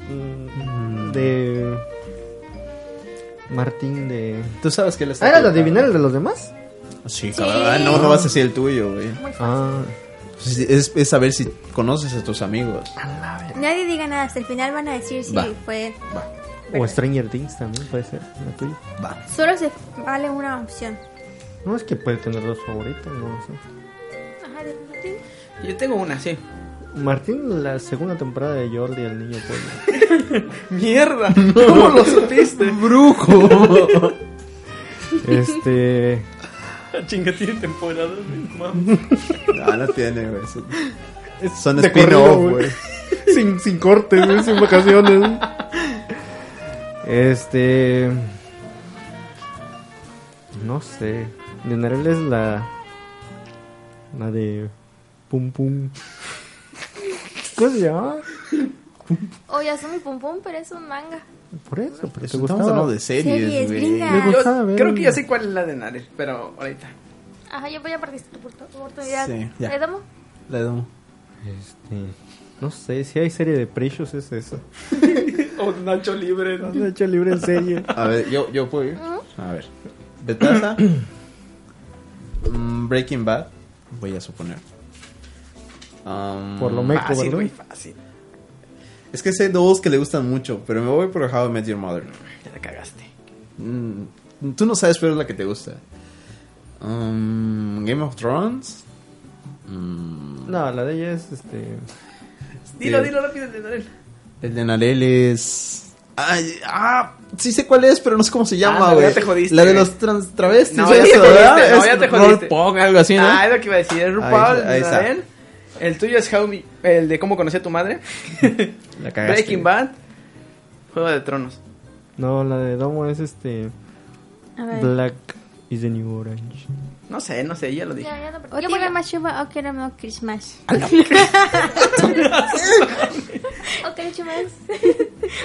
[SPEAKER 2] Mm, De. Martín de.
[SPEAKER 3] Tú sabes que él
[SPEAKER 2] Ah,
[SPEAKER 3] está.
[SPEAKER 2] ¿era de adivinar el de los demás?
[SPEAKER 3] Sí, cabrón. Ah, No, no vas a decir el tuyo, güey.
[SPEAKER 2] Ah,
[SPEAKER 3] Es, es- es saber si conoces a tus amigos.
[SPEAKER 2] Ah,
[SPEAKER 4] Nadie diga nada, hasta el final van a decir si
[SPEAKER 3] Va.
[SPEAKER 4] fue...
[SPEAKER 3] Va,
[SPEAKER 2] o Stranger Things también puede ser. La tuya.
[SPEAKER 3] va.
[SPEAKER 4] Solo se vale una opción.
[SPEAKER 2] No es que puede tener dos favoritos, no lo sé.
[SPEAKER 5] Ajá, de Martín.
[SPEAKER 1] Yo tengo una, sí.
[SPEAKER 2] Martín, la segunda temporada de Jordi, el niño pollo.
[SPEAKER 1] Mierda, ¿cómo lo supiste? Brujo.
[SPEAKER 2] Este.
[SPEAKER 1] Chinga, tiene temporada.
[SPEAKER 3] No, no Ah, tiene, güey. Son, son
[SPEAKER 2] de
[SPEAKER 3] spin-off,
[SPEAKER 2] corrido,
[SPEAKER 3] güey.
[SPEAKER 2] sin, sin cortes, güey, sin vacaciones. Este. No sé. De Narel es la. La de. Pum Pum. ¿Cómo se llama?
[SPEAKER 5] Oye, Asumi Pum Pum, pero es un manga.
[SPEAKER 2] Por eso, pero te
[SPEAKER 3] Eso estamos hablando
[SPEAKER 2] gustaba.
[SPEAKER 3] de series,
[SPEAKER 4] Series,
[SPEAKER 3] güey.
[SPEAKER 4] gringas.
[SPEAKER 2] Me
[SPEAKER 1] Yo
[SPEAKER 3] Ah,
[SPEAKER 2] gustaba ver-
[SPEAKER 1] creo que ya sé cuál es la de Narel, pero ahorita.
[SPEAKER 5] Ajá, yo voy a participar por tu oportunidad.
[SPEAKER 3] Sí, ya.
[SPEAKER 5] ¿Le damos?
[SPEAKER 3] La de-
[SPEAKER 2] Este, no sé, si hay serie de Precious es eso.
[SPEAKER 1] O Nacho Libre.
[SPEAKER 2] No se ha hecho libre en serie.
[SPEAKER 3] A ver, yo, yo puedo ir. A ver. Bethesda. Mm, Breaking Bad. Voy a suponer. Um,
[SPEAKER 2] Por lo menos.
[SPEAKER 1] Fácil,
[SPEAKER 2] ¿verdad?
[SPEAKER 1] güey, fácil.
[SPEAKER 3] Es que sé dos que le gustan mucho, pero me voy por How I Met Your Mother.
[SPEAKER 1] Ya la cagaste.
[SPEAKER 3] Mm, tú no sabes, pero es la que te gusta. Um, Game of Thrones. Mm,
[SPEAKER 2] No, la de ella es este.
[SPEAKER 1] Dilo,
[SPEAKER 3] Sí.
[SPEAKER 1] dilo rápido el de Narel.
[SPEAKER 3] el de Narel es. Ay, ah, sí sé cuál es, pero no sé cómo se llama,
[SPEAKER 1] Ah, no, ya
[SPEAKER 3] güey.
[SPEAKER 1] te jodiste,
[SPEAKER 3] la de
[SPEAKER 1] güey.
[SPEAKER 3] los trans travestis.
[SPEAKER 1] No,
[SPEAKER 3] güey,
[SPEAKER 1] ya te
[SPEAKER 3] ¿verdad?
[SPEAKER 1] jodiste, no,
[SPEAKER 3] Es
[SPEAKER 1] ya te
[SPEAKER 3] Roll
[SPEAKER 1] jodiste.
[SPEAKER 3] Pong, algo así, ¿no?
[SPEAKER 1] Ah, es lo que iba a decir. Es
[SPEAKER 3] Ahí
[SPEAKER 1] RuPaul,
[SPEAKER 3] está, ahí está.
[SPEAKER 1] Narel. El tuyo es How Me- el de cómo conocí a tu madre.
[SPEAKER 3] La cagaste,
[SPEAKER 1] Breaking
[SPEAKER 3] güey.
[SPEAKER 1] Bad. Juego de Tronos.
[SPEAKER 2] No, la de Domo es este.
[SPEAKER 4] A ver.
[SPEAKER 2] Black is the New Orange.
[SPEAKER 1] No sé, no sé, ya lo dije.
[SPEAKER 5] Ya, ya no
[SPEAKER 4] O
[SPEAKER 5] participé. Yo voy
[SPEAKER 4] tengo
[SPEAKER 5] a oh,
[SPEAKER 4] más chuva o quiero más Christmas.
[SPEAKER 5] Ok, chumas.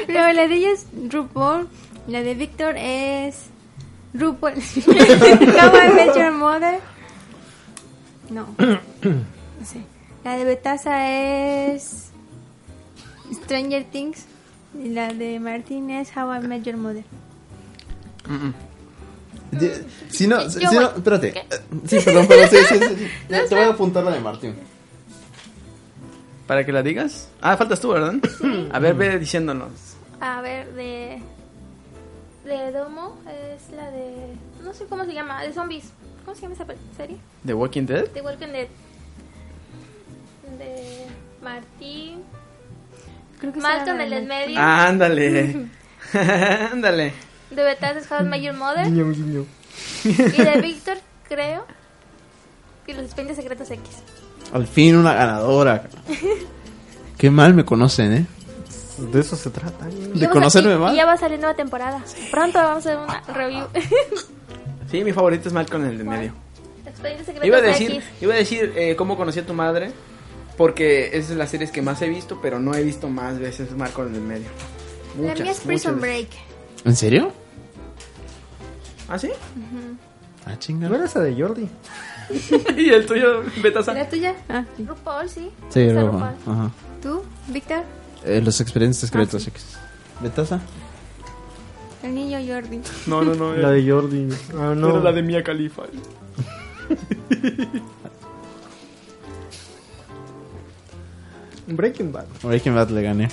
[SPEAKER 4] Luego la de ella es RuPaul. La de Víctor es. RuPaul. ¿Cómo I Met Your Mother? No. No sé. La de Betasa es. Stranger Things. Y la de Martín es How I Met Your Mother.
[SPEAKER 1] Mm, mm.
[SPEAKER 3] De- Si no,
[SPEAKER 5] Yo
[SPEAKER 3] si
[SPEAKER 5] voy.
[SPEAKER 3] no, espérate. Eh, Sí, perdón, perdón, sí, sí, sí, sí. Te- Te voy a apuntar la de Martín.
[SPEAKER 1] ¿Para que la digas? Ah, faltas tú, ¿verdad? A ver, ve diciéndonos.
[SPEAKER 5] A ver, de. De Domo es la de. No sé cómo se llama, de zombies. ¿Cómo se llama esa pe- serie?
[SPEAKER 1] ¿The Walking Dead?
[SPEAKER 5] De Walking Dead. De. Martín.
[SPEAKER 4] Creo que
[SPEAKER 5] Malcolm
[SPEAKER 4] será
[SPEAKER 5] en
[SPEAKER 4] la de
[SPEAKER 5] el medio.
[SPEAKER 1] Ah. ándale. ándale.
[SPEAKER 5] De Bethesda es How I Met Your Mother.
[SPEAKER 2] Guiño, guiño.
[SPEAKER 5] Y de Víctor, creo. Y los expedientes secretos X.
[SPEAKER 3] Al fin una ganadora. Qué mal me conocen, ¿eh?
[SPEAKER 2] De eso se trata. ¿eh? güey.
[SPEAKER 5] Y
[SPEAKER 3] ¿De
[SPEAKER 5] ya va a
[SPEAKER 3] conocerme
[SPEAKER 5] salir-
[SPEAKER 3] más?
[SPEAKER 5] y Ya va a salir nueva temporada. Pronto vamos a hacer una review.
[SPEAKER 1] Sí, mi favorito es Malcolm el de en medio.
[SPEAKER 5] expedientes secretos
[SPEAKER 1] Iba a decir,
[SPEAKER 5] X.
[SPEAKER 1] iba a decir eh, cómo conocí a tu madre, porque esa es la serie que más he visto, pero no he visto más veces Malcolm el de en medio.
[SPEAKER 4] La
[SPEAKER 1] Muchas,
[SPEAKER 4] mía es
[SPEAKER 1] muchas
[SPEAKER 4] Prison
[SPEAKER 1] veces.
[SPEAKER 4] Break.
[SPEAKER 3] ¿En serio?
[SPEAKER 1] ¿Ah, sí?
[SPEAKER 3] Ah,
[SPEAKER 2] ¿No
[SPEAKER 3] chingada.
[SPEAKER 2] era esa de Jordi?
[SPEAKER 1] y el tuyo, Betasa.
[SPEAKER 4] ¿La tuya? Ah, sí.
[SPEAKER 5] RuPaul, sí.
[SPEAKER 3] Sí,
[SPEAKER 5] Está
[SPEAKER 3] rojo.
[SPEAKER 5] RuPaul.
[SPEAKER 3] Ajá.
[SPEAKER 4] ¿Tú, Víctor?
[SPEAKER 3] Eh, los expedientes secretos X. ¿Betasa?
[SPEAKER 4] El niño Jordi.
[SPEAKER 1] No, no, no.
[SPEAKER 2] La de Jordi. Ah, no.
[SPEAKER 1] Era la de Mia Khalifa.
[SPEAKER 2] Breaking Bad.
[SPEAKER 3] Breaking Bad le gané.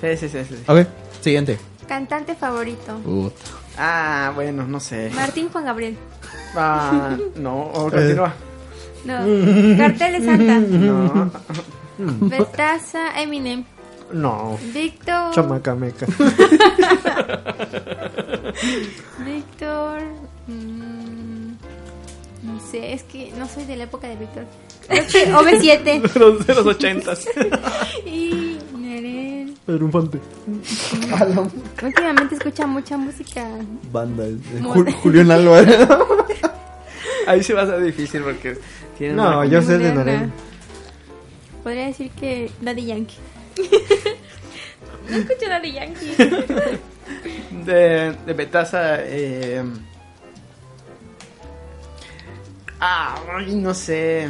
[SPEAKER 1] Sí, sí, sí, sí. sí.
[SPEAKER 3] Ok, siguiente.
[SPEAKER 4] Cantante favorito.
[SPEAKER 3] Puta.
[SPEAKER 1] Ah, bueno, no sé.
[SPEAKER 4] Martín Juan Gabriel.
[SPEAKER 1] Ah, no, o continúa.
[SPEAKER 4] No. Cartel de
[SPEAKER 2] Eh.
[SPEAKER 4] Santa.
[SPEAKER 1] No.
[SPEAKER 4] Betaza Eminem.
[SPEAKER 2] No.
[SPEAKER 4] Víctor.
[SPEAKER 2] Chamaca meca.
[SPEAKER 4] Víctor. mm, no sé, es que no soy de la época de Víctor. Creo que OV7.
[SPEAKER 1] Los de los ochentas.
[SPEAKER 4] Y Nerel.
[SPEAKER 2] Triunfante.
[SPEAKER 4] Últimamente escucha mucha música.
[SPEAKER 3] Banda. es de
[SPEAKER 4] Moda.
[SPEAKER 3] Jul- Julián Álvarez.
[SPEAKER 1] Ahí sí va a ser difícil porque tienen
[SPEAKER 2] No,
[SPEAKER 1] una-
[SPEAKER 2] yo sé de
[SPEAKER 4] moderna.
[SPEAKER 2] Narel.
[SPEAKER 4] Podría decir que Daddy Yankee.
[SPEAKER 5] No escuché nada de Yankee.
[SPEAKER 1] de, de Betasa. Eh... Ah, ay, no sé.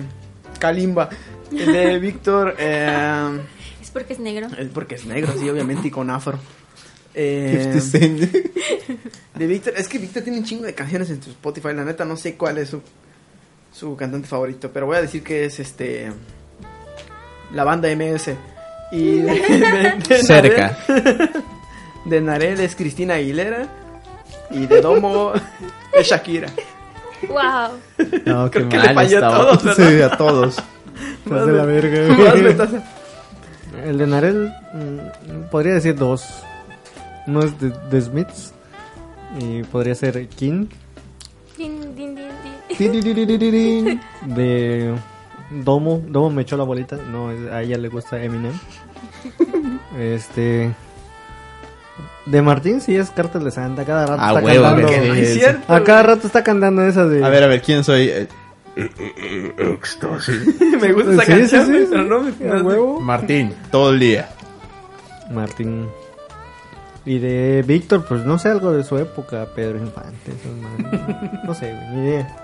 [SPEAKER 1] Kalimba. El de Víctor. Eh...
[SPEAKER 4] Es porque es negro.
[SPEAKER 1] Es porque es negro, sí, obviamente, y con afro. Eh,
[SPEAKER 3] 50 Cent.
[SPEAKER 1] de Víctor, es que Víctor tiene un chingo de canciones en su Spotify, la neta no sé cuál es su, su cantante favorito, pero voy a decir que es este la banda MS. Y de, de- de
[SPEAKER 3] Cerca.
[SPEAKER 1] Narel- de Narel es Cristina Aguilera y de Domo es Shakira.
[SPEAKER 5] wow.
[SPEAKER 3] No, qué
[SPEAKER 1] Creo que le
[SPEAKER 3] mal
[SPEAKER 1] falló a
[SPEAKER 3] estaba.
[SPEAKER 1] todos, ¿verdad?
[SPEAKER 3] Sí, a todos.
[SPEAKER 2] Estás de la verga.
[SPEAKER 1] Más
[SPEAKER 2] güey.
[SPEAKER 1] ventaja.
[SPEAKER 2] El de Narel mm, podría decir dos. Uno es de, de Smiths y podría ser King.
[SPEAKER 5] Din, din, din, din.
[SPEAKER 2] Tiririririn. De Domo. Domo me echó la bolita. No, es- a ella le gusta Eminem. Este. de Martín sí es Cártel de Santa. Cada rato
[SPEAKER 3] A
[SPEAKER 2] está
[SPEAKER 3] Ah, huevo,
[SPEAKER 2] cantando.
[SPEAKER 3] que sí.
[SPEAKER 1] es cierto.
[SPEAKER 2] A cada rato está cantando esa de.
[SPEAKER 3] A ver, a ver, ¿quién soy? Eh,
[SPEAKER 1] me gusta esa
[SPEAKER 2] Sí, sí,
[SPEAKER 1] canción,
[SPEAKER 2] sí,
[SPEAKER 1] güey,
[SPEAKER 2] sí. Ah,
[SPEAKER 1] pero no me-
[SPEAKER 2] A huevo.
[SPEAKER 3] Martín, todo el día.
[SPEAKER 2] Martín. Y de Víctor, pues no sé algo de su época, Pedro Infante. esas madres. no sé, güey, ni idea.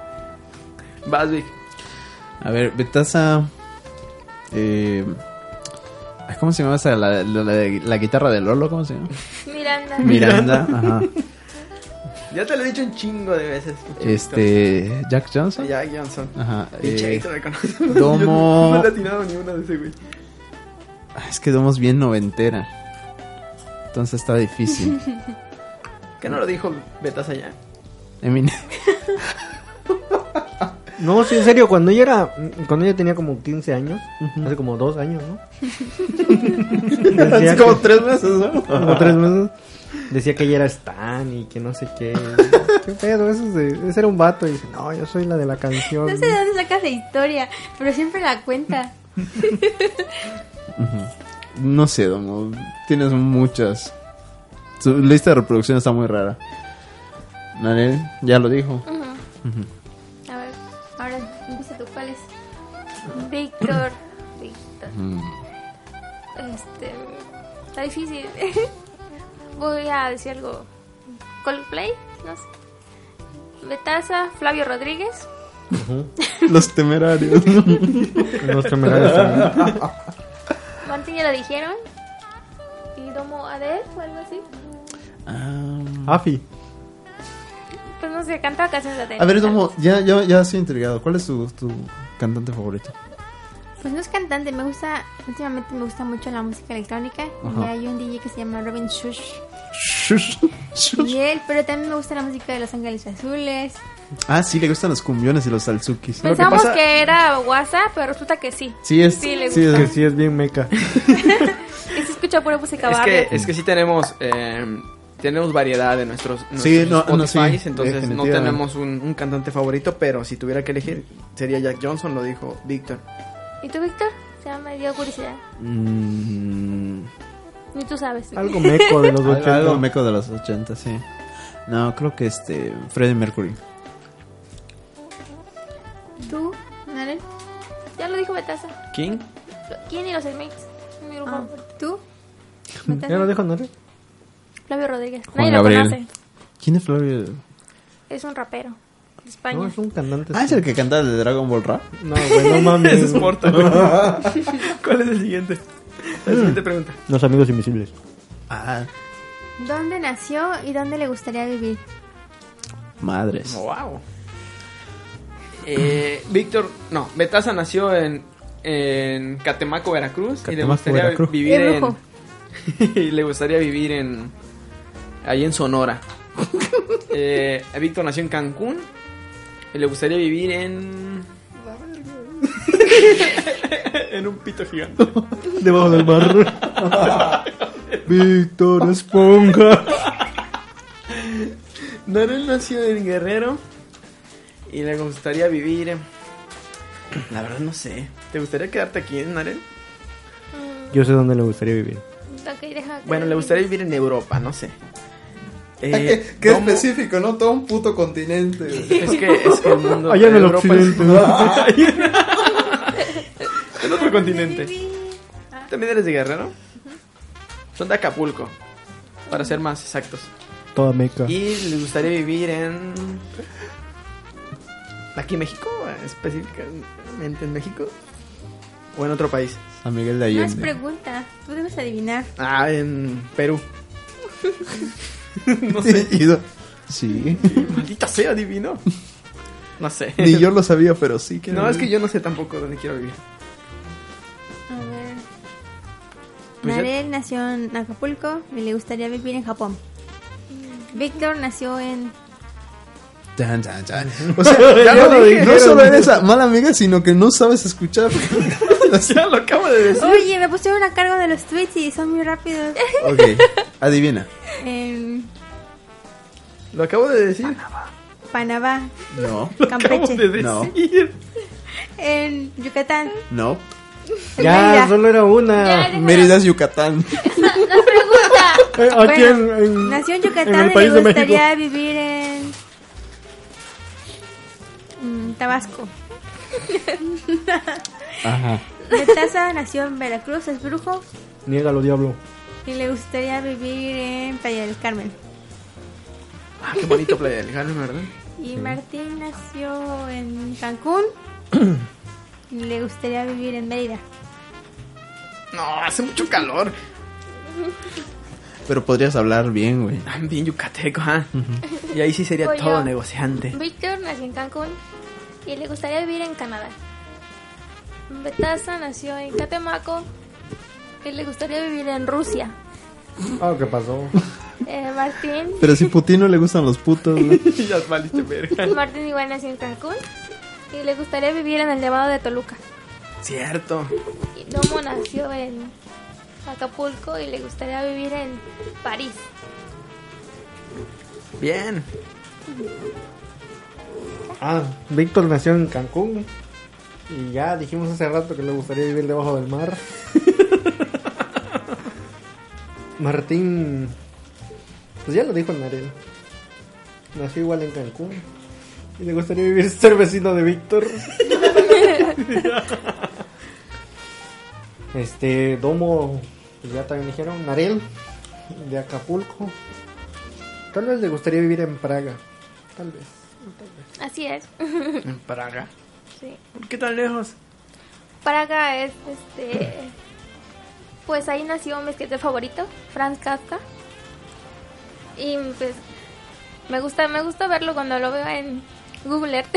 [SPEAKER 1] Vas, Vic.
[SPEAKER 3] A ver, Betasa. Eh, ay, ¿Cómo se llama esa? La, la- la- la guitarra de Lolo, ¿cómo se llama?
[SPEAKER 5] Miranda.
[SPEAKER 3] Miranda, ajá.
[SPEAKER 1] Ya te lo he dicho un chingo de veces.
[SPEAKER 3] Este. Jack Johnson.
[SPEAKER 1] Jack Johnson.
[SPEAKER 3] Ajá.
[SPEAKER 1] Pinche
[SPEAKER 3] eh,
[SPEAKER 1] Héctor Alcántara.
[SPEAKER 3] Domo.
[SPEAKER 1] Yo No, no le he atinado ni una de ese, güey.
[SPEAKER 3] ah, es que Domos bien noventera. Entonces está difícil.
[SPEAKER 1] ¿Qué no lo dijo Betas allá?
[SPEAKER 3] Eminem.
[SPEAKER 2] No, sí, en serio, cuando ella era. Cuando ella tenía como 15 años, hace como 2 años, ¿no? Decía
[SPEAKER 3] Es como tres meses, ¿no?
[SPEAKER 2] como tres meses. Decía que ella era Stan y que no sé qué. ¿Qué pedo? Eso es de- ese era un vato. Y dice, no, yo soy la de la canción.
[SPEAKER 4] No sé de dónde sacas la historia, pero siempre la cuenta.
[SPEAKER 3] No sé, Domo. Tienes muchas. Su lista de reproducción está muy rara. Narel, ya lo dijo.
[SPEAKER 5] A ver, ahora empieza tú, ¿cuál es? Víctor. Víctor. Este. Está difícil. Voy a decir algo. Coldplay, no sé. Betasa, Flavio Rodríguez.
[SPEAKER 3] Los temerarios.
[SPEAKER 2] Los temerarios también.
[SPEAKER 5] Martín ya lo dijeron. Y Domo Adel o algo así.
[SPEAKER 2] Afi.
[SPEAKER 5] Pues no sé, cantaba canciones de Adele.
[SPEAKER 3] A ver, Domo, ya, ya, ya estoy intrigado. ¿Cuál es tu, tu cantante favorito?
[SPEAKER 4] Pues no es cantante, me gusta, últimamente me gusta mucho la música electrónica. Y
[SPEAKER 3] Ajá.
[SPEAKER 4] hay un DJ que se llama Robin Shush.
[SPEAKER 3] Shush, shush.
[SPEAKER 4] Y él, pero también me gusta la música de Los Ángeles Azules.
[SPEAKER 3] Ah, sí, le gustan los cumbiones y los salsukis.
[SPEAKER 1] que
[SPEAKER 5] Pensábamos que,
[SPEAKER 1] pasa-
[SPEAKER 5] era WhatsApp, pero resulta que sí.
[SPEAKER 3] Sí, es.
[SPEAKER 5] Sí, le
[SPEAKER 3] sí,
[SPEAKER 5] gusta.
[SPEAKER 2] Que
[SPEAKER 3] es-
[SPEAKER 2] sí es bien meca.
[SPEAKER 5] Que se escucha pura música
[SPEAKER 1] Es
[SPEAKER 5] barrio.
[SPEAKER 1] que, es que sí tenemos, eh, tenemos variedad de nuestros, nuestros
[SPEAKER 3] Sí, no, no, sí,
[SPEAKER 1] Spotifys, entonces no
[SPEAKER 3] definitivamente.
[SPEAKER 1] tenemos un, un cantante favorito, pero si tuviera que elegir, sería Jack Johnson, lo dijo Víctor.
[SPEAKER 5] ¿Y tú, Víctor? Ya me dio curiosidad.
[SPEAKER 3] Mm,
[SPEAKER 5] Ni tú sabes.
[SPEAKER 2] Algo meco de los
[SPEAKER 3] algo-
[SPEAKER 2] 80.
[SPEAKER 3] algo meco de los 80, sí. No, creo que este. Freddie Mercury.
[SPEAKER 4] ¿Tú, Naren?
[SPEAKER 5] Ya lo dijo Betasa.
[SPEAKER 1] ¿King?
[SPEAKER 5] ¿Quién y los Hermates? Mi grupo.
[SPEAKER 4] Ah, ¿Tú?
[SPEAKER 2] Ya lo dejo, ¿no?
[SPEAKER 5] Flavio Rodríguez.
[SPEAKER 3] Juan
[SPEAKER 5] Nadie
[SPEAKER 3] Gabriel.
[SPEAKER 5] lo conoce.
[SPEAKER 3] ¿Quién es Flavio?
[SPEAKER 5] Es un rapero. De España.
[SPEAKER 2] No, es un cantante.
[SPEAKER 3] Ah, es el que canta el de Dragon Ball Rap.
[SPEAKER 2] No, güey, no mames.
[SPEAKER 1] Ese es Porta, güey. ¿Cuál es el siguiente? La siguiente pregunta.
[SPEAKER 2] Los amigos invisibles.
[SPEAKER 3] Ah,
[SPEAKER 4] ¿Dónde nació y dónde le gustaría vivir?
[SPEAKER 3] madres.
[SPEAKER 1] Wow. Eh, Víctor, no, Betasa nació en, en Catemaco, Veracruz, y le
[SPEAKER 3] Catemaco,
[SPEAKER 1] gustaría
[SPEAKER 3] Veracruz.
[SPEAKER 1] vivir
[SPEAKER 4] Qué
[SPEAKER 1] en
[SPEAKER 4] lujo.
[SPEAKER 1] y le gustaría vivir en ahí en Sonora. Eh, Víctor nació en Cancún y le gustaría vivir en en un pito gigante.
[SPEAKER 2] Debajo del mar. Víctor Esponja.
[SPEAKER 1] Narel nació en Guerrero y le gustaría vivir en- La verdad no sé. ¿Te gustaría quedarte aquí, Narel?
[SPEAKER 2] Yo sé dónde le gustaría vivir.
[SPEAKER 5] Mm, Ok, deja que-
[SPEAKER 1] Bueno, le gustaría vivir en Europa, no sé. Eh,
[SPEAKER 7] Qué, qué
[SPEAKER 1] ¿cómo?
[SPEAKER 7] específico, ¿no? Todo un puto continente. güey.
[SPEAKER 1] Es que, es que el mundo.
[SPEAKER 2] Allá en el
[SPEAKER 1] Europa es-
[SPEAKER 2] occidente.
[SPEAKER 1] en otro continente. ¿También eres de Guerrero? Son de Acapulco, para ser más exactos.
[SPEAKER 2] Toda meca.
[SPEAKER 1] Y les gustaría vivir en. ¿Aquí en México? Específicamente en México. ¿O en otro país?
[SPEAKER 3] San Miguel de
[SPEAKER 4] No es
[SPEAKER 3] Allende.
[SPEAKER 4] pregunta, tú debes adivinar.
[SPEAKER 1] Ah, en Perú. no sé.
[SPEAKER 3] Sí, sí.
[SPEAKER 1] Maldita sea, adivino. No sé.
[SPEAKER 3] Ni yo lo sabía, pero sí que.
[SPEAKER 1] No, es que yo no sé tampoco dónde quiero vivir.
[SPEAKER 4] A ver.
[SPEAKER 1] Pues ya-
[SPEAKER 4] Narel nació en Acapulco y le gustaría vivir en Japón. Víctor nació en...
[SPEAKER 3] Chan, chan, chan. O sea,
[SPEAKER 2] Ya
[SPEAKER 3] ya lo
[SPEAKER 2] lo
[SPEAKER 3] dije,
[SPEAKER 2] dijeron.
[SPEAKER 3] no solo eres a- mala amiga, sino que no sabes escuchar.
[SPEAKER 1] O sea, lo acabo de decir.
[SPEAKER 4] Oye, me pusieron a cargo de los tweets y son muy rápidos.
[SPEAKER 3] ok, adivina.
[SPEAKER 4] en
[SPEAKER 1] Lo acabo de decir.
[SPEAKER 5] Ah,
[SPEAKER 4] Panamá,
[SPEAKER 3] No,
[SPEAKER 1] Acabo
[SPEAKER 4] Campeche,
[SPEAKER 1] de
[SPEAKER 3] No.
[SPEAKER 1] decir.
[SPEAKER 4] en Yucatán.
[SPEAKER 3] no.
[SPEAKER 2] Ya, solo era una.
[SPEAKER 5] Ya, deja-
[SPEAKER 3] Mérida es Yucatán.
[SPEAKER 5] Las preguntas.
[SPEAKER 2] Eh,
[SPEAKER 4] gusta.
[SPEAKER 2] aquí
[SPEAKER 4] bueno,
[SPEAKER 2] en- en-
[SPEAKER 4] nació en
[SPEAKER 2] en el
[SPEAKER 4] Yucatán y
[SPEAKER 2] país de
[SPEAKER 4] le gustaría vivir en. mm, Tabasco.
[SPEAKER 3] Ajá.
[SPEAKER 4] Betasa nació en Veracruz, es brujo
[SPEAKER 2] Niégalo, diablo.
[SPEAKER 4] y le gustaría vivir en Playa del Carmen.
[SPEAKER 1] Ah, qué bonito Playa del Carmen, ¿verdad?
[SPEAKER 4] Y Martín nació en Cancún y le gustaría vivir en Mérida.
[SPEAKER 1] No, hace mucho calor.
[SPEAKER 3] Pero podrías hablar bien, güey.
[SPEAKER 1] Tan bien yucateco, ¿ah? Y ahí sí sería
[SPEAKER 5] Oye.
[SPEAKER 1] todo negociante.
[SPEAKER 5] Víctor nació en Cancún y le gustaría vivir en Canadá. Betasa nació en Catemaco y le gustaría vivir en Rusia.
[SPEAKER 2] Ah, ¿qué pasó?
[SPEAKER 5] Eh, Martín,
[SPEAKER 3] Pero si Putin no le gustan los putos, güey.
[SPEAKER 1] ya valiste verga.
[SPEAKER 5] Martín igual nació en Cancún y le gustaría vivir en el Nevado de Toluca.
[SPEAKER 1] Cierto.
[SPEAKER 5] Y Domo nació en Acapulco y le gustaría vivir en París.
[SPEAKER 1] Bien.
[SPEAKER 2] Ah, Víctor nació en Cancún. Y ya dijimos hace rato que le gustaría vivir debajo del mar. Martín. Pues ya lo dijo Narel. Nació igual en Cancún. Y le gustaría vivir ser vecino de Víctor. este, Domo. pues ya también dijeron. Narel. De Acapulco. Tal vez le gustaría vivir en Praga. Tal vez.
[SPEAKER 5] Así es.
[SPEAKER 1] En Praga.
[SPEAKER 5] Sí.
[SPEAKER 1] ¿Por qué tan lejos?
[SPEAKER 5] Praga es este. Pues ahí nació mi escritor favorito, Franz Kafka. Y pues me gusta, me gusta verlo cuando lo veo en Google Earth.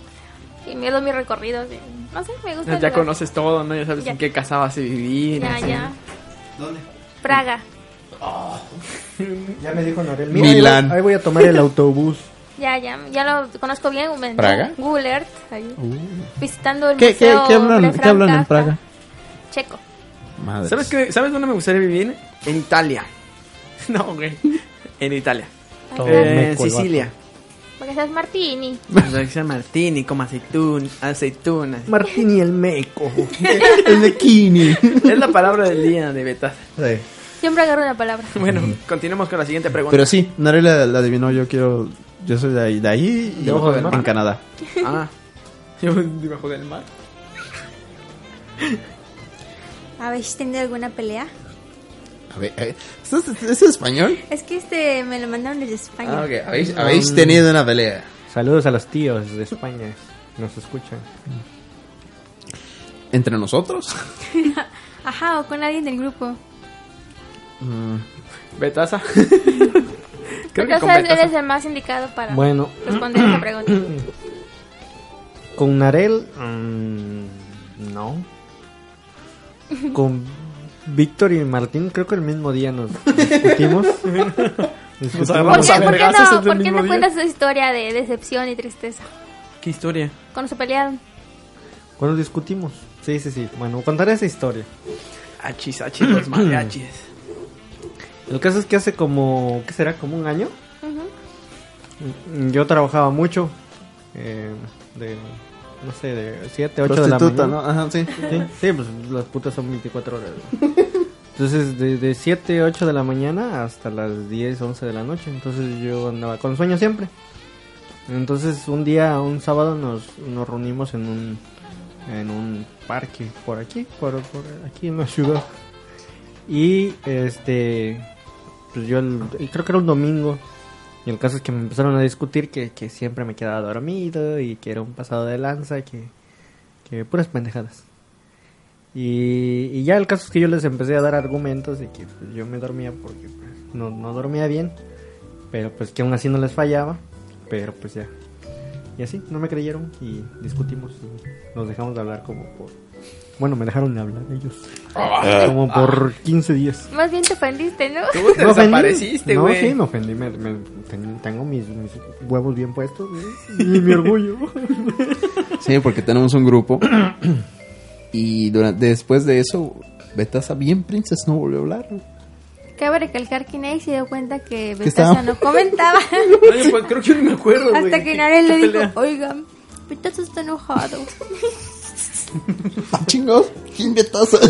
[SPEAKER 5] y miro mis recorridos. y no sé, me gusta. el
[SPEAKER 1] Ya
[SPEAKER 5] lugar.
[SPEAKER 1] conoces todo, ¿no? Ya sabes
[SPEAKER 5] Ya.
[SPEAKER 1] en qué casa vas a vivir.
[SPEAKER 5] Ya,
[SPEAKER 1] así.
[SPEAKER 5] ya.
[SPEAKER 3] ¿Dónde?
[SPEAKER 5] Praga.
[SPEAKER 2] Ya me dijo Norel.
[SPEAKER 3] Mira, Milán. ahí voy-
[SPEAKER 2] Ahí voy a tomar el autobús.
[SPEAKER 5] Ya, ya. Ya lo conozco bien. en
[SPEAKER 3] ¿Praga? Uh.
[SPEAKER 5] Google Earth. ahí, Visitando el
[SPEAKER 3] ¿Qué, qué,
[SPEAKER 5] museo
[SPEAKER 3] qué hablan,
[SPEAKER 5] de
[SPEAKER 3] ¿qué
[SPEAKER 5] Franz
[SPEAKER 3] hablan en
[SPEAKER 5] Kafka.
[SPEAKER 3] Praga?
[SPEAKER 5] Checo.
[SPEAKER 3] Madre.
[SPEAKER 1] ¿Sabes, qué, ¿Sabes dónde me gustaría vivir? En Italia. No, güey. En Italia.
[SPEAKER 5] Oh,
[SPEAKER 2] Todo
[SPEAKER 1] Eh,
[SPEAKER 2] meco el
[SPEAKER 1] Sicilia.
[SPEAKER 5] Porque seas Martini.
[SPEAKER 1] Martini Martini, como aceitun, aceitunas.
[SPEAKER 2] Martín y el meco.
[SPEAKER 3] El de Kini.
[SPEAKER 1] Es la palabra del día de Betas.
[SPEAKER 5] Siempre agarro una palabra.
[SPEAKER 1] Bueno, continuemos con la siguiente pregunta.
[SPEAKER 3] Pero sí, Narela la, la adivinó. Yo quiero. Yo soy de ahí, de ahí y
[SPEAKER 2] Debajo del mar.
[SPEAKER 3] en Canadá.
[SPEAKER 1] Ah, yo debajo del mar.
[SPEAKER 4] ¿Habéis tenido alguna pelea?
[SPEAKER 3] A ver, eh, ¿esto es, es español?
[SPEAKER 4] Es que este me lo mandaron desde
[SPEAKER 3] Ah,
[SPEAKER 4] España.
[SPEAKER 3] ¿Habéis, habéis tenido una pelea.
[SPEAKER 2] Saludos a los tíos de España. Nos escuchan.
[SPEAKER 3] ¿Entre nosotros?
[SPEAKER 4] Ajá, o con alguien del grupo.
[SPEAKER 3] Mm,
[SPEAKER 1] Betasa. Creo que con
[SPEAKER 5] Entonces eres
[SPEAKER 1] Betasa.
[SPEAKER 5] el más indicado para
[SPEAKER 2] Bueno,
[SPEAKER 5] responder esa pregunta.
[SPEAKER 2] con Narel. mm, no. Con Víctor y Martín, creo que el mismo día nos discutimos. Discutimos.
[SPEAKER 5] ¿Por
[SPEAKER 1] agarramos
[SPEAKER 5] qué,
[SPEAKER 1] a
[SPEAKER 5] por qué
[SPEAKER 1] vergazos
[SPEAKER 5] no,
[SPEAKER 1] desde el
[SPEAKER 5] por qué
[SPEAKER 1] mismo
[SPEAKER 5] no
[SPEAKER 1] día?
[SPEAKER 5] cuentas su historia de decepción y tristeza?
[SPEAKER 1] ¿Qué historia?
[SPEAKER 5] Cuando se pelearon.
[SPEAKER 2] Cuando discutimos. Sí, sí, sí. Bueno, contaré esa historia.
[SPEAKER 1] Achis, achis, los mariachis.
[SPEAKER 2] El caso es que hace como, ¿qué será? Como un año. Mm, Yo trabajaba mucho. eh, de, no sé, de 7, 8 de la
[SPEAKER 3] Prostituta,
[SPEAKER 2] mañana.
[SPEAKER 3] ¿no? Ajá, sí.
[SPEAKER 2] Sí, sí, pues las putas son 24 horas. ¿no? Entonces, de, de 7, 8 de la mañana hasta las 10, 11 de la noche. Entonces, yo andaba con sueño siempre. Entonces, un día, un sábado, nos, nos reunimos en un, en un parque por aquí, por, por aquí en la ciudad. Y este, pues yo el- y creo que era un domingo. Y el caso es que me empezaron a discutir que, que siempre me quedaba dormido y que era un pasado de lanza, que, que puras pendejadas. Y, y ya el caso es que yo les empecé a dar argumentos de que pues, yo me dormía porque pues, no, no dormía bien, pero pues que aún así no les fallaba, pero pues ya. Y así, no me creyeron y discutimos y nos dejamos de hablar como por... Bueno, me dejaron de hablar ellos. Como por 15 días.
[SPEAKER 5] Más bien te ofendiste, ¿no?
[SPEAKER 1] Tú Ah. te
[SPEAKER 2] Me ofendí.
[SPEAKER 1] desapareciste,
[SPEAKER 2] no,
[SPEAKER 1] güey.
[SPEAKER 2] sí, me ofendí. me- me- ten- tengo mis, mis huevos bien puestos güey, y mi orgullo.
[SPEAKER 3] Sí, porque tenemos un grupo. Y durante, después de eso, Betasa bien princesa no volvió a hablar.
[SPEAKER 4] Cabe recalcar que Inés se dio cuenta que
[SPEAKER 3] estaba-
[SPEAKER 4] Betasa no comentaba.
[SPEAKER 1] No, yo, pues, creo que yo ni me acuerdo, güey.
[SPEAKER 4] hasta que Narel le dijo, oigan, Betasa está enojado.
[SPEAKER 3] ¡Ah, chingados! ¿Quién Betasa?
[SPEAKER 1] ¿De,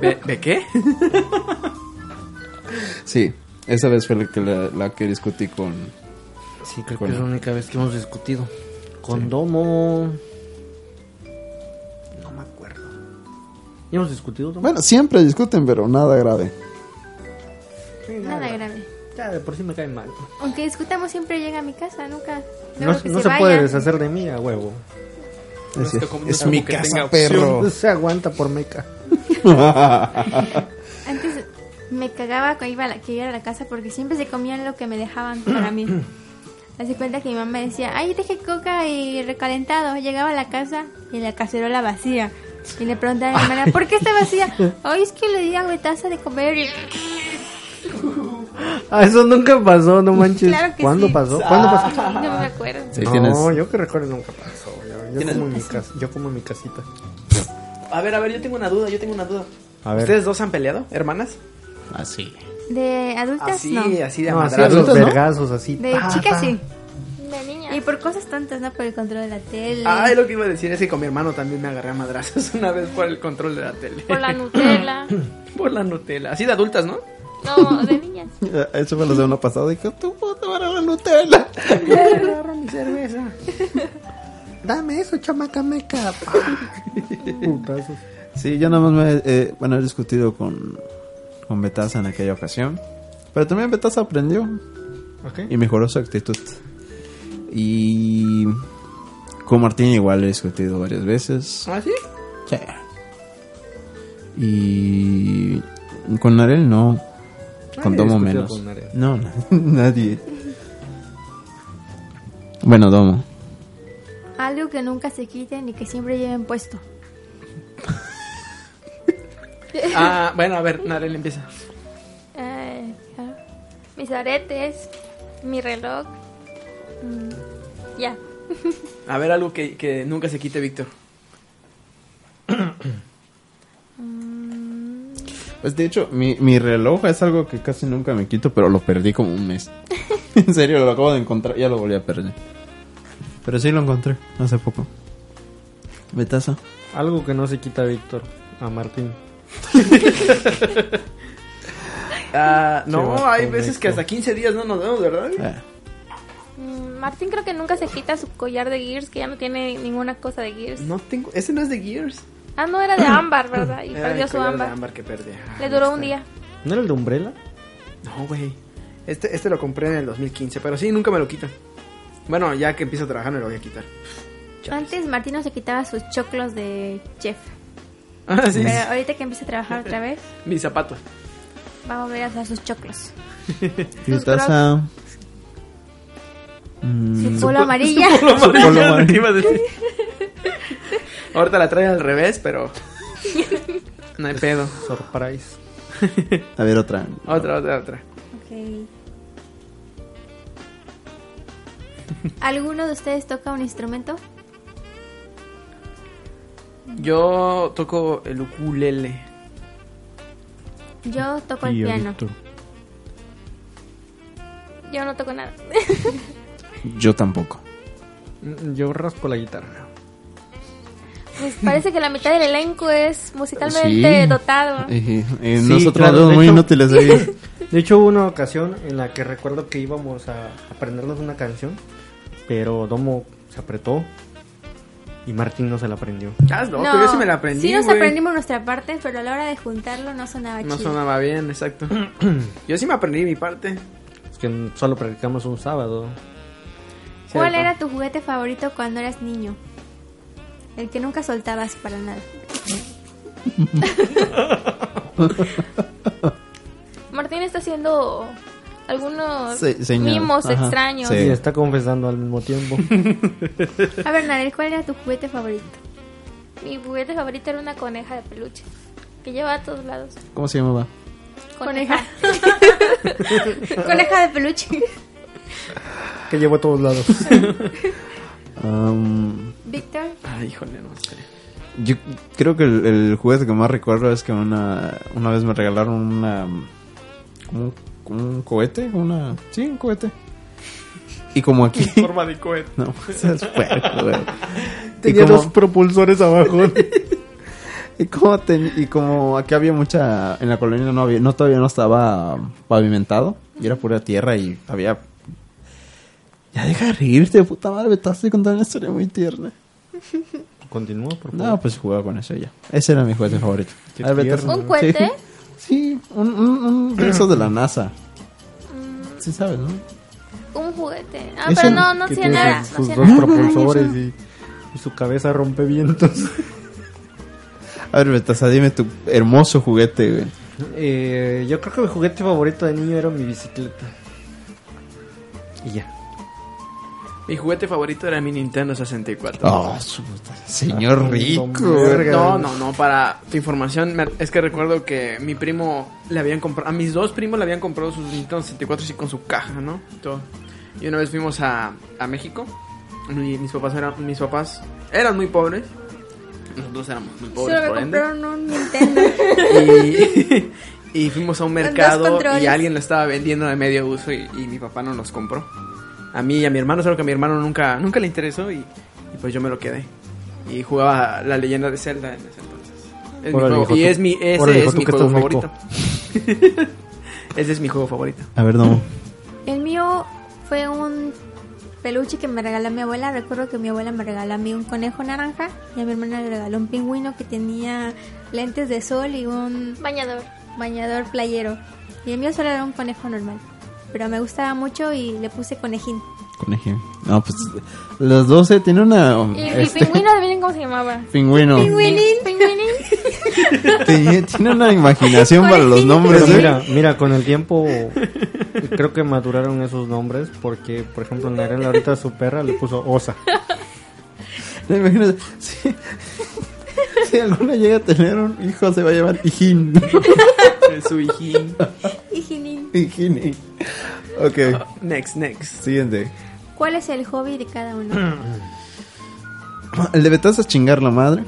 [SPEAKER 1] de- de qué?
[SPEAKER 3] Sí, esa vez fue la que, la, la que discutí con...
[SPEAKER 2] Sí, creo
[SPEAKER 3] Bueno.
[SPEAKER 2] que es la única vez que hemos discutido. Condomo. No me acuerdo. ¿Ya hemos discutido? Domo?
[SPEAKER 3] Bueno, siempre discuten, pero nada grave.
[SPEAKER 2] Sí,
[SPEAKER 4] Nada grave.
[SPEAKER 2] Ya, de por sí me cae mal.
[SPEAKER 4] Aunque discutamos siempre llega a mi casa, nunca.
[SPEAKER 2] No,
[SPEAKER 4] logro que
[SPEAKER 2] no se,
[SPEAKER 4] vaya.
[SPEAKER 2] puede deshacer de mí a huevo.
[SPEAKER 8] No
[SPEAKER 3] Es,
[SPEAKER 8] está como- no
[SPEAKER 3] es
[SPEAKER 8] está
[SPEAKER 3] mi
[SPEAKER 8] como que
[SPEAKER 3] casa,
[SPEAKER 8] tenga
[SPEAKER 3] perro.
[SPEAKER 2] Se aguanta por meca.
[SPEAKER 4] Antes me cagaba cuando iba a la, que iba a la casa porque siempre se comían lo que me dejaban para mí. Hace cuenta que mi mamá decía, ay, dejé coca y recalentado. Llegaba a la casa y la cacerola vacía. Y le preguntaba a mi hermana, ¿por qué está vacía? Ay, es que le di a mi taza de comer. Y...
[SPEAKER 2] Ah, eso nunca pasó, no manches.
[SPEAKER 4] Claro que
[SPEAKER 2] ¿Cuándo
[SPEAKER 4] sí.
[SPEAKER 2] pasó? ¿Cuándo pasó?
[SPEAKER 4] No me acuerdo.
[SPEAKER 3] Sí,
[SPEAKER 2] no,
[SPEAKER 3] tienes-
[SPEAKER 2] yo que recuerdo nunca pasó. Yo, yo como en mi casa, yo como en mi casita.
[SPEAKER 1] A ver, a ver, yo tengo una duda, yo tengo una duda.
[SPEAKER 2] A ver.
[SPEAKER 1] ¿Ustedes dos han peleado, hermanas?
[SPEAKER 3] Así.
[SPEAKER 4] De adultas,
[SPEAKER 1] Ah, Así,
[SPEAKER 4] no.
[SPEAKER 1] así de
[SPEAKER 2] No, así a
[SPEAKER 1] madrazos,
[SPEAKER 2] los
[SPEAKER 1] ¿no?
[SPEAKER 2] vergazos, así.
[SPEAKER 4] De
[SPEAKER 2] pa,
[SPEAKER 4] chicas,
[SPEAKER 2] pa.
[SPEAKER 4] sí.
[SPEAKER 5] De niña.
[SPEAKER 4] Y por cosas tontas, ¿no? Por el control de la tele.
[SPEAKER 1] Ay, lo que iba a decir es que con mi hermano también me agarré a madrazos una vez por el control de la tele.
[SPEAKER 5] Por la Nutella.
[SPEAKER 1] Por la Nutella. Así de adultas, ¿no?
[SPEAKER 5] No, de niñas.
[SPEAKER 3] Eso fue la semana pasada. Dije, tú puedo tomar la Nutella.
[SPEAKER 1] Agarra mi cerveza.
[SPEAKER 2] Dame eso, chamaca meca. pa. Putazos.
[SPEAKER 3] Sí, yo nada más me... eh, bueno, he discutido con, con Betasa en aquella ocasión. Pero también Betasa aprendió y mejoró su actitud. Y... Con Martín igual he discutido varias veces.
[SPEAKER 1] ¿Ah, sí?
[SPEAKER 3] Sí. Y con Narel no. Con
[SPEAKER 2] Nadie
[SPEAKER 3] Domo
[SPEAKER 2] discutió
[SPEAKER 3] menos.
[SPEAKER 2] con Narel.
[SPEAKER 3] no, na- nadie. Bueno, Domo.
[SPEAKER 4] Algo que nunca se quiten y que siempre lleven puesto.
[SPEAKER 1] Ah, bueno, a ver, Narel empieza.
[SPEAKER 5] Ay, claro. Mis aretes, mi reloj. Mm, Ya.
[SPEAKER 1] A ver, algo que, que nunca se quite, Víctor.
[SPEAKER 3] Pues de hecho, mi, mi reloj es algo que casi nunca me quito, pero lo perdí como un mes. en serio, lo acabo de encontrar, ya lo volví a perder. Pero sí lo encontré hace poco. Betaza.
[SPEAKER 2] Algo que no se quita Víctor a Martín.
[SPEAKER 1] Ah, no,
[SPEAKER 2] Sí, va,
[SPEAKER 1] hay
[SPEAKER 2] correcto.
[SPEAKER 1] veces que hasta 15 días no nos vemos, ¿verdad?
[SPEAKER 3] Ah,
[SPEAKER 5] Mm, Martín creo que nunca se quita su collar de Gears, que ya no tiene ninguna cosa de Gears.
[SPEAKER 1] No tengo. Ese no es de Gears.
[SPEAKER 5] Ah, no, era de ámbar, ¿verdad? Y
[SPEAKER 1] Era
[SPEAKER 5] perdió
[SPEAKER 1] el
[SPEAKER 5] su
[SPEAKER 1] collar de
[SPEAKER 5] ámbar.
[SPEAKER 1] que perdí. Ah,
[SPEAKER 5] Le
[SPEAKER 1] no
[SPEAKER 5] duró
[SPEAKER 1] está.
[SPEAKER 5] un día.
[SPEAKER 2] ¿No era el de Umbrella?
[SPEAKER 1] No, güey. Este, este lo compré en el 2015, pero sí, nunca me lo quita. Bueno, ya que empiezo a trabajar me lo voy a quitar.
[SPEAKER 4] Antes Martín no se quitaba sus choclos de chef.
[SPEAKER 1] Ah, sí.
[SPEAKER 4] Pero ahorita que empieza a trabajar otra vez,
[SPEAKER 1] Mis zapatos.
[SPEAKER 4] va a volver a usar sus choclos.
[SPEAKER 3] Betaza. Mm,
[SPEAKER 4] Su polo amarilla.
[SPEAKER 1] Polo amarillo,
[SPEAKER 3] polo
[SPEAKER 1] lo que
[SPEAKER 3] amarillo.
[SPEAKER 1] iba a decir. Ahorita la trae al revés, pero. No hay pedo.
[SPEAKER 2] Surprise.
[SPEAKER 3] a ver, otra.
[SPEAKER 1] Otra, otra, otra.
[SPEAKER 4] Ok. ¿Alguno de ustedes toca un instrumento?
[SPEAKER 1] Yo toco el ukulele.
[SPEAKER 4] Yo toco el piano.
[SPEAKER 5] Yo no toco nada.
[SPEAKER 3] Yo tampoco.
[SPEAKER 2] Mm, Yo raspo la guitarra.
[SPEAKER 5] Pues parece que la mitad del elenco es musicalmente
[SPEAKER 3] Sí.
[SPEAKER 5] dotado.
[SPEAKER 3] Eh, eh,
[SPEAKER 2] Sí,
[SPEAKER 3] nosotros
[SPEAKER 2] claro,
[SPEAKER 3] dos
[SPEAKER 2] de
[SPEAKER 3] muy
[SPEAKER 2] hecho-
[SPEAKER 3] inútiles ahí.
[SPEAKER 2] De hecho, hubo una ocasión en la que recuerdo que íbamos a aprendernos una canción, pero Domo se apretó y Martín no se la aprendió.
[SPEAKER 1] Ah, loco, yo sí me la aprendí.
[SPEAKER 4] Sí nos
[SPEAKER 1] güey.
[SPEAKER 4] aprendimos nuestra parte, pero a la hora de juntarlo no sonaba
[SPEAKER 1] No
[SPEAKER 4] chido.
[SPEAKER 1] sonaba bien, exacto. Yo sí me aprendí mi parte.
[SPEAKER 2] Es que solo practicamos un sábado.
[SPEAKER 4] ¿Cuál
[SPEAKER 1] Cierto.
[SPEAKER 4] era tu juguete favorito cuando eras niño? El que nunca soltabas para nada.
[SPEAKER 5] Martín está haciendo algunos
[SPEAKER 3] Sí, señor.
[SPEAKER 5] mimos
[SPEAKER 3] Ajá,
[SPEAKER 5] extraños.
[SPEAKER 3] sí.
[SPEAKER 2] Y está confesando al mismo tiempo.
[SPEAKER 4] A ver, Narel, ¿cuál era tu juguete favorito?
[SPEAKER 5] Mi juguete favorito era una coneja de peluche que lleva a todos lados.
[SPEAKER 3] ¿Cómo se llamaba?
[SPEAKER 4] Coneja. Coneja de peluche.
[SPEAKER 2] que llevo a todos lados.
[SPEAKER 3] Um,
[SPEAKER 4] Víctor,
[SPEAKER 1] Ay, Ah, híjole, no sé.
[SPEAKER 3] yo creo que el, el juguete que más recuerdo es que una, una vez me regalaron una. como Un, como un cohete, una. Sí, un cohete. Y como aquí.
[SPEAKER 1] Forma de cohete.
[SPEAKER 3] No, seas puerco, güey.
[SPEAKER 2] Tenía
[SPEAKER 3] como-
[SPEAKER 2] dos propulsores abajo.
[SPEAKER 3] Y como, ten- y como aquí había mucha, en la colonia no había, no todavía no estaba pavimentado, y era pura tierra y había... Ya deja de reírte, puta madre, me estás contando una historia muy tierna.
[SPEAKER 2] Continúa, por favor.
[SPEAKER 3] No, pues jugaba con eso ya. Ese era mi juguete favorito.
[SPEAKER 2] Qué
[SPEAKER 3] Ay, vete a-
[SPEAKER 2] tierno.
[SPEAKER 5] ¿Un cohete?
[SPEAKER 3] Sí, sí, un, un, un de esos de la NASA. Sí sabes, ¿no?
[SPEAKER 5] Un juguete. Ah,
[SPEAKER 3] Es
[SPEAKER 5] pero
[SPEAKER 3] un-
[SPEAKER 5] no, no
[SPEAKER 2] que
[SPEAKER 5] hacía
[SPEAKER 2] tiene
[SPEAKER 5] nada.
[SPEAKER 2] sus,
[SPEAKER 5] No
[SPEAKER 2] sus
[SPEAKER 5] hacía
[SPEAKER 2] dos
[SPEAKER 5] nada.
[SPEAKER 2] propulsores y, y su cabeza rompe vientos.
[SPEAKER 3] A ver, Betasa, dime tu hermoso juguete, güey.
[SPEAKER 2] Eh, yo creo que mi juguete favorito de niño era mi bicicleta. Y ya.
[SPEAKER 1] Mi juguete favorito era mi Nintendo 64.
[SPEAKER 3] Oh, su puta- Señor rico. güey.
[SPEAKER 2] verga.
[SPEAKER 1] No, no, no, para tu información, me- es que recuerdo que mi primo le habían comprado, a mis dos primos le habían comprado sus Nintendo 64 y con su caja, ¿no? Todo. Y una vez fuimos a, a México, mi- mis papás eran, mis papás eran muy pobres, nosotros éramos muy pobres,
[SPEAKER 4] Solo me
[SPEAKER 1] por ende.
[SPEAKER 4] compraron un Nintendo.
[SPEAKER 1] Y, y fuimos a un mercado y
[SPEAKER 4] controles.
[SPEAKER 1] alguien lo estaba vendiendo de medio uso y, y mi papá no nos compró. A mí y a mi hermano, solo que a mi hermano nunca, nunca le interesó y, y pues yo me lo quedé. Y jugaba la leyenda de Zelda en ese entonces. Es mi
[SPEAKER 2] Órale,
[SPEAKER 1] juego-
[SPEAKER 2] hijo,
[SPEAKER 1] y
[SPEAKER 2] tú-
[SPEAKER 1] es mi, ese
[SPEAKER 2] órale, hijo,
[SPEAKER 1] es
[SPEAKER 2] tú
[SPEAKER 1] mi
[SPEAKER 2] que
[SPEAKER 1] juego
[SPEAKER 2] estás rico.
[SPEAKER 1] favorito. ese es mi juego favorito.
[SPEAKER 3] A ver, no.
[SPEAKER 4] El mío fue un peluche que me regaló mi abuela. Recuerdo que mi abuela me regaló a mí un conejo naranja y a mi hermana le regaló un pingüino que tenía lentes de sol y un
[SPEAKER 5] Bañador.
[SPEAKER 4] bañador playero. Y el mío solo era un conejo normal. Pero me gustaba mucho y le puse conejín.
[SPEAKER 3] Conejín. No, pues los 12 tiene una...
[SPEAKER 5] Y
[SPEAKER 3] este,
[SPEAKER 5] el pingüino, adivinen cómo se llamaba.
[SPEAKER 3] pingüino.
[SPEAKER 5] ¿Pingüinín? ¿Pingüinín?
[SPEAKER 3] Tiene, tiene una imaginación para los nombres, ¿eh?
[SPEAKER 2] Pero
[SPEAKER 3] güey.
[SPEAKER 2] mira, mira, con el tiempo creo que maduraron esos nombres porque, por ejemplo, Narela ahorita a su perra le puso Osa.
[SPEAKER 3] ¿Te imaginas? Si, si alguna llega a tener un hijo, se va a llamar Hijín.
[SPEAKER 1] Su hijín.
[SPEAKER 4] Hijinin.
[SPEAKER 3] Hijín. Ok,
[SPEAKER 1] Next, next.
[SPEAKER 3] siguiente.
[SPEAKER 4] ¿Cuál es el hobby de cada uno?
[SPEAKER 3] El de Betasa es chingar la madre.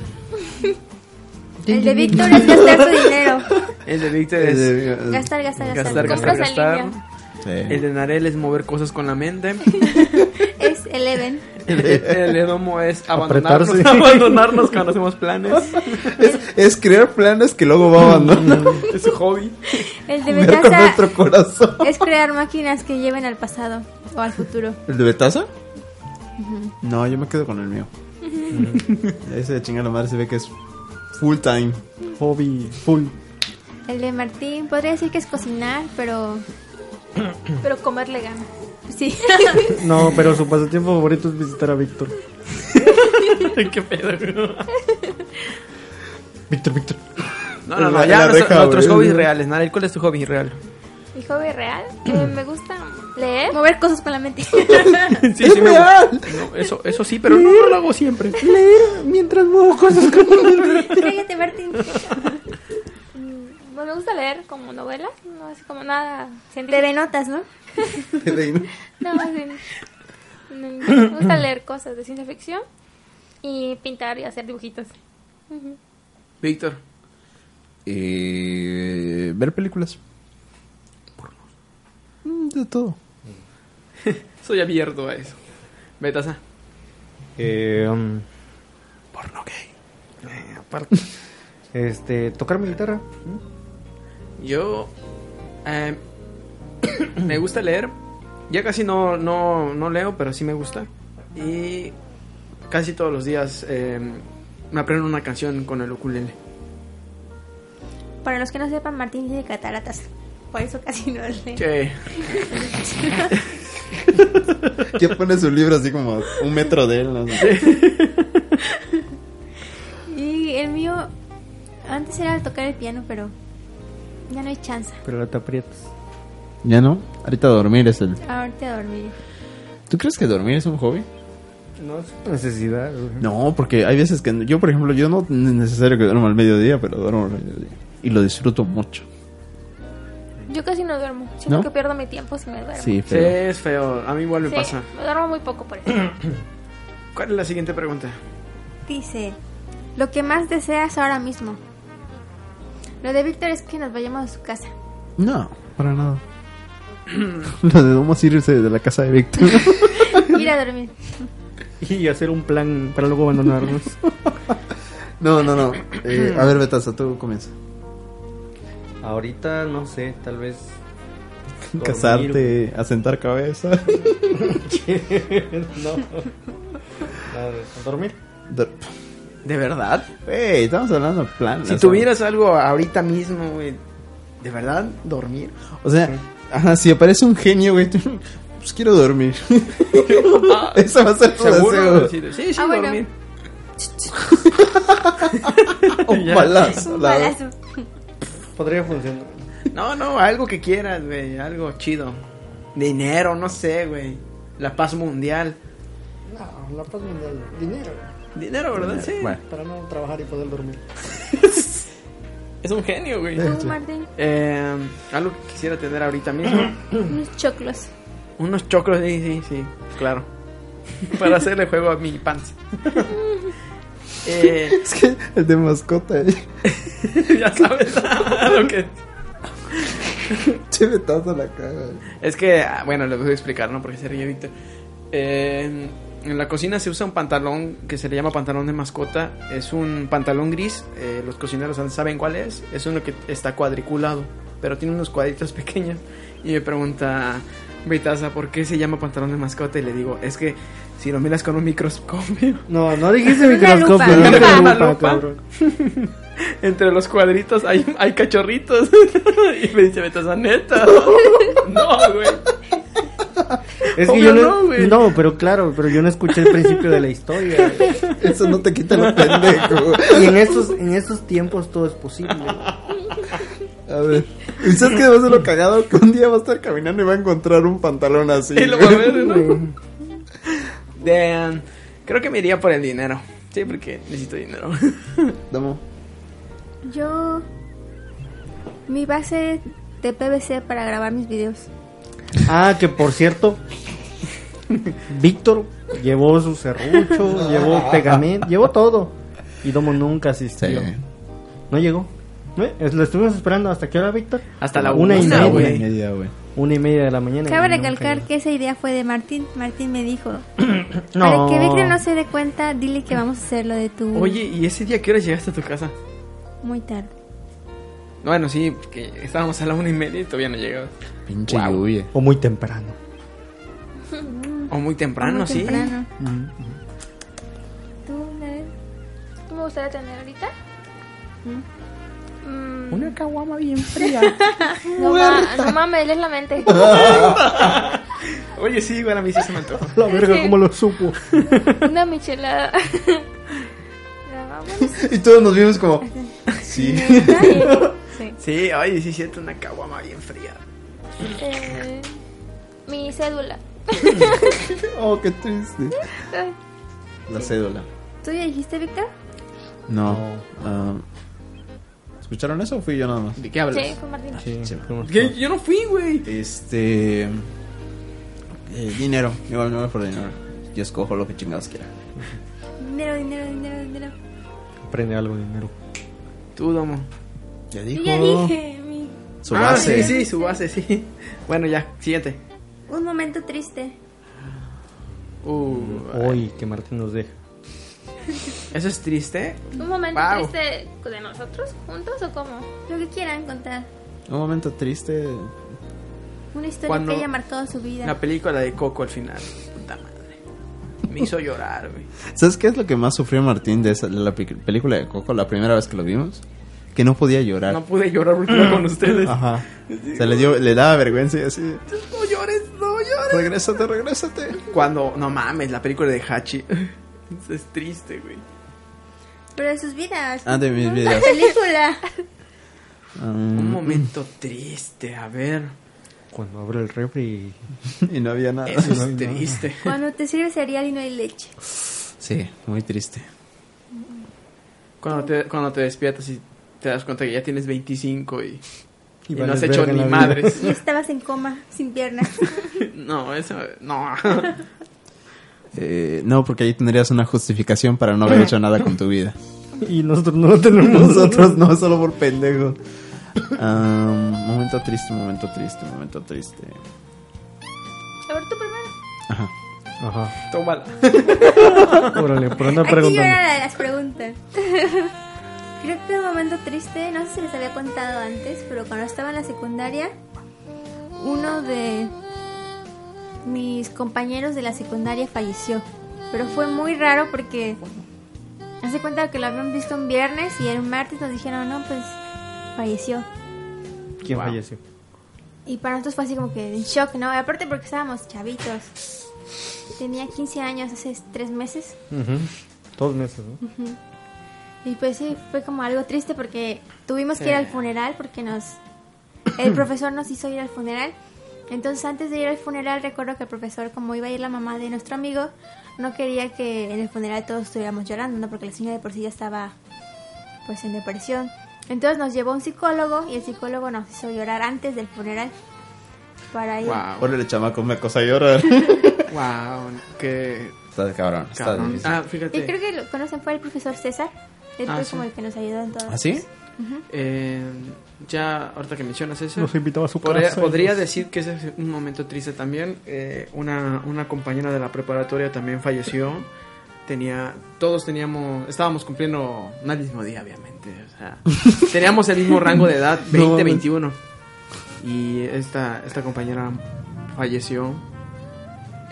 [SPEAKER 4] el de Víctor es gastar su dinero.
[SPEAKER 1] El de Victor
[SPEAKER 3] El
[SPEAKER 1] es
[SPEAKER 3] de-
[SPEAKER 4] Gastar, gastar,
[SPEAKER 1] gastar,
[SPEAKER 4] gastar.
[SPEAKER 1] gastar,
[SPEAKER 5] Compras en
[SPEAKER 1] gastar.
[SPEAKER 5] línea.
[SPEAKER 3] Sí.
[SPEAKER 1] El de Narel es mover cosas con la mente.
[SPEAKER 4] Es Eleven.
[SPEAKER 1] El de, el de Domo es abandonarnos,
[SPEAKER 2] Apretarse.
[SPEAKER 1] abandonarnos cuando hacemos planes.
[SPEAKER 3] Es, es crear planes que luego va abandonando.
[SPEAKER 1] Es su hobby.
[SPEAKER 4] El de
[SPEAKER 3] Jugar con
[SPEAKER 4] Betasa
[SPEAKER 3] nuestro corazón.
[SPEAKER 4] es crear máquinas que lleven al pasado o al futuro.
[SPEAKER 3] ¿El de Betasa? No, yo me quedo con el mío. Ese de chingar la madre se ve que es full time.
[SPEAKER 2] Hobby full.
[SPEAKER 4] El de Martín podría decir que es cocinar, pero
[SPEAKER 5] Pero comerle gana.
[SPEAKER 4] sí.
[SPEAKER 2] No, pero su pasatiempo favorito es visitar a Víctor.
[SPEAKER 1] ¿Qué pedo?
[SPEAKER 2] Víctor, Víctor.
[SPEAKER 1] No, no, no,
[SPEAKER 3] La-
[SPEAKER 1] ya
[SPEAKER 3] la
[SPEAKER 1] nuestro-
[SPEAKER 3] reja,
[SPEAKER 1] nuestros
[SPEAKER 3] güey.
[SPEAKER 1] hobbies reales. Narel, ¿cuál es tu hobby real?
[SPEAKER 5] Mi hobby real, eh, me gusta leer.
[SPEAKER 4] Mover cosas con la mente.
[SPEAKER 1] Sí, sí, me gusta. No, eso, eso sí, pero no, no lo hago siempre.
[SPEAKER 3] Mientras muevo cosas
[SPEAKER 4] Cállate, Martín.
[SPEAKER 5] Mm, Me gusta leer como novelas, no es como nada
[SPEAKER 4] Te
[SPEAKER 5] científico.
[SPEAKER 4] denotas, ¿no?
[SPEAKER 5] No, sí. Mm, Me gusta leer cosas de ciencia ficción y pintar y hacer dibujitos.
[SPEAKER 1] Víctor,
[SPEAKER 3] Eh, ver películas. Mm, De todo.
[SPEAKER 1] soy abierto a eso. Betasa.
[SPEAKER 2] Eh, um,
[SPEAKER 1] Porno gay.
[SPEAKER 2] eh, aparte. Este, tocar mi guitarra.
[SPEAKER 1] Yo. eh, me gusta leer. Ya casi no, no, no leo, pero sí me gusta. Y casi todos los días eh, me aprendo una canción con el ukulele.
[SPEAKER 4] Para los que no sepan, Martín tiene cataratas. Por eso casi no lee.
[SPEAKER 1] Che.
[SPEAKER 3] Que pone su libro así como un metro de él. ¿no?
[SPEAKER 4] Y el mío, antes era tocar el piano, pero ya no hay chance.
[SPEAKER 2] Pero la te aprietas.
[SPEAKER 3] Ya no. Ahorita dormir es el.
[SPEAKER 4] Ahorita a dormir.
[SPEAKER 3] ¿Tú crees que dormir es un hobby?
[SPEAKER 2] No es necesidad. güey.
[SPEAKER 3] No, porque hay veces que yo, por ejemplo, yo no es necesario que duerma al mediodía, pero duermo al mediodía. Y lo disfruto mucho.
[SPEAKER 5] Yo casi no duermo, siento
[SPEAKER 3] ¿No?
[SPEAKER 5] que pierdo mi tiempo si me duermo.
[SPEAKER 3] Sí,
[SPEAKER 1] Sí,
[SPEAKER 3] pero...
[SPEAKER 1] es feo. A mí igual me
[SPEAKER 5] Sí,
[SPEAKER 1] pasa.
[SPEAKER 5] me duermo muy poco por eso.
[SPEAKER 1] ¿Cuál es la siguiente pregunta?
[SPEAKER 4] Dice, lo que más deseas ahora mismo. Lo de Víctor es que nos vayamos a su casa.
[SPEAKER 3] No, para nada. lo de Domo es irse de la casa de Víctor.
[SPEAKER 4] Ir a dormir.
[SPEAKER 2] Y hacer un plan para luego abandonarnos.
[SPEAKER 3] No, no, no. Eh, a ver, Betasa, tú comienza.
[SPEAKER 2] Ahorita no sé, tal vez. dormir.
[SPEAKER 3] Casarte, asentar cabeza.
[SPEAKER 2] no. Nada de eso. Dormir.
[SPEAKER 3] Dor-
[SPEAKER 1] ¿De verdad?
[SPEAKER 3] Güey, estamos hablando de plan.
[SPEAKER 1] Si tuvieras algo ahorita mismo, güey, ¿de verdad dormir?
[SPEAKER 3] O sea, ajá, si aparece un genio, güey, tú- pues quiero dormir. Esa va a ser tu deseo.
[SPEAKER 1] Sí, sí,
[SPEAKER 5] Ah, bueno.
[SPEAKER 1] dormir.
[SPEAKER 3] Un
[SPEAKER 1] Ya.
[SPEAKER 3] balazo.
[SPEAKER 4] Un
[SPEAKER 3] Oh, la-
[SPEAKER 4] balazo.
[SPEAKER 2] Podría funcionar.
[SPEAKER 1] No, no, algo que quieras, güey, algo chido. Dinero, no sé, güey. La paz mundial.
[SPEAKER 2] No, la paz mundial. Dinero.
[SPEAKER 1] Dinero, ¿verdad? Sí.
[SPEAKER 3] Bueno,
[SPEAKER 2] Para no trabajar y poder dormir.
[SPEAKER 1] Es un genio, güey.
[SPEAKER 5] Tú, Martín,
[SPEAKER 1] Eh, algo que quisiera tener ahorita mismo.
[SPEAKER 5] unos choclos.
[SPEAKER 1] Unos choclos, sí, sí, sí, claro. Para hacerle juego a mi panza. Eh,
[SPEAKER 3] es que el de mascota, eh.
[SPEAKER 1] ya sabes lo que...
[SPEAKER 3] Che, Betasa la caga.
[SPEAKER 1] Es que, ah, bueno, les voy a explicar, ¿no? Porque se ríe Víctor. Eh, en la cocina se usa un pantalón que se le llama pantalón de mascota. Es un pantalón gris. eh, los cocineros saben cuál es. Es uno que está cuadriculado, pero tiene unos cuadritos pequeños. Y me pregunta Britaza, ¿por qué se llama pantalón de mascota? Y le digo, es que si lo miras con un microscopio,
[SPEAKER 2] No, no dijiste
[SPEAKER 4] Una
[SPEAKER 2] microscopio.
[SPEAKER 4] lupa,
[SPEAKER 2] dijiste
[SPEAKER 1] lupa.
[SPEAKER 2] lupa,
[SPEAKER 1] Una lupa.
[SPEAKER 2] cabrón.
[SPEAKER 1] entre los cuadritos hay, hay cachorritos. y me dice Britaza, neta. no, güey.
[SPEAKER 2] Es que
[SPEAKER 1] Obvio
[SPEAKER 2] yo no,
[SPEAKER 1] no, güey.
[SPEAKER 2] no, pero claro, pero yo no escuché el principio de la historia.
[SPEAKER 3] Eso no te quita lo pendejo.
[SPEAKER 2] Y en estos, en estos tiempos todo es posible.
[SPEAKER 3] A ver. ¿Y sabes qué va a ser lo cagado? Que un día va a estar caminando y va a encontrar un pantalón así.
[SPEAKER 1] Y lo va a ver, ¿no? De, um, creo que me iría por el dinero. Sí, porque necesito dinero.
[SPEAKER 3] Damo.
[SPEAKER 4] Yo. Mi base de PVC para grabar mis videos.
[SPEAKER 2] Ah, que por cierto, Víctor llevó su serrucho, llevó pegamento, llevó todo. Y Domo nunca asistió.
[SPEAKER 3] Sí.
[SPEAKER 2] No llegó. ¿Eh? Es- Lo estuvimos esperando hasta qué hora, Víctor.
[SPEAKER 1] Hasta la
[SPEAKER 2] una y
[SPEAKER 1] una,
[SPEAKER 2] media.
[SPEAKER 1] güey.
[SPEAKER 3] media, güey.
[SPEAKER 2] Una y media de la mañana.
[SPEAKER 4] Cabe
[SPEAKER 2] y nunca
[SPEAKER 4] recalcar
[SPEAKER 2] llegó.
[SPEAKER 4] que esa idea fue de Martín. Martín me dijo: Para
[SPEAKER 2] No.
[SPEAKER 4] que Victor no se dé cuenta, dile que vamos a hacer lo de tu.
[SPEAKER 1] Oye, ¿y ese día qué hora llegaste a tu casa?
[SPEAKER 4] Muy tarde.
[SPEAKER 1] Bueno, sí, porque estábamos a la una y media y todavía no llegaba.
[SPEAKER 3] Pinche
[SPEAKER 1] Guau.
[SPEAKER 3] lluvia.
[SPEAKER 2] O muy temprano.
[SPEAKER 1] O muy temprano,
[SPEAKER 4] Muy
[SPEAKER 1] sí. Mm,
[SPEAKER 4] temprano.
[SPEAKER 5] ¿Tú, Naren? ¿Qué me gustaría tener ahorita? Mm,
[SPEAKER 1] Una caguama bien fría.
[SPEAKER 5] no, ma- no mames, lees la mente.
[SPEAKER 3] Ah.
[SPEAKER 1] Oye, sí, bueno, a mí sí se me antoja.
[SPEAKER 2] La verga, ¿cómo lo supo?
[SPEAKER 5] Una michelada. Ya, vámonos.
[SPEAKER 3] Y todos nos vimos como. Sí.
[SPEAKER 5] Sí.
[SPEAKER 1] Sí, oye, sí siento una caguama bien fría.
[SPEAKER 5] Eh, mi cédula.
[SPEAKER 3] Oh, qué triste. La cédula.
[SPEAKER 4] ¿Tú ya dijiste, Víctor?
[SPEAKER 3] No. Ah, ¿Escucharon eso o fui yo nada más?
[SPEAKER 1] ¿De qué hablas?
[SPEAKER 5] Sí, con Martín.
[SPEAKER 2] Sí, fuimos
[SPEAKER 1] ¿Qué? Yo no fui, güey.
[SPEAKER 3] Este. eh, dinero. Igual me voy por dinero. Yo escojo lo que chingados quiera.
[SPEAKER 4] Dinero, dinero, dinero, dinero.
[SPEAKER 2] a aprender algo de dinero.
[SPEAKER 1] Tú, Domo.
[SPEAKER 3] Ya
[SPEAKER 4] Yo
[SPEAKER 3] dijo.
[SPEAKER 1] Oh.
[SPEAKER 4] ya dije. mi-
[SPEAKER 3] Su
[SPEAKER 1] ah,
[SPEAKER 3] base.
[SPEAKER 1] sí, sí, su base, sí. Bueno, ya, siguiente.
[SPEAKER 4] Un momento triste.
[SPEAKER 1] Uh,
[SPEAKER 2] Hoy que Martín nos deja.
[SPEAKER 1] ¿Eso es triste?
[SPEAKER 5] ¿Un momento
[SPEAKER 1] Wow.
[SPEAKER 5] triste de nosotros juntos o cómo?
[SPEAKER 4] Lo que quieran contar.
[SPEAKER 3] Un momento triste.
[SPEAKER 4] Una historia
[SPEAKER 1] Cuando-
[SPEAKER 4] que haya marcado su vida.
[SPEAKER 1] La película de Coco al final. Puta madre. Me hizo llorar, güey.
[SPEAKER 3] ¿Sabes qué es lo que más sufrió Martín de, esa, de la pe- película de Coco la primera vez que lo vimos? Que no podía llorar.
[SPEAKER 1] No pude llorar porque iba con ustedes.
[SPEAKER 3] Ajá. Se le dio, le daba vergüenza y así.
[SPEAKER 1] No llores, no llores.
[SPEAKER 3] Regrésate, regrésate.
[SPEAKER 1] Cuando, no mames, la película de Hachi. Eso es triste, güey.
[SPEAKER 4] Pero de sus vidas.
[SPEAKER 3] Ah, de mis
[SPEAKER 4] No,
[SPEAKER 3] vidas.
[SPEAKER 4] La película.
[SPEAKER 2] Mm.
[SPEAKER 1] Un
[SPEAKER 3] Um,
[SPEAKER 1] momento triste, a ver.
[SPEAKER 2] Cuando abro el refri.
[SPEAKER 3] y no había nada.
[SPEAKER 1] Eso
[SPEAKER 2] Ah, no.
[SPEAKER 1] es triste.
[SPEAKER 4] Cuando te sirve cereal y no hay leche.
[SPEAKER 3] Sí, muy triste.
[SPEAKER 1] Cuando te, cuando te despiertas y te das cuenta que ya tienes 25 y, y no
[SPEAKER 2] vales
[SPEAKER 1] has hecho
[SPEAKER 2] verga en
[SPEAKER 1] ni
[SPEAKER 2] la vida.
[SPEAKER 1] madres.
[SPEAKER 4] Y estabas en coma, sin piernas.
[SPEAKER 1] No, eso, no.
[SPEAKER 3] Eh, no, porque ahí tendrías una justificación para
[SPEAKER 1] Ah.
[SPEAKER 3] no haber hecho nada con tu vida.
[SPEAKER 2] Y nosotros no lo tenemos.
[SPEAKER 3] Nosotros no, solo por pendejos. Um, momento triste, momento triste, momento triste.
[SPEAKER 5] A ver, tú primero.
[SPEAKER 3] Ajá.
[SPEAKER 2] Ajá.
[SPEAKER 1] Tómala.
[SPEAKER 2] Órale, por andar
[SPEAKER 4] Aquí yo
[SPEAKER 2] preguntando.
[SPEAKER 4] era la de las preguntas. Creo que un momento triste, no sé si les había contado antes, pero cuando estaba en la secundaria, uno de mis compañeros de la secundaria falleció. Pero fue muy raro porque hace cuenta que lo habían visto un viernes y el martes nos dijeron, no, pues falleció.
[SPEAKER 2] ¿Quién falleció?
[SPEAKER 4] Y para nosotros fue así como que en shock, ¿no? Aparte porque estábamos chavitos. Tenía 15 años hace tres meses.
[SPEAKER 2] Ujú. Dos meses, ¿no?
[SPEAKER 4] Y pues sí, fue como algo triste porque tuvimos que ir al funeral porque nos... El profesor nos hizo ir al funeral. Entonces antes de ir al funeral recuerdo que el profesor, como iba a ir la mamá de nuestro amigo, no quería que en el funeral todos estuviéramos llorando, ¿no? Porque la señora de por sí ya estaba pues en depresión. Entonces nos llevó a un psicólogo y el psicólogo nos hizo llorar antes del funeral para ir.
[SPEAKER 1] wow.
[SPEAKER 3] Órale, chamaco, me cosa llorar.
[SPEAKER 1] Wow. Qué
[SPEAKER 3] está de cabrón, está
[SPEAKER 1] cabrón.
[SPEAKER 3] difícil.
[SPEAKER 1] Ah,
[SPEAKER 4] Y
[SPEAKER 1] fíjate.
[SPEAKER 4] creo que lo conocen fue el profesor César. Él
[SPEAKER 1] Ah,
[SPEAKER 4] fue
[SPEAKER 1] sí.
[SPEAKER 4] como el que nos ayudó en todo.
[SPEAKER 3] ¿Ah, sí?
[SPEAKER 1] eh, ya, ahorita que mencionas eso.
[SPEAKER 2] Nos invitaba a su
[SPEAKER 1] Podría,
[SPEAKER 2] casa.
[SPEAKER 1] podría decir que ese es un momento triste también. Eh, una, una compañera de la preparatoria también falleció. Tenía, todos teníamos, estábamos cumpliendo, no el mismo día, obviamente. O sea, teníamos el mismo rango de edad, 20, 21. Y esta, esta compañera falleció.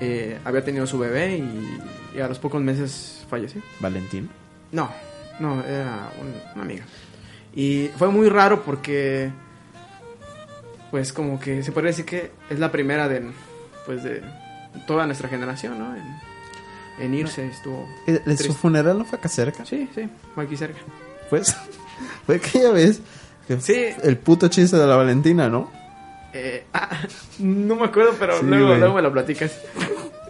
[SPEAKER 1] Eh, había tenido su bebé y, y a los pocos meses falleció.
[SPEAKER 3] Valentín.
[SPEAKER 1] No, no, era un- una amiga. Y fue muy raro porque, pues como que se podría decir que es la primera de, pues de toda nuestra generación, ¿no? En, en irse estuvo...
[SPEAKER 3] ¿El- el-
[SPEAKER 1] triste.
[SPEAKER 3] Eh, ¿Su funeral no fue acá cerca?
[SPEAKER 1] Sí, sí, fue aquí cerca.
[SPEAKER 3] Pues, fue aquella vez. que
[SPEAKER 1] Sí.
[SPEAKER 3] El puto chiste de la Valentina, ¿no?
[SPEAKER 1] Eh, ah, no me acuerdo, pero
[SPEAKER 3] Sí,
[SPEAKER 1] luego,
[SPEAKER 3] güey.
[SPEAKER 1] luego me lo platicas.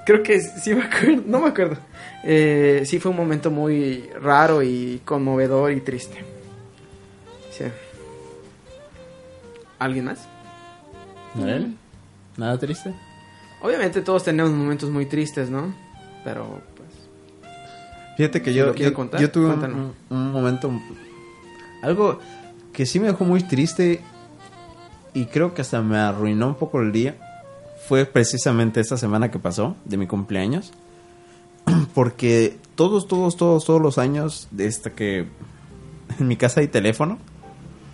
[SPEAKER 1] Creo que sí me acuerdo, no me acuerdo. Eh, sí fue un momento muy raro y conmovedor y triste. Sí. ¿Alguien más?
[SPEAKER 3] ¿Narel? ¿Nada triste?
[SPEAKER 1] Obviamente todos tenemos momentos muy tristes, ¿no? Pero pues
[SPEAKER 3] Fíjate que yo,
[SPEAKER 1] ¿Lo quieres
[SPEAKER 3] yo,
[SPEAKER 1] contar?
[SPEAKER 3] yo tuve un,
[SPEAKER 1] Cuéntalo.
[SPEAKER 3] un- un momento, algo que sí me dejó muy triste y creo que hasta me arruinó un poco el día. Fue precisamente esta semana que pasó, de mi cumpleaños. Porque todos, todos, todos, todos los años, desde que en mi casa hay teléfono,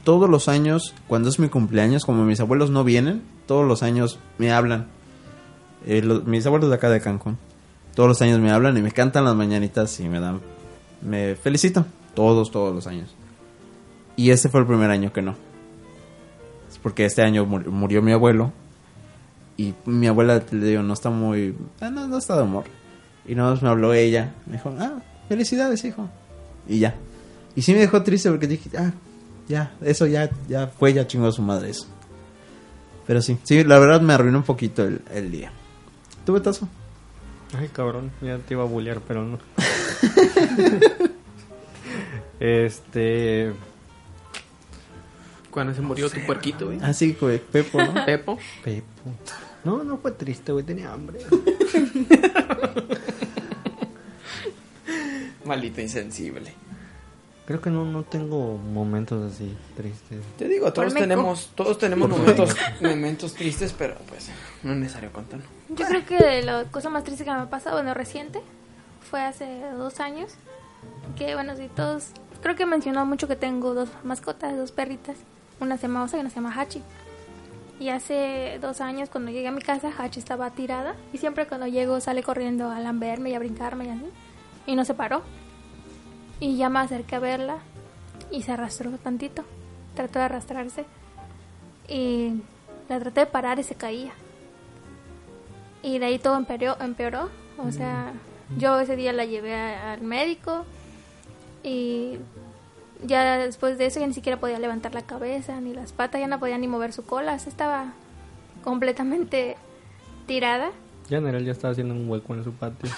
[SPEAKER 3] todos los años, cuando es mi cumpleaños, como mis abuelos no vienen, todos los años me hablan. Eh, lo- mis abuelos de acá de Cancún. Todos los años me hablan y me cantan las mañanitas y me dan. Me felicitan. Todos, todos los años. Y este fue el primer año que no. Es porque este año mur- murió mi abuelo. Y mi abuela, le digo, no está muy. ah, no, no está de humor. Y nada más me habló ella. Me dijo, ah, felicidades, hijo. Y ya. Y sí me dejó triste porque dije, ah, ya, eso ya, ya fue, ya chingó a su madre eso. Pero sí, sí, la verdad me arruinó un poquito el, el día. ¿Tú, Betazo?
[SPEAKER 2] Ay, cabrón, ya te iba a bullear, pero no. este.
[SPEAKER 1] cuando se murió tu puerquito, güey.
[SPEAKER 3] Ah, sí, güey, Pepo, ¿no?
[SPEAKER 1] Pepo.
[SPEAKER 2] Pepo. No, no fue triste, güey, tenía hambre.
[SPEAKER 1] Maldito insensible.
[SPEAKER 2] Creo que no, no tengo momentos así tristes.
[SPEAKER 1] Te digo, todos
[SPEAKER 5] Ponme
[SPEAKER 1] tenemos, todos tenemos momentos, momentos tristes, pero pues no es necesario contarlo.
[SPEAKER 5] Yo creo que la cosa más triste que me ha pasado, bueno, reciente, fue hace dos años. Que bueno, si todos. Creo que mencionó mucho que tengo dos mascotas, dos perritas. Una se llama Osa y una se llama Hachi. Y hace dos años, cuando llegué a mi casa, Hachi estaba tirada. Y siempre cuando llego sale corriendo a lamberme y a brincarme y así. Y no se paró. Y ya me acerqué a verla. Y se arrastró tantito. Trató de arrastrarse. Y la traté de parar y se caía. Y de ahí todo empeoró. empeoró. O sea, yo ese día la llevé a- al médico y ya después de eso ya ni siquiera podía levantar la cabeza ni las patas, ya no podía ni mover su cola. o sea, estaba completamente tirada.
[SPEAKER 2] Ya Nerel ya estaba haciendo un hueco en su patio.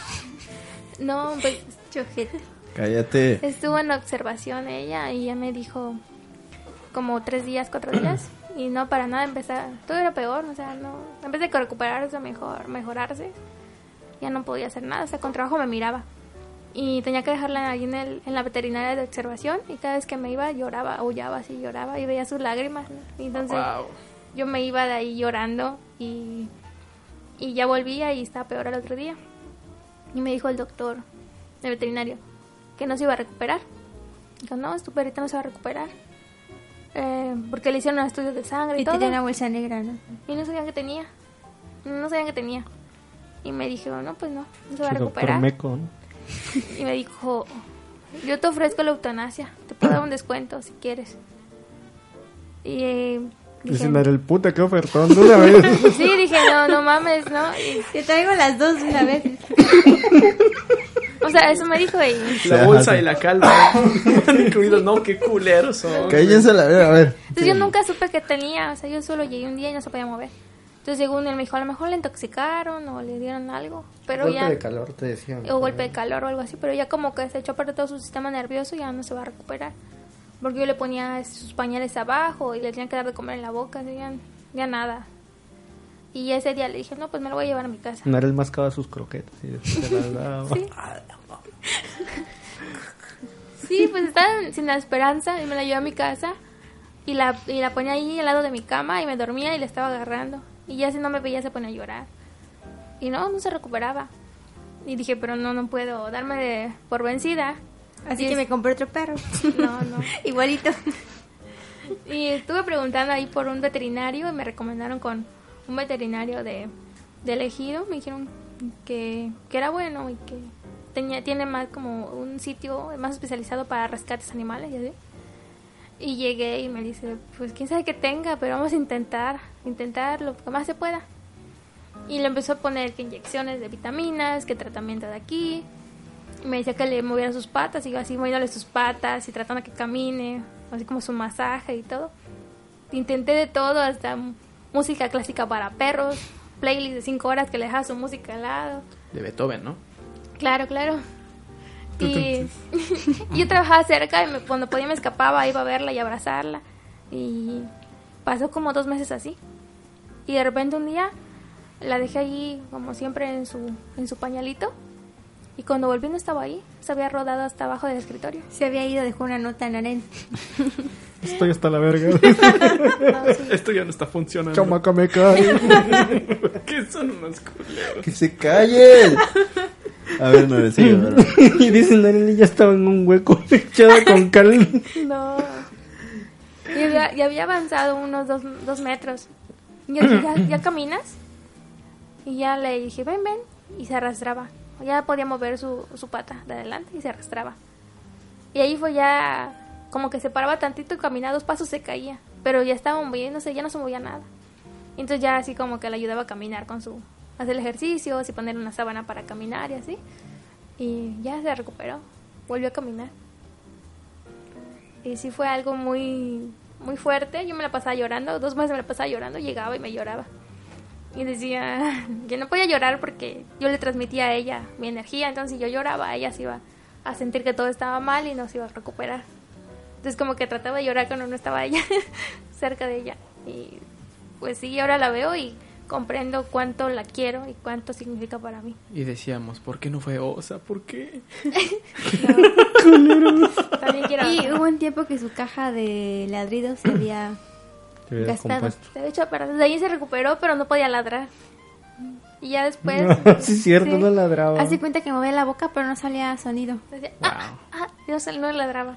[SPEAKER 5] No, pues
[SPEAKER 4] Chojete.
[SPEAKER 3] Cállate.
[SPEAKER 5] Estuvo en observación ella y ya me dijo como tres días, cuatro días y no para nada empezar, todo era peor, o sea, no, en vez de que recuperarse, mejor, mejorarse, ya no podía hacer nada, o sea, con trabajo me miraba y tenía que dejarla ahí en, el, en la veterinaria de observación y cada vez que me iba lloraba, aullaba así, lloraba y veía sus lágrimas, ¿no? Y entonces
[SPEAKER 1] Wow.
[SPEAKER 5] yo me iba de ahí llorando y, y ya volvía y estaba peor al otro día. Y me dijo el doctor, el veterinario, que no se iba a recuperar. Dijo, no, tu perrita no se va a recuperar. Eh, porque le hicieron estudios de sangre y,
[SPEAKER 4] Y
[SPEAKER 5] todo.
[SPEAKER 4] tenía una bolsa negra, ¿no?
[SPEAKER 5] Y no sabían que tenía. No sabían que tenía. Y me dijeron, no, pues no, no se va a
[SPEAKER 2] Doctor
[SPEAKER 5] recuperar.
[SPEAKER 2] Meco, ¿no?
[SPEAKER 5] Y me dijo, yo te ofrezco la eutanasia, te puedo dar un descuento si quieres. Y eh, dije,
[SPEAKER 2] Dicen, era el puta, qué ofertón, de una vez.
[SPEAKER 5] sí, dije, no, no mames, ¿no? Y-
[SPEAKER 4] Te traigo las dos de una vez.
[SPEAKER 5] o sea, eso me dijo y
[SPEAKER 1] La
[SPEAKER 3] Ajá,
[SPEAKER 1] bolsa
[SPEAKER 3] sí.
[SPEAKER 1] y la calva. Van incluidos, no, qué culeros son.
[SPEAKER 3] Cállense la verga, a ver.
[SPEAKER 5] Entonces yo nunca supe que tenía, o sea, yo solo llegué un día y no se podía mover. Entonces llegó uno y él me dijo, a lo mejor le intoxicaron o le dieron algo, pero
[SPEAKER 2] golpe
[SPEAKER 5] ya...
[SPEAKER 2] de calor, te decían.
[SPEAKER 5] o golpe de calor o algo así, pero ya como que se echó a perder todo su sistema nervioso y ya no se va a recuperar. Porque yo le ponía sus pañales abajo y le tenían que dar de comer en la boca, así, ya, ya nada. Y ese día le dije, no, pues me lo voy a llevar a mi casa.
[SPEAKER 2] No era el más cava sus croquetas. Y se las daba.
[SPEAKER 5] Sí, pues estaba sin la esperanza y me la llevé a mi casa y la, y la ponía ahí al lado de mi cama y me dormía y la estaba agarrando. Y ya si no me veía se ponía a llorar. Y no, no se recuperaba. Y dije, pero no, no puedo darme de- por vencida.
[SPEAKER 4] Así
[SPEAKER 5] Y
[SPEAKER 4] que
[SPEAKER 5] es-
[SPEAKER 4] me compré otro perro.
[SPEAKER 5] No, no.
[SPEAKER 4] Igualito.
[SPEAKER 5] Y estuve preguntando ahí por un veterinario y me recomendaron con un veterinario de, de elegido. Me dijeron que, que era bueno y que tenía, tiene más como un sitio más especializado para rescates animales y así. Y llegué y me dice, pues quién sabe que tenga, pero vamos a intentar, intentar lo que más se pueda. Y le empezó a poner que inyecciones de vitaminas, que tratamiento de aquí. Y me decía que le moviera sus patas y yo así moviéndole sus patas y tratando que camine, así como su masaje y todo. Intenté de todo, hasta m- música clásica para perros, playlist de 5 horas que le dejaba su música al lado.
[SPEAKER 1] De Beethoven, ¿no?
[SPEAKER 5] Claro, claro. Y yo trabajaba cerca y me- cuando podía me escapaba, iba a verla y abrazarla. Y pasó como dos meses así. Y de repente un día la dejé allí, como siempre, en su, en su pañalito. Y cuando volví no estaba ahí, se había rodado hasta abajo del escritorio.
[SPEAKER 4] Se había ido, dejó una nota en arena.
[SPEAKER 2] Estoy hasta la verga.
[SPEAKER 1] Esto ya no está funcionando.
[SPEAKER 2] Chamaca me cae.
[SPEAKER 1] ¿Qué son unos culeros?
[SPEAKER 3] ¡Que se callen! A ver, no le sigue, a ver.
[SPEAKER 2] y dicen, Arely ya estaba en un hueco echada con cal.
[SPEAKER 5] No. Y había, y había avanzado unos dos, dos metros. Y yo dije, ¿Ya, ya caminas? Y ya le dije, ven, ven. Y se arrastraba. Ya podía mover su, su pata de adelante y se arrastraba. Y ahí fue ya como que se paraba tantito y caminaba dos pasos se caía. Pero ya estaba moviéndose, ya no se movía nada. Y entonces ya así como que le ayudaba a caminar con su... Hacer ejercicios y poner una sábana para caminar y así. Y ya se recuperó. Volvió a caminar. Y sí fue algo muy, muy fuerte. Yo me la pasaba llorando, dos meses me la pasaba llorando, llegaba y me lloraba. Y decía, yo no podía llorar porque yo le transmitía a ella mi energía, entonces si yo lloraba, ella se iba a sentir que todo estaba mal y no se iba a recuperar. Entonces como que trataba de llorar cuando no estaba ella cerca de ella. Y pues sí, ahora la veo y comprendo cuánto la quiero y cuánto significa para mí.
[SPEAKER 1] Y decíamos, ¿por qué no fue Osa? ¿Por qué?
[SPEAKER 5] También quiero...
[SPEAKER 4] Y hubo un tiempo que su caja de ladridos se había gastado.
[SPEAKER 5] De hecho, pero desde ahí se recuperó, pero no podía ladrar. Y ya después... este,
[SPEAKER 2] sí, es cierto,
[SPEAKER 4] Sí.
[SPEAKER 2] no ladraba.
[SPEAKER 4] Hace cuenta que movía la boca, pero no salía sonido.
[SPEAKER 5] Decía, ah, ah, ah, y no, se- no ladraba.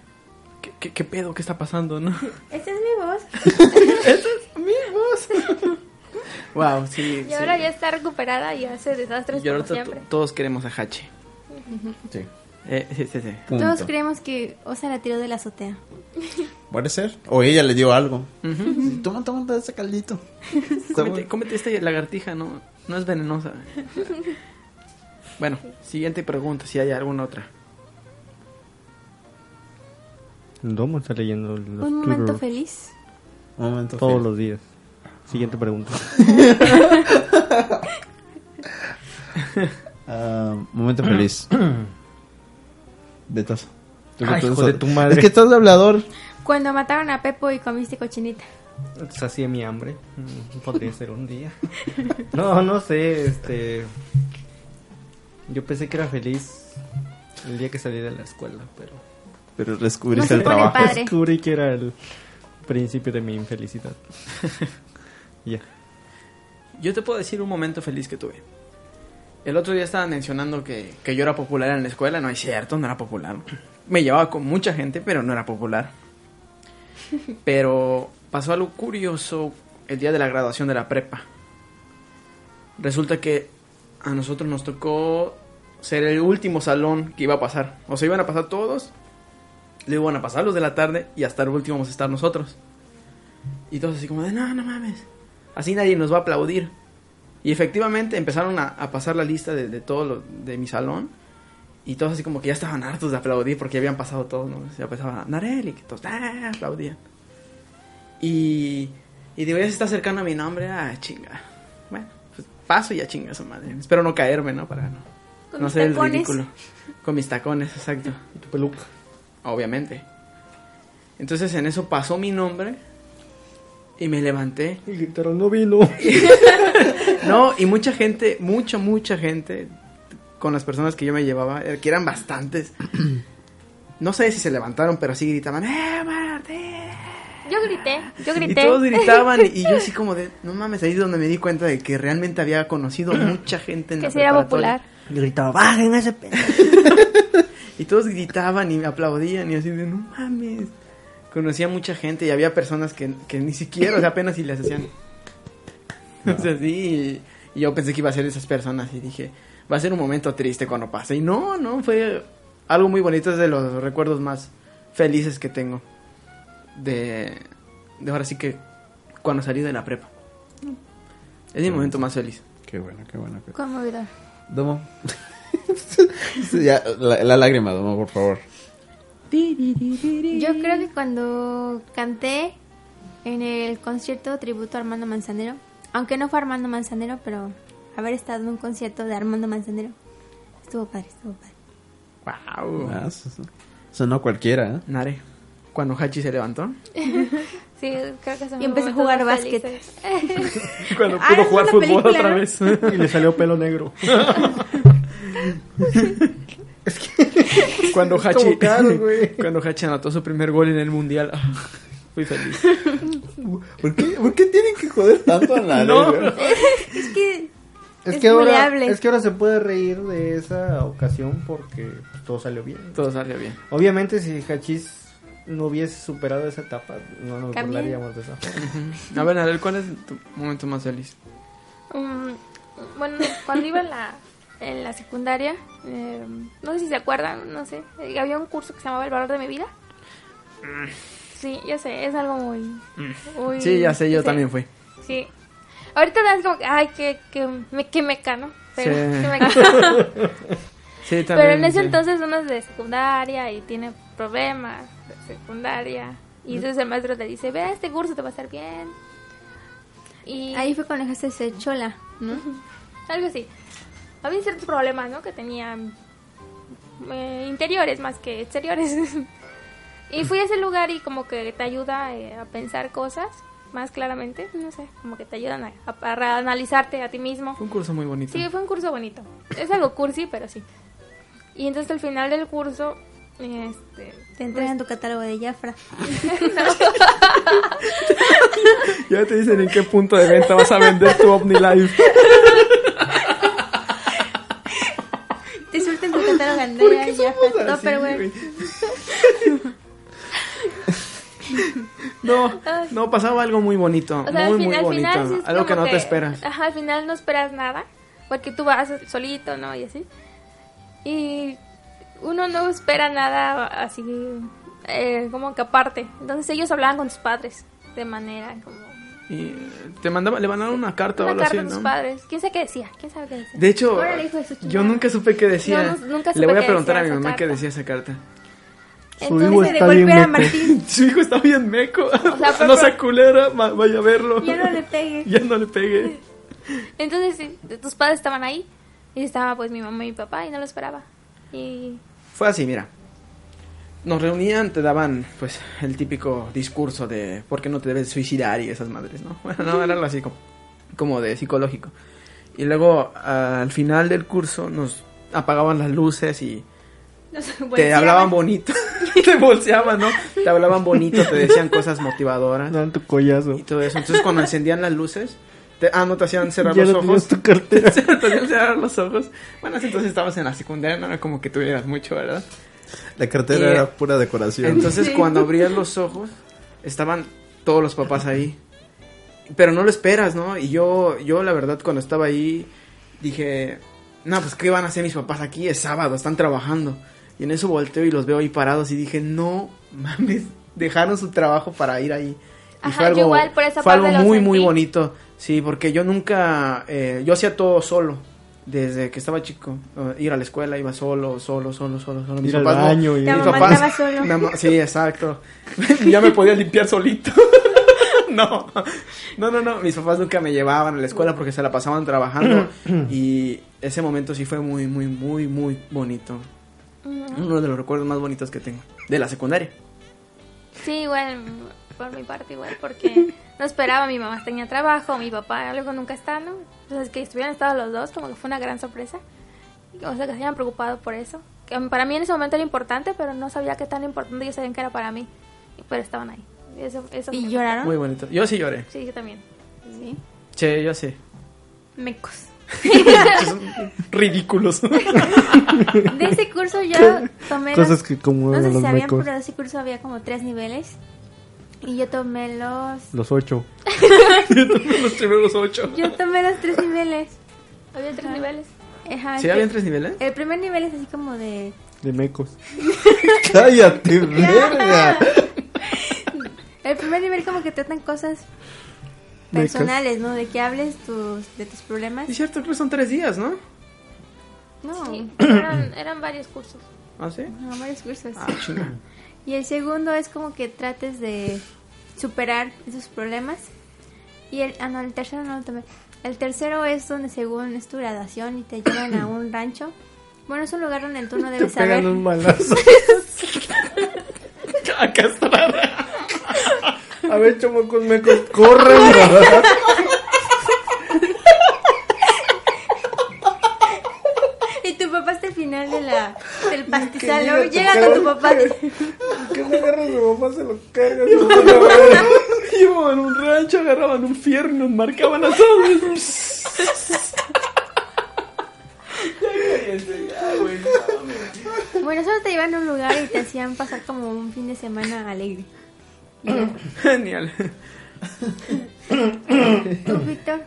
[SPEAKER 1] ¿Qué, qué, qué pedo? ¿Qué está pasando, no?
[SPEAKER 4] Esta es mi voz.
[SPEAKER 1] Wow, sí.
[SPEAKER 5] Y
[SPEAKER 1] sí.
[SPEAKER 5] ahora ya está recuperada y hace desastres
[SPEAKER 1] Y
[SPEAKER 5] como
[SPEAKER 1] ahorita
[SPEAKER 5] siempre.
[SPEAKER 1] to- todos queremos a Hachi.
[SPEAKER 3] Sí.
[SPEAKER 1] Eh, sí, sí, sí.
[SPEAKER 3] Punto.
[SPEAKER 4] Todos creemos que Osa la tiró de la azotea.
[SPEAKER 3] Puede ser. O ella le dio algo. Sí, Toma, toma, toma ese caldito. Está
[SPEAKER 1] Cómete,
[SPEAKER 3] bueno.
[SPEAKER 1] cómete esta lagartija, no, no es venenosa. Bueno, siguiente pregunta, si hay alguna otra.
[SPEAKER 2] Domo está leyendo los
[SPEAKER 4] Un momento
[SPEAKER 2] Twitter
[SPEAKER 4] feliz.
[SPEAKER 3] Un momento.
[SPEAKER 2] todos
[SPEAKER 3] Phil.
[SPEAKER 2] los días. Siguiente pregunta.
[SPEAKER 3] Ah, momento feliz. Betazo. Tú que
[SPEAKER 2] Ay,
[SPEAKER 3] tú
[SPEAKER 2] hijo
[SPEAKER 3] eres-
[SPEAKER 2] de tu madre.
[SPEAKER 3] Es que estás de hablador.
[SPEAKER 4] Cuando mataron a Pepo y comiste cochinita.
[SPEAKER 2] Sacié mi hambre. Mm, Podría ser un día. No, no sé, este. Yo pensé que era feliz el día que salí de la escuela, pero
[SPEAKER 3] Pero
[SPEAKER 4] No
[SPEAKER 3] descubriste
[SPEAKER 4] se
[SPEAKER 3] el
[SPEAKER 4] pone
[SPEAKER 3] trabajo.
[SPEAKER 4] padre.
[SPEAKER 2] descubrí que era el principio de mi infelicidad. Ya.
[SPEAKER 1] Yo te puedo decir un momento feliz que tuve. El otro día estaba mencionando que, que yo era popular en la escuela. No es cierto, no era popular. Me llevaba con mucha gente, pero no era popular. Pero pasó algo curioso el día de la graduación de la prepa. Resulta que a nosotros nos tocó ser el último salón que iba a pasar. O sea, iban a pasar todos, le iban a pasar los de la tarde y hasta el último vamos a estar nosotros. Y todos así como de, no, no mames. Así nadie nos va a aplaudir. Y efectivamente empezaron a, a pasar la lista de, de todo lo, de mi salón. Y todos así como que ya estaban hartos de aplaudir porque ya habían pasado todos, ¿no? Ya empezaba Narel y que todos ¡ah! aplaudían. Y, y digo, ya se está acercando a mi nombre, ah, chinga. Bueno, pues paso y ya chinga su madre. Espero no caerme, ¿no? Para no,
[SPEAKER 5] Con
[SPEAKER 1] no
[SPEAKER 5] mis
[SPEAKER 1] ser el
[SPEAKER 5] tacones.
[SPEAKER 1] ridículo. Con mis tacones, exacto. Y tu peluca. Obviamente. Entonces en eso pasó mi nombre y me levanté.
[SPEAKER 2] Y gritaron, no vino.
[SPEAKER 1] No, y mucha gente, mucha, mucha gente, con las personas que yo me llevaba, eh, que eran bastantes, no sé si se levantaron, pero sí gritaban, ¡eh, Marte!
[SPEAKER 5] Yo grité, yo
[SPEAKER 1] Y
[SPEAKER 5] grité.
[SPEAKER 1] todos gritaban, y yo así como de, no mames, ahí es donde me di cuenta de que realmente había conocido mucha gente en la
[SPEAKER 5] que sí era
[SPEAKER 1] preparatoria.
[SPEAKER 5] popular.
[SPEAKER 2] Y gritaba, bajen ese pendejo.
[SPEAKER 1] Y todos gritaban y me aplaudían, y así de, no mames. Conocía mucha gente y había personas que, que ni siquiera, o sea, apenas si les hacían. O sea, sí, y yo pensé que iba a ser esas personas y dije, va a ser un momento triste cuando pase. Y no, no, fue algo muy bonito, es de los recuerdos más felices que tengo. De, de ahora sí que cuando salí de la prepa. Es mi momento más feliz.
[SPEAKER 3] Qué bueno, qué bueno. qué bueno.
[SPEAKER 5] Conmovedor.
[SPEAKER 3] Domo. Sí, ya, la, la lágrima, Domo, por favor.
[SPEAKER 4] Yo creo que cuando canté en el concierto tributo a Armando Manzanero, aunque no fue Armando Manzanero, pero haber estado en un concierto de Armando Manzanero, estuvo padre, estuvo padre.
[SPEAKER 1] ¡Wow!
[SPEAKER 3] Ah, eso- eso- eso no cualquiera, ¿eh?
[SPEAKER 1] Nare, cuando Hachi se levantó.
[SPEAKER 5] Sí, creo que se
[SPEAKER 4] Y empecé a jugar básquet.
[SPEAKER 1] Cuando
[SPEAKER 4] Ah, pudo es jugar una fútbol película, otra ¿no? vez.
[SPEAKER 2] Y le salió pelo negro.
[SPEAKER 1] Cuando
[SPEAKER 2] Es como
[SPEAKER 1] Hachi,
[SPEAKER 2] caro, güey.
[SPEAKER 1] cuando Hachi anotó su primer gol en el mundial, ah, fui feliz.
[SPEAKER 3] ¿Por qué, por qué tienen que joder tanto a nadie?
[SPEAKER 1] No.
[SPEAKER 4] Es que
[SPEAKER 2] Es,
[SPEAKER 4] Es
[SPEAKER 2] que ahora,
[SPEAKER 4] vulnerable.
[SPEAKER 2] es que ahora se puede reír de esa ocasión porque pues, todo salió bien.
[SPEAKER 1] Todo salió bien.
[SPEAKER 2] Obviamente, si Hachis no hubiese superado esa etapa, no nos
[SPEAKER 4] También.
[SPEAKER 2] burlaríamos de esa forma.
[SPEAKER 1] Ujú. A ver, Nadal, ¿cuál es tu momento más feliz?
[SPEAKER 5] Mm, bueno, cuando iba en la, en la secundaria, eh, no sé si se acuerdan, no sé, eh, había un curso que se llamaba El valor de mi vida. Sí, ya sé, es algo muy... muy-
[SPEAKER 1] Sí, ya sé, yo también fui.
[SPEAKER 5] Sí. Ahorita das como que, ay, que, que, me, que meca, ¿no? Pero,
[SPEAKER 1] Sí.
[SPEAKER 5] que meca.
[SPEAKER 1] Sí, también.
[SPEAKER 5] Pero en ese
[SPEAKER 1] sí.
[SPEAKER 5] entonces uno es de secundaria y tiene problemas de secundaria.
[SPEAKER 1] Mm.
[SPEAKER 5] Y entonces el maestro te dice, ve a este curso, te va a hacer bien. Y
[SPEAKER 4] ahí fue cuando dejaste ese chola, ¿no?
[SPEAKER 5] algo así. Había ciertos problemas, ¿no? Que tenía eh, interiores más que exteriores. y fui a ese lugar y como que te ayuda eh, a pensar cosas más claramente, no sé, como que te ayudan a, a- a reanalizarte a ti mismo.
[SPEAKER 1] Fue un curso muy bonito.
[SPEAKER 5] Sí, fue un curso bonito. Es algo cursi, pero sí. Y entonces al final del curso, este,
[SPEAKER 4] Te entregan tu catálogo de Jafra.
[SPEAKER 1] Ya te dicen en qué punto de venta vas a vender tu OmniLife.
[SPEAKER 4] Te sueltan tu catálogo Andrea, Jafra, Topperware.
[SPEAKER 1] No, no, pasaba algo muy bonito.
[SPEAKER 5] O sea,
[SPEAKER 1] muy,
[SPEAKER 5] al fin-
[SPEAKER 1] muy
[SPEAKER 5] al
[SPEAKER 1] bonito.
[SPEAKER 5] final sí es
[SPEAKER 1] algo
[SPEAKER 5] como
[SPEAKER 1] que no te esperas.
[SPEAKER 5] Ajá, al final no esperas nada, porque tú vas solito, ¿no? Y así. Y uno no espera nada así, eh, como que aparte. Entonces ellos hablaban con sus padres de manera como...
[SPEAKER 1] Y eh, te mandaba, le mandaron una carta o
[SPEAKER 5] Una
[SPEAKER 1] algo
[SPEAKER 5] carta
[SPEAKER 1] así,
[SPEAKER 5] a sus
[SPEAKER 1] ¿no?
[SPEAKER 5] padres. ¿Quién sabe qué decía? ¿Quién sabe qué decía?
[SPEAKER 1] De hecho,
[SPEAKER 4] Órale, hijo de su chingada.
[SPEAKER 1] yo nunca supe qué decía.
[SPEAKER 5] No, no, nunca
[SPEAKER 1] le
[SPEAKER 5] supe
[SPEAKER 1] voy a
[SPEAKER 5] qué
[SPEAKER 1] preguntar a mi
[SPEAKER 5] decía esa
[SPEAKER 1] mamá qué
[SPEAKER 5] carta.
[SPEAKER 1] decía esa carta.
[SPEAKER 4] Entonces de golpe era Martín,
[SPEAKER 1] Su hijo está bien meco.
[SPEAKER 5] sea, fue
[SPEAKER 1] no
[SPEAKER 5] pro-
[SPEAKER 1] sea culera, ma- vaya a verlo.
[SPEAKER 4] ya no le pegues.
[SPEAKER 1] Ya no le pegue.
[SPEAKER 5] Entonces sí, tus padres estaban ahí y estaba pues mi mamá y mi papá y no lo esperaba. Y
[SPEAKER 1] Fue así, mira. Nos reunían, te daban pues el típico discurso de por qué no te debes suicidar y esas madres, ¿no? Bueno, no, era algo así como, como de psicológico. Y luego al final del curso nos apagaban las luces y te hablaban bonito. te bolseaban, ¿no? Te hablaban bonito, te decían cosas motivadoras.
[SPEAKER 2] No, en tu collazo.
[SPEAKER 1] y todo eso. Entonces cuando encendían las luces, Te- ah, no te hacían cerrar
[SPEAKER 2] Ya
[SPEAKER 1] los
[SPEAKER 2] no
[SPEAKER 1] ojos.
[SPEAKER 2] tenías tu cartera.
[SPEAKER 1] te hacían cerrar los ojos. Bueno, entonces estabas en la secundaria, no era como que tuvieras mucho, ¿verdad?
[SPEAKER 3] La cartera
[SPEAKER 1] Eh,
[SPEAKER 3] era pura decoración.
[SPEAKER 1] Entonces cuando abrías los ojos, estaban todos los papás ahí. Pero no lo esperas, ¿no? Y yo, yo la verdad cuando estaba ahí, dije, no, pues ¿qué van a hacer mis papás aquí? Es sábado, están trabajando. Y en eso volteo y los veo ahí parados y dije, no mames, dejaron su trabajo para ir ahí. Y
[SPEAKER 5] Ajá, yo igual, por esa
[SPEAKER 1] fue
[SPEAKER 5] parte
[SPEAKER 1] algo
[SPEAKER 5] lo
[SPEAKER 1] muy, muy
[SPEAKER 5] sentí.
[SPEAKER 1] bonito. Sí, porque yo nunca, eh, yo hacía todo solo. Desde que estaba chico, Eh, ir a la escuela iba solo, solo, solo, solo, solo. Mis
[SPEAKER 2] Ir al
[SPEAKER 1] papás no-
[SPEAKER 2] baño y...
[SPEAKER 4] Te
[SPEAKER 1] mis
[SPEAKER 4] mamá
[SPEAKER 1] papás-
[SPEAKER 4] andaba solo.
[SPEAKER 1] mi mamá- sí, exacto. ya me podía limpiar solito. no. No, no, no. Mis papás nunca me llevaban a la escuela porque se la pasaban trabajando. y ese momento sí fue muy, muy, muy, muy bonito. Uno de los recuerdos más bonitos que tengo. De la secundaria.
[SPEAKER 5] Sí, igual, mm, por mi parte igual, porque no esperaba, mi mamá tenía trabajo, mi papá algo nunca está, ¿no? Entonces que estuvieran estado los dos, como que fue una gran sorpresa. O sea, que se hayan preocupado por eso. Que mm, para mí en ese momento era importante, pero no sabía qué tan importante, ellos sabían que era para mí. Pero estaban ahí. Y Eso, eso
[SPEAKER 4] ¿Y
[SPEAKER 5] me-
[SPEAKER 4] lloraron?
[SPEAKER 1] Muy bonito. Yo sí lloré.
[SPEAKER 5] Sí, yo también.
[SPEAKER 4] Sí.
[SPEAKER 1] Che, yo sí.
[SPEAKER 4] Mecos.
[SPEAKER 1] Ridículos.
[SPEAKER 4] De ese curso yo tomé.
[SPEAKER 2] Cosas
[SPEAKER 4] los-
[SPEAKER 2] que como
[SPEAKER 4] No sé si
[SPEAKER 2] los
[SPEAKER 4] sabían,
[SPEAKER 2] mecos.
[SPEAKER 4] pero de ese curso había como tres niveles. Y yo tomé los.
[SPEAKER 2] Los ocho.
[SPEAKER 1] los primeros ocho.
[SPEAKER 4] Yo tomé los tres niveles.
[SPEAKER 5] Había tres niveles.
[SPEAKER 4] Ajá,
[SPEAKER 1] ¿Sí
[SPEAKER 4] el-
[SPEAKER 1] habían tres niveles?
[SPEAKER 4] El primer nivel es así como de.
[SPEAKER 2] De mecos.
[SPEAKER 3] ¡Cállate, verga!
[SPEAKER 4] El primer nivel como que tratan cosas
[SPEAKER 2] Mecas.
[SPEAKER 4] personales, ¿no? De que hables tus, de tus problemas.
[SPEAKER 1] Es cierto, creo que son tres días, ¿no?
[SPEAKER 4] No,
[SPEAKER 5] Sí, eran, eran varios cursos.
[SPEAKER 1] ¿Ah, sí?
[SPEAKER 4] no, varios cursos.
[SPEAKER 1] Ah, chinga.
[SPEAKER 4] Y el segundo es como que trates de superar esos problemas. Y el, ah, no, el tercero no lo tomé. El tercero es donde según es tu graduación y te llevan a un rancho. Bueno, es un lugar donde tú no
[SPEAKER 2] Te
[SPEAKER 4] debes saber.
[SPEAKER 2] pegan un malazo. A ver, chamacos mecos, corren.
[SPEAKER 4] Y tu papá está al final de la, del pastizal, ¿no? Llega con tu papá.
[SPEAKER 2] ¿Qué le agarra su papá? Se lo carga. su
[SPEAKER 1] Llevaban un rancho, agarraban un fierro y nos marcaban a todos.
[SPEAKER 4] Bueno, solo te llevan a un lugar y te hacían pasar como un fin de semana alegre.
[SPEAKER 1] Genial.
[SPEAKER 4] ¿Tú, Víctor?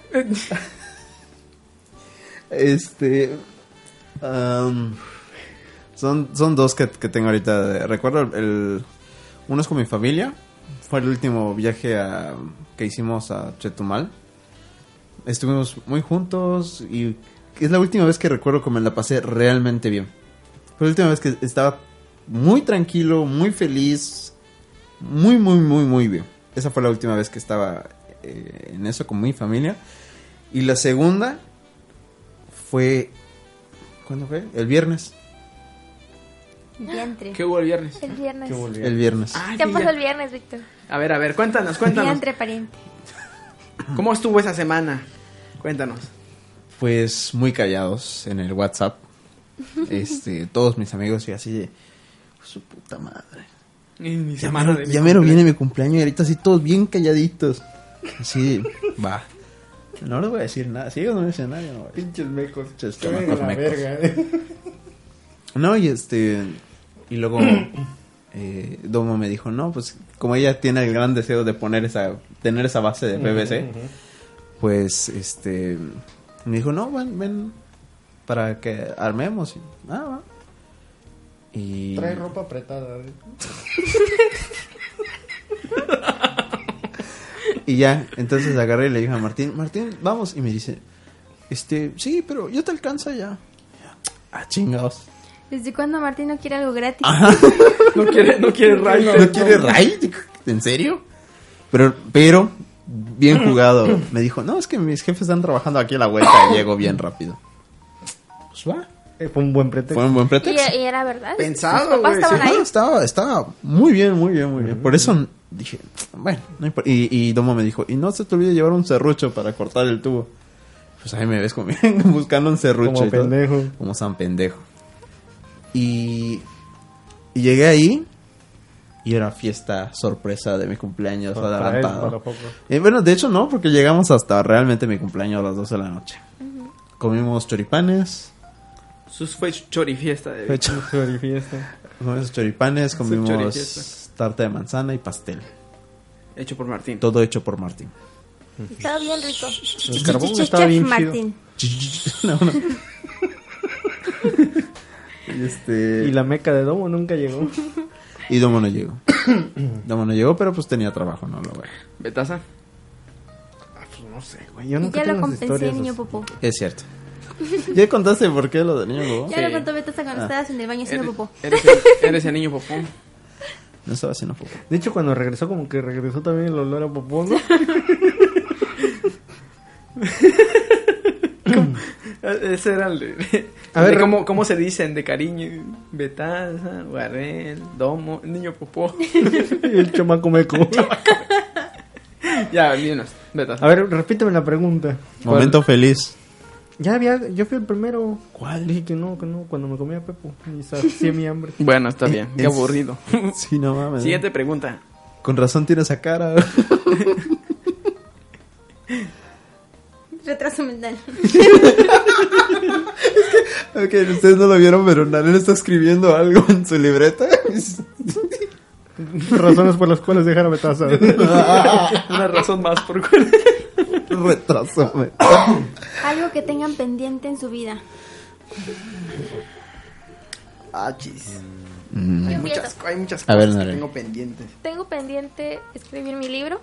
[SPEAKER 3] Este. am, son, son dos que, que tengo ahorita. de- Recuerdo el. Uno es con mi familia. Fue el último viaje a- que hicimos a Chetumal. Estuvimos muy juntos y es la última vez que recuerdo que me la pasé realmente bien. Fue la última vez que estaba muy tranquilo, muy feliz, muy, muy, muy, muy bien. Esa fue la última vez que estaba eh, en eso con mi familia. Y la segunda fue. ¿Cuándo fue? El viernes.
[SPEAKER 4] Vientre.
[SPEAKER 1] ¿Qué hubo el viernes?
[SPEAKER 5] El viernes.
[SPEAKER 3] El viernes.
[SPEAKER 1] Ay,
[SPEAKER 5] ¿Qué
[SPEAKER 1] sí,
[SPEAKER 5] pasó
[SPEAKER 1] ya.
[SPEAKER 5] el viernes, Víctor?
[SPEAKER 1] A ver, a ver, cuéntanos, cuéntanos.
[SPEAKER 4] Vientre pariente.
[SPEAKER 1] ¿Cómo estuvo esa semana? Cuéntanos.
[SPEAKER 3] Pues muy callados en el WhatsApp. Este, todos mis amigos y así de. Su puta madre.
[SPEAKER 1] Mi
[SPEAKER 3] Ya mero, ya mero viene mi cumpleaños y ahorita así todos bien calladitos. Así, va. No les voy a decir nada. Si ellos no me dicen nada, yo no voy a decir.
[SPEAKER 2] Pinches mecos.
[SPEAKER 3] Pinches
[SPEAKER 2] Que vengan a la
[SPEAKER 3] chamacos mecos.
[SPEAKER 2] verga. ¿eh?
[SPEAKER 3] No, y este. Y luego. eh, Domo me dijo, no, pues como ella tiene el gran deseo de poner esa, tener esa base de BBC, pues este. Me dijo, no, ven, ven para que armemos. Y, ah, va. Y.
[SPEAKER 2] Trae ropa apretada. ¿eh?
[SPEAKER 3] Y ya, entonces agarré y le dije a Martín, Martín, vamos. Y me dice, este, sí, pero yo te alcanzo ya. Ah, chingados.
[SPEAKER 4] ¿Desde cuándo Martín no quiere algo gratis?
[SPEAKER 1] No quiere, no quiere Ray.
[SPEAKER 3] ¿No quiere Ray? ¿En serio? Pero, pero, bien jugado. Me dijo, no, es que mis jefes están trabajando aquí a la vuelta y llego bien rápido. Pues va.
[SPEAKER 2] Eh, Fue un buen
[SPEAKER 3] Fue
[SPEAKER 2] pretexto.
[SPEAKER 3] un buen
[SPEAKER 5] Y,
[SPEAKER 3] pretexto.
[SPEAKER 5] y era verdad.
[SPEAKER 1] Pensado,
[SPEAKER 5] Sus papás
[SPEAKER 1] güey,
[SPEAKER 5] estaban
[SPEAKER 1] sí.
[SPEAKER 5] ahí.
[SPEAKER 3] No, estaba, estaba muy bien, muy bien, muy bien. Por eso dije, bueno, no importa. Y, y Domo me dijo, y no se te olvide llevar un serrucho para cortar el tubo. Pues ahí me ves conmigo buscando un serrucho.
[SPEAKER 2] Como
[SPEAKER 3] y todo.
[SPEAKER 2] pendejo.
[SPEAKER 3] Como san pendejo. Y, y llegué ahí Y era fiesta sorpresa de mi cumpleaños
[SPEAKER 2] Para él,
[SPEAKER 3] adelantado.
[SPEAKER 2] para poco.
[SPEAKER 3] Eh, bueno, de hecho no, porque llegamos hasta realmente mi cumpleaños a las 12 de la noche. Comimos choripanes,
[SPEAKER 1] Sus fue chorifiesta de...
[SPEAKER 3] fue cho- comimos choripanes, comimos
[SPEAKER 1] chorifiesta.
[SPEAKER 3] tarta de manzana y pastel.
[SPEAKER 1] hecho por Martín.
[SPEAKER 3] Todo hecho por Martín.
[SPEAKER 5] Estaba bien rico.
[SPEAKER 2] El carbón estaba bien chido.
[SPEAKER 4] Martín.
[SPEAKER 3] No, no. Y este...
[SPEAKER 2] Y la meca de Domo nunca llegó. Pues
[SPEAKER 3] Y Domo no llegó. Domo no llegó, pero pues tenía trabajo, no lo voy.
[SPEAKER 1] Betasa.
[SPEAKER 2] No sé, güey. Yo
[SPEAKER 5] Y
[SPEAKER 2] nunca
[SPEAKER 5] ya lo
[SPEAKER 2] tengo esas
[SPEAKER 5] compensé,
[SPEAKER 2] historias.
[SPEAKER 5] niño
[SPEAKER 2] así.
[SPEAKER 5] popó.
[SPEAKER 3] Es cierto. ¿Ya contaste por qué lo de niño bobo?
[SPEAKER 4] Ya
[SPEAKER 1] Sí.
[SPEAKER 4] lo contó Beto hasta
[SPEAKER 2] Ah.
[SPEAKER 4] cuando estabas en el baño haciendo popó.
[SPEAKER 1] Eres el, eres el niño popón.
[SPEAKER 3] No estaba haciendo poco.
[SPEAKER 2] De hecho, cuando regresó, como que regresó también el olor a popó, ¿no?
[SPEAKER 1] Eh, Ese era el... de-
[SPEAKER 2] A ver,
[SPEAKER 1] de cómo, cómo se dicen de cariño. Betasa, Guarel, Domo, niño popó.
[SPEAKER 2] Y el chamacomeco.
[SPEAKER 1] ya, dinos, Betasa.
[SPEAKER 2] A ver, repíteme la pregunta.
[SPEAKER 3] Momento feliz.
[SPEAKER 2] Ya había, yo fui el primero. ¿Cuál? Dije que no, que no, cuando me comía Pepo. Y sacié mi hambre.
[SPEAKER 1] Bueno, está bien. Qué
[SPEAKER 3] Es-
[SPEAKER 1] aburrido.
[SPEAKER 3] Sí, no mames.
[SPEAKER 1] Siguiente pregunta.
[SPEAKER 3] Con razón tiene esa cara.
[SPEAKER 4] Retraso mental.
[SPEAKER 3] ok, ustedes no lo vieron, pero Nalén está escribiendo algo en su libreta.
[SPEAKER 2] Razones por las cuales dejar a Betasa.
[SPEAKER 1] Ah, Una razón más por cual.
[SPEAKER 3] Retraso. güey.
[SPEAKER 5] Algo que tengan pendiente en su vida.
[SPEAKER 1] Ah, chis.
[SPEAKER 3] Mm.
[SPEAKER 1] Hay
[SPEAKER 5] Yo
[SPEAKER 1] muchas,
[SPEAKER 5] empiezo.
[SPEAKER 1] hay muchas
[SPEAKER 3] A
[SPEAKER 1] cosas
[SPEAKER 3] ver,
[SPEAKER 1] que
[SPEAKER 3] Nare.
[SPEAKER 1] tengo pendientes.
[SPEAKER 5] Tengo pendiente escribir mi libro.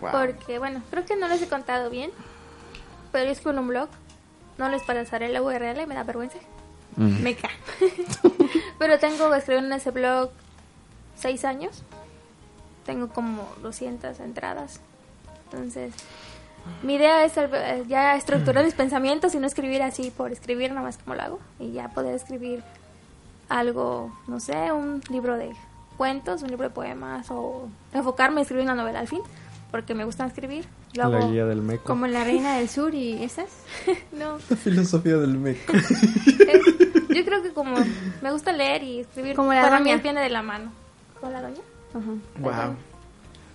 [SPEAKER 1] Wow.
[SPEAKER 5] Porque, bueno, creo que no les he contado bien. Pero yo escribo en un blog. No les pasaré la URL, me da vergüenza.
[SPEAKER 3] Mm.
[SPEAKER 5] Meca. pero tengo escribiendo en ese blog seis años. Tengo como 200 entradas. Entonces, mi idea es tal vez ya estructurar mis pensamientos y no escribir así por escribir, nada más como lo hago. Y ya poder escribir algo, no sé, un libro de cuentos, un libro de poemas o enfocarme a escribir una novela al fin, porque me gusta escribir. Lo
[SPEAKER 2] La
[SPEAKER 5] hago
[SPEAKER 2] guía del meco.
[SPEAKER 4] Como la reina del sur y esas.
[SPEAKER 5] no,
[SPEAKER 3] La filosofía del meco.
[SPEAKER 5] Eh, yo creo que como me gusta leer y escribir,
[SPEAKER 4] Como la
[SPEAKER 5] para mí
[SPEAKER 4] doña.
[SPEAKER 5] viene de la mano. ¿Con la doña?
[SPEAKER 4] Ajá.
[SPEAKER 1] Wow.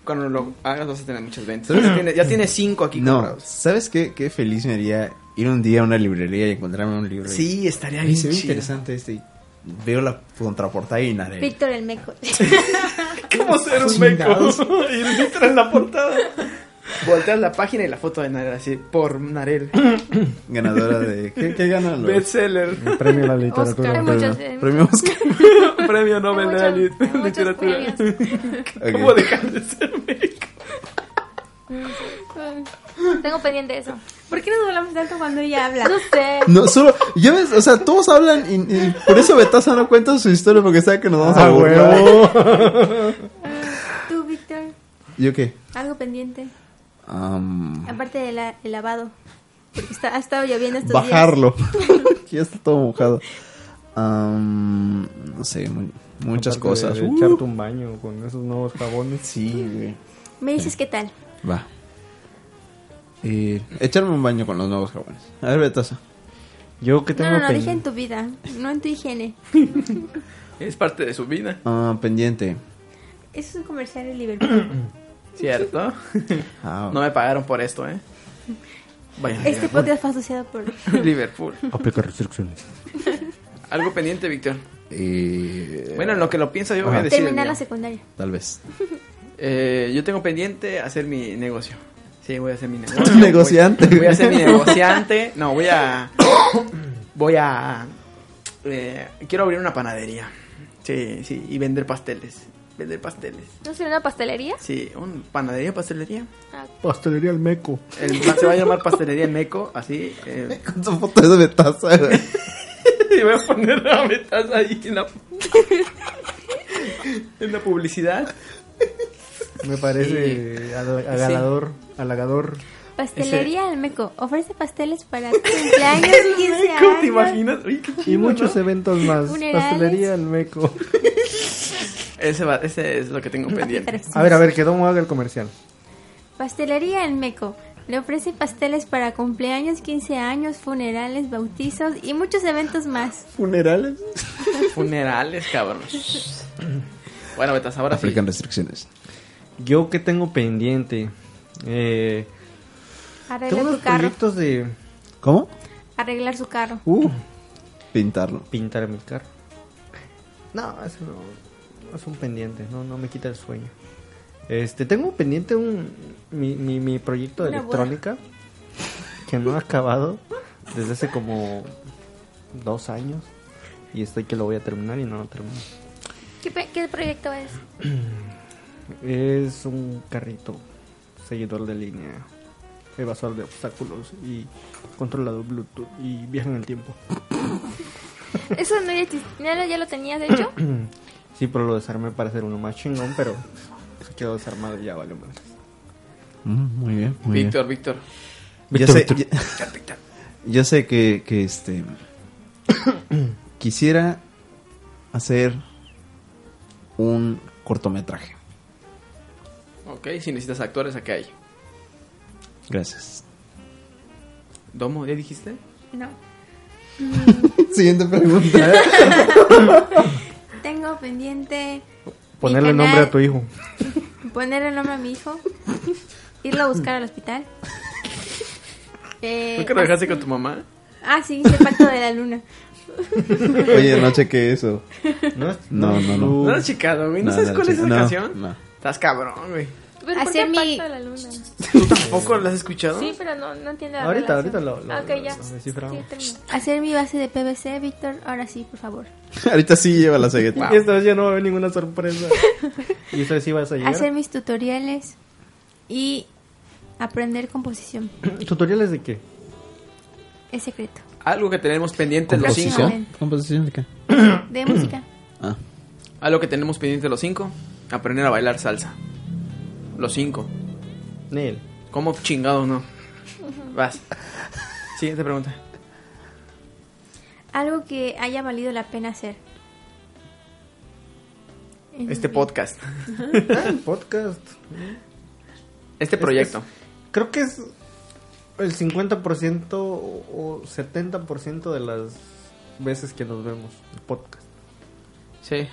[SPEAKER 1] Cuando lo ah, hagas vas a tener muchas ventas. Ya tienes, ya tienes cinco aquí
[SPEAKER 3] No,
[SPEAKER 1] comprados.
[SPEAKER 3] ¿sabes qué? Qué feliz me haría ir un día a una librería y encontrarme un libro.
[SPEAKER 1] Sí, estaría
[SPEAKER 3] Ay,
[SPEAKER 1] bien
[SPEAKER 3] se ve
[SPEAKER 1] chido.
[SPEAKER 3] interesante este. y Veo la contraportada y Naren.
[SPEAKER 4] Víctor el Meco.
[SPEAKER 1] ¿Cómo ser un meco?
[SPEAKER 3] Ah, Chingados.
[SPEAKER 1] y Víctor en la portada. Volteas la página y la foto de Narel, así, por Narel.
[SPEAKER 3] Ganadora de. ¿Qué, qué ganan los?
[SPEAKER 1] Bestseller.
[SPEAKER 2] Premio a la
[SPEAKER 5] Oscar.
[SPEAKER 2] literatura.
[SPEAKER 5] Hay
[SPEAKER 3] Premio-
[SPEAKER 5] muchos, eh,
[SPEAKER 3] Premio Oscar.
[SPEAKER 1] Premio
[SPEAKER 5] Hay
[SPEAKER 1] Nobel de
[SPEAKER 5] muchos-
[SPEAKER 1] la
[SPEAKER 5] hay
[SPEAKER 1] lit-
[SPEAKER 5] muchos
[SPEAKER 1] literatura.
[SPEAKER 5] premios.
[SPEAKER 1] ¿Cómo
[SPEAKER 3] Ok.
[SPEAKER 1] dejar de ser meco?
[SPEAKER 5] Tengo pendiente eso.
[SPEAKER 4] ¿Por qué nos hablamos tanto cuando ella habla?
[SPEAKER 5] No sé.
[SPEAKER 3] No, solo. Ya ves, o sea, todos hablan y, y por eso Betasa no cuenta su historia porque sabe que nos vamos a
[SPEAKER 2] Ah,
[SPEAKER 3] burlar.
[SPEAKER 2] huevo.
[SPEAKER 4] Tú, Víctor,
[SPEAKER 3] ¿Yo qué? Um,
[SPEAKER 4] algo pendiente.
[SPEAKER 3] Am,
[SPEAKER 4] Aparte del la- el lavado. Porque está, ha estado lloviendo estos días.
[SPEAKER 3] bajarlo. ya está todo mojado. Am, no sé, mu- muchas
[SPEAKER 2] Aparte
[SPEAKER 3] cosas.
[SPEAKER 2] De, de
[SPEAKER 3] Uh,
[SPEAKER 2] echarte un baño con esos nuevos jabones.
[SPEAKER 3] sí, güey.
[SPEAKER 4] Me dices qué tal.
[SPEAKER 3] Va. Eh, echarme un baño con los nuevos jabones. A ver, Betasa.
[SPEAKER 2] Yo que
[SPEAKER 4] No,
[SPEAKER 2] tengo
[SPEAKER 4] no, no,
[SPEAKER 2] pen-
[SPEAKER 4] dije en tu vida, no en tu higiene.
[SPEAKER 1] Es parte de su vida,
[SPEAKER 3] Ah, pendiente.
[SPEAKER 4] Eso es un comercial de Liverpool.
[SPEAKER 1] ¿cierto?
[SPEAKER 3] Ah,
[SPEAKER 1] No me pagaron por esto, ¿eh? Vaya,
[SPEAKER 4] Este
[SPEAKER 1] Liverpool.
[SPEAKER 4] podcast fue asociado por...
[SPEAKER 1] Liverpool.
[SPEAKER 2] Aplica restricciones.
[SPEAKER 1] Algo pendiente, Víctor.
[SPEAKER 3] eh,
[SPEAKER 1] Bueno, en lo que lo pienso yo voy a
[SPEAKER 3] Ajá.
[SPEAKER 1] decir. el
[SPEAKER 4] Terminar
[SPEAKER 1] mío.
[SPEAKER 4] la secundaria.
[SPEAKER 3] Tal vez.
[SPEAKER 1] Eh, yo tengo pendiente hacer mi negocio. Sí, voy a hacer mi negocio.
[SPEAKER 3] Negociante.
[SPEAKER 1] Voy, voy a ser mi negociante. No, voy a. Voy a. eh, quiero abrir una panadería. Sí, sí. Y vender pasteles. Vender pasteles.
[SPEAKER 5] ¿No sé, una pastelería?
[SPEAKER 1] Sí, un panadería, pastelería.
[SPEAKER 2] Pastelería al meco.
[SPEAKER 1] El, se va a llamar pastelería en Meco, así. eh,
[SPEAKER 3] Con su foto de Betasa, güey.
[SPEAKER 1] y voy a poner la metas ahí en la, en la publicidad.
[SPEAKER 2] Me parece ado- agalador, halagador.
[SPEAKER 4] Pastelería Almeco. Ofrece pasteles para cumpleaños, 15
[SPEAKER 1] ¿Cómo te
[SPEAKER 4] años.
[SPEAKER 1] imaginas? Uy, qué
[SPEAKER 2] Y
[SPEAKER 1] chido,
[SPEAKER 2] muchos
[SPEAKER 1] ¿no?
[SPEAKER 2] eventos más.
[SPEAKER 4] Funerales.
[SPEAKER 2] Pastelería al meco.
[SPEAKER 1] Ese, va- ese es lo que tengo pendiente.
[SPEAKER 2] A ver, a ver, que Domo haga el comercial.
[SPEAKER 4] Pastelería Almeco. Le ofrece pasteles para cumpleaños, 15 años, funerales, bautizos y muchos eventos más.
[SPEAKER 3] ¿Funerales?
[SPEAKER 1] Funerales, cabrón. Bueno, Betas, ahora sí.
[SPEAKER 3] Aplican restricciones.
[SPEAKER 2] Yo que tengo pendiente. Eh, tengo
[SPEAKER 4] Arregla
[SPEAKER 2] unos
[SPEAKER 4] tu carro.
[SPEAKER 2] proyectos de
[SPEAKER 3] ¿Cómo?
[SPEAKER 4] Arreglar su carro.
[SPEAKER 2] uh,
[SPEAKER 3] Pintarlo.
[SPEAKER 2] pintar mi carro. No, eso no, no es un pendiente. No, no me quita el sueño. Este, tengo pendiente un mi, mi, mi proyecto de
[SPEAKER 4] Una boda.
[SPEAKER 2] electrónica que no ha acabado desde hace como dos años y estoy que lo voy a terminar y no lo termino.
[SPEAKER 5] ¿Qué, pe- qué proyecto es?
[SPEAKER 2] Es un carrito, seguidor de línea, evasor de obstáculos y controlado Bluetooth y viaja en el tiempo.
[SPEAKER 5] Eso no era chiste. ¿Ya lo, ya lo tenías hecho?
[SPEAKER 2] Sí, pero lo desarmé para hacer uno más chingón, pero se quedó desarmado y ya vale más.
[SPEAKER 3] Mm, muy bien, muy
[SPEAKER 1] Víctor, Víctor.
[SPEAKER 3] bien. Yo sé, yo- yo sé que, que este quisiera hacer un cortometraje.
[SPEAKER 1] Ok, si necesitas actores, acá hay.
[SPEAKER 3] Gracias.
[SPEAKER 1] Domo, ¿ya dijiste?
[SPEAKER 4] No.
[SPEAKER 3] Siguiente pregunta.
[SPEAKER 4] Tengo pendiente
[SPEAKER 2] Ponerle
[SPEAKER 4] canal-
[SPEAKER 2] nombre a tu hijo.
[SPEAKER 4] poner el nombre a mi hijo, irlo a buscar al hospital. Eh,
[SPEAKER 1] ¿Nunca lo dejaste con tu mamá?
[SPEAKER 4] Ah, sí, hice el pacto de la luna.
[SPEAKER 3] Oye, no chequé eso.
[SPEAKER 2] No, Uh,
[SPEAKER 3] No, no, no.
[SPEAKER 2] su-
[SPEAKER 1] No lo has checado, güey. ¿No, sabes
[SPEAKER 3] no,
[SPEAKER 1] cuál es esa
[SPEAKER 3] no,
[SPEAKER 1] canción?
[SPEAKER 3] no.
[SPEAKER 1] Estás cabrón, güey.
[SPEAKER 5] Pero ¿por
[SPEAKER 4] Hacer
[SPEAKER 5] qué
[SPEAKER 4] mi-
[SPEAKER 5] Pacto de la luna?
[SPEAKER 1] ¿Tú tampoco la has escuchado?
[SPEAKER 5] Sí, pero no, no entiendo la
[SPEAKER 2] Ahorita,
[SPEAKER 5] relación.
[SPEAKER 2] ahorita lo- lo-
[SPEAKER 5] Ah, ok,
[SPEAKER 2] lo-
[SPEAKER 5] ya.
[SPEAKER 2] lo desciframos.
[SPEAKER 5] Sí, termina.
[SPEAKER 4] Hacer mi base de PVC, Víctor. Ahora sí, por favor.
[SPEAKER 3] Ahorita sí lleva la cegueta.
[SPEAKER 2] Y Esta vez ya no va a haber ninguna sorpresa. y esta vez sí vas a llegar.
[SPEAKER 4] Hacer mis tutoriales y aprender composición.
[SPEAKER 2] ¿Tutoriales de qué?
[SPEAKER 4] Es secreto.
[SPEAKER 1] Algo que tenemos pendiente los cinco.
[SPEAKER 4] Composición.
[SPEAKER 3] ¿Composición de qué?
[SPEAKER 4] De música.
[SPEAKER 3] Ah.
[SPEAKER 1] Algo que tenemos pendiente los cinco. Aprender a bailar salsa. Los cinco.
[SPEAKER 2] Neil.
[SPEAKER 1] ¿Cómo chingados no? Vas. Siguiente pregunta.
[SPEAKER 4] Algo que haya valido la pena hacer.
[SPEAKER 1] Este podcast.
[SPEAKER 2] Ah, el podcast.
[SPEAKER 1] Este proyecto.
[SPEAKER 2] Creo que es el 50% o o 70% de las veces que nos vemos. El podcast.
[SPEAKER 1] Sí.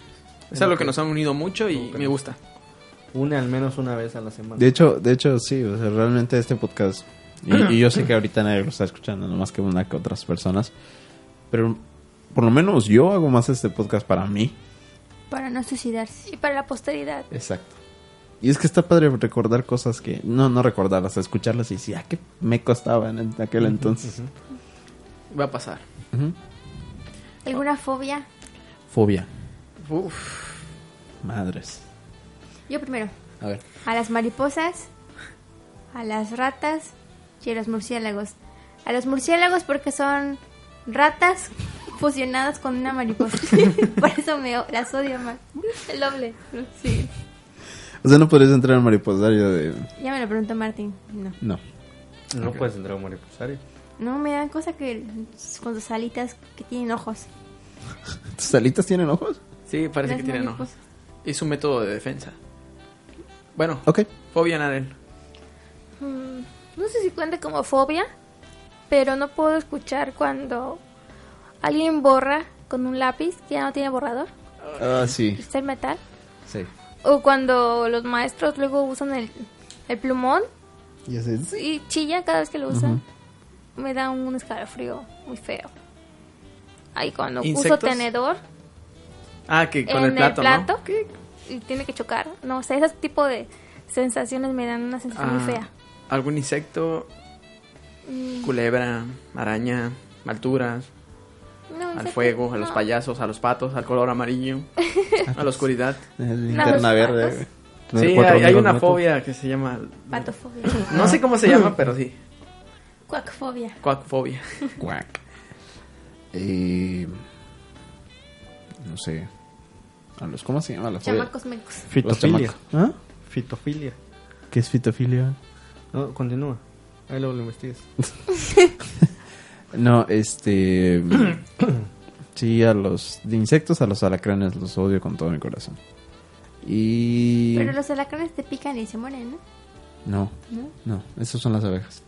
[SPEAKER 1] Es algo que nos ha unido mucho y me gusta.
[SPEAKER 2] Une al menos una vez a la semana.
[SPEAKER 3] De hecho, de hecho sí, o sea, realmente este podcast, y, y yo sé que ahorita nadie lo está escuchando, no más que una que otras personas, pero por lo menos yo hago más este podcast para mí.
[SPEAKER 4] Para no suicidarse.
[SPEAKER 5] Y para la posteridad.
[SPEAKER 3] Exacto. Y es que está padre recordar cosas que, no, no recordarlas, escucharlas y decir, ah, que me costaban en aquel entonces.
[SPEAKER 1] Va a pasar.
[SPEAKER 3] Ujú.
[SPEAKER 4] ¿Alguna fobia?
[SPEAKER 3] Fobia.
[SPEAKER 1] Uf.
[SPEAKER 3] Madres.
[SPEAKER 4] Yo primero.
[SPEAKER 3] A ver.
[SPEAKER 4] A las mariposas, a las ratas y a los murciélagos. A los murciélagos porque son ratas fusionadas con una mariposa. Por eso me o- las odio más.
[SPEAKER 5] El doble.
[SPEAKER 4] Sí.
[SPEAKER 3] O sea, no podrías entrar al mariposario de...
[SPEAKER 4] Ya me lo preguntó Martín. No.
[SPEAKER 3] No.
[SPEAKER 2] No puedes entrar a un mariposario.
[SPEAKER 4] No, me dan cosa que con sus alitas que tienen ojos.
[SPEAKER 3] ¿Tus alitas tienen ojos?
[SPEAKER 1] Sí, parece
[SPEAKER 4] Las
[SPEAKER 1] que tiene no.
[SPEAKER 4] mariposas.
[SPEAKER 1] Es un método de defensa. Bueno,
[SPEAKER 3] Ok.
[SPEAKER 1] fobia, Nadel.
[SPEAKER 5] Mm, No sé si cuenta como fobia, pero no puedo escuchar cuando alguien borra con un lápiz que ya no tiene borrador,
[SPEAKER 3] Ah, sí.
[SPEAKER 5] está el metal,
[SPEAKER 3] Sí.
[SPEAKER 5] o cuando los maestros luego usan el, el plumón
[SPEAKER 3] Ya sé.
[SPEAKER 5] y chilla cada vez que lo usan. Me da un escalofrío muy feo. Ahí cuando
[SPEAKER 1] ¿Insectos?
[SPEAKER 5] uso tenedor
[SPEAKER 1] Ah, que con
[SPEAKER 5] en
[SPEAKER 1] el plato, ¿no?
[SPEAKER 5] y tiene que chocar. No, o sea, ese tipo de sensaciones me dan una sensación muy
[SPEAKER 1] Ah,
[SPEAKER 5] fea.
[SPEAKER 1] ¿Algún insecto? Culebra, araña, alturas,
[SPEAKER 5] No,
[SPEAKER 1] al
[SPEAKER 5] insectos,
[SPEAKER 1] fuego, a los
[SPEAKER 5] no.
[SPEAKER 1] payasos, a los patos, al color amarillo, a la oscuridad.
[SPEAKER 3] Linterna
[SPEAKER 5] los
[SPEAKER 3] verde.
[SPEAKER 5] patos.
[SPEAKER 3] güey.
[SPEAKER 1] Sí,
[SPEAKER 3] Cuatro
[SPEAKER 1] hay, hay
[SPEAKER 3] amigos
[SPEAKER 1] una
[SPEAKER 3] muertos.
[SPEAKER 1] fobia que se llama...
[SPEAKER 4] Patofobia.
[SPEAKER 1] No sé cómo se llama, pero sí.
[SPEAKER 4] Cuacfobia.
[SPEAKER 1] Cuacfobia.
[SPEAKER 3] Cuac. Eh, no sé. A los, ¿Cómo se llama la fobia?
[SPEAKER 4] Chamacos mecos.
[SPEAKER 3] Los
[SPEAKER 2] Fitofilia.
[SPEAKER 3] chamacos. ¿Ah?
[SPEAKER 2] Fitofilia.
[SPEAKER 3] ¿Qué es fitofilia?
[SPEAKER 2] No, continúa. Ahí luego lo investigas.
[SPEAKER 3] No, este. sí, a los. De insectos, a los alacranes los odio con todo mi corazón. Y.
[SPEAKER 4] Pero los alacranes te pican y se mueren, ¿no?
[SPEAKER 3] No, no, esas son las abejas.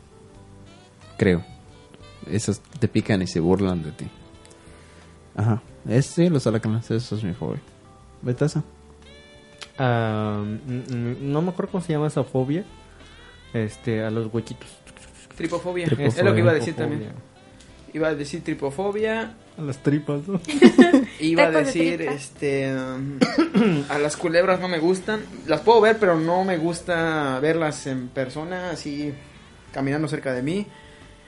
[SPEAKER 3] Creo. Esas te pican y se burlan de ti. Ajá. Este, los alacranes, eso es mi fobia. Betasa.
[SPEAKER 2] a- mm, mm, no me acuerdo cómo se llama esa fobia, este, a los huequitos.
[SPEAKER 1] Tripofobia.
[SPEAKER 2] Tripofobia.
[SPEAKER 1] Es lo que iba a decir
[SPEAKER 2] Tripofobia.
[SPEAKER 1] también. Iba a decir tripofobia.
[SPEAKER 2] A las tripas, ¿no?
[SPEAKER 1] Iba a
[SPEAKER 5] Tacos de
[SPEAKER 1] decir,
[SPEAKER 5] tripa.
[SPEAKER 1] este. um, a las culebras no me gustan. Las puedo ver, pero no me gusta verlas en persona, así caminando cerca de mí.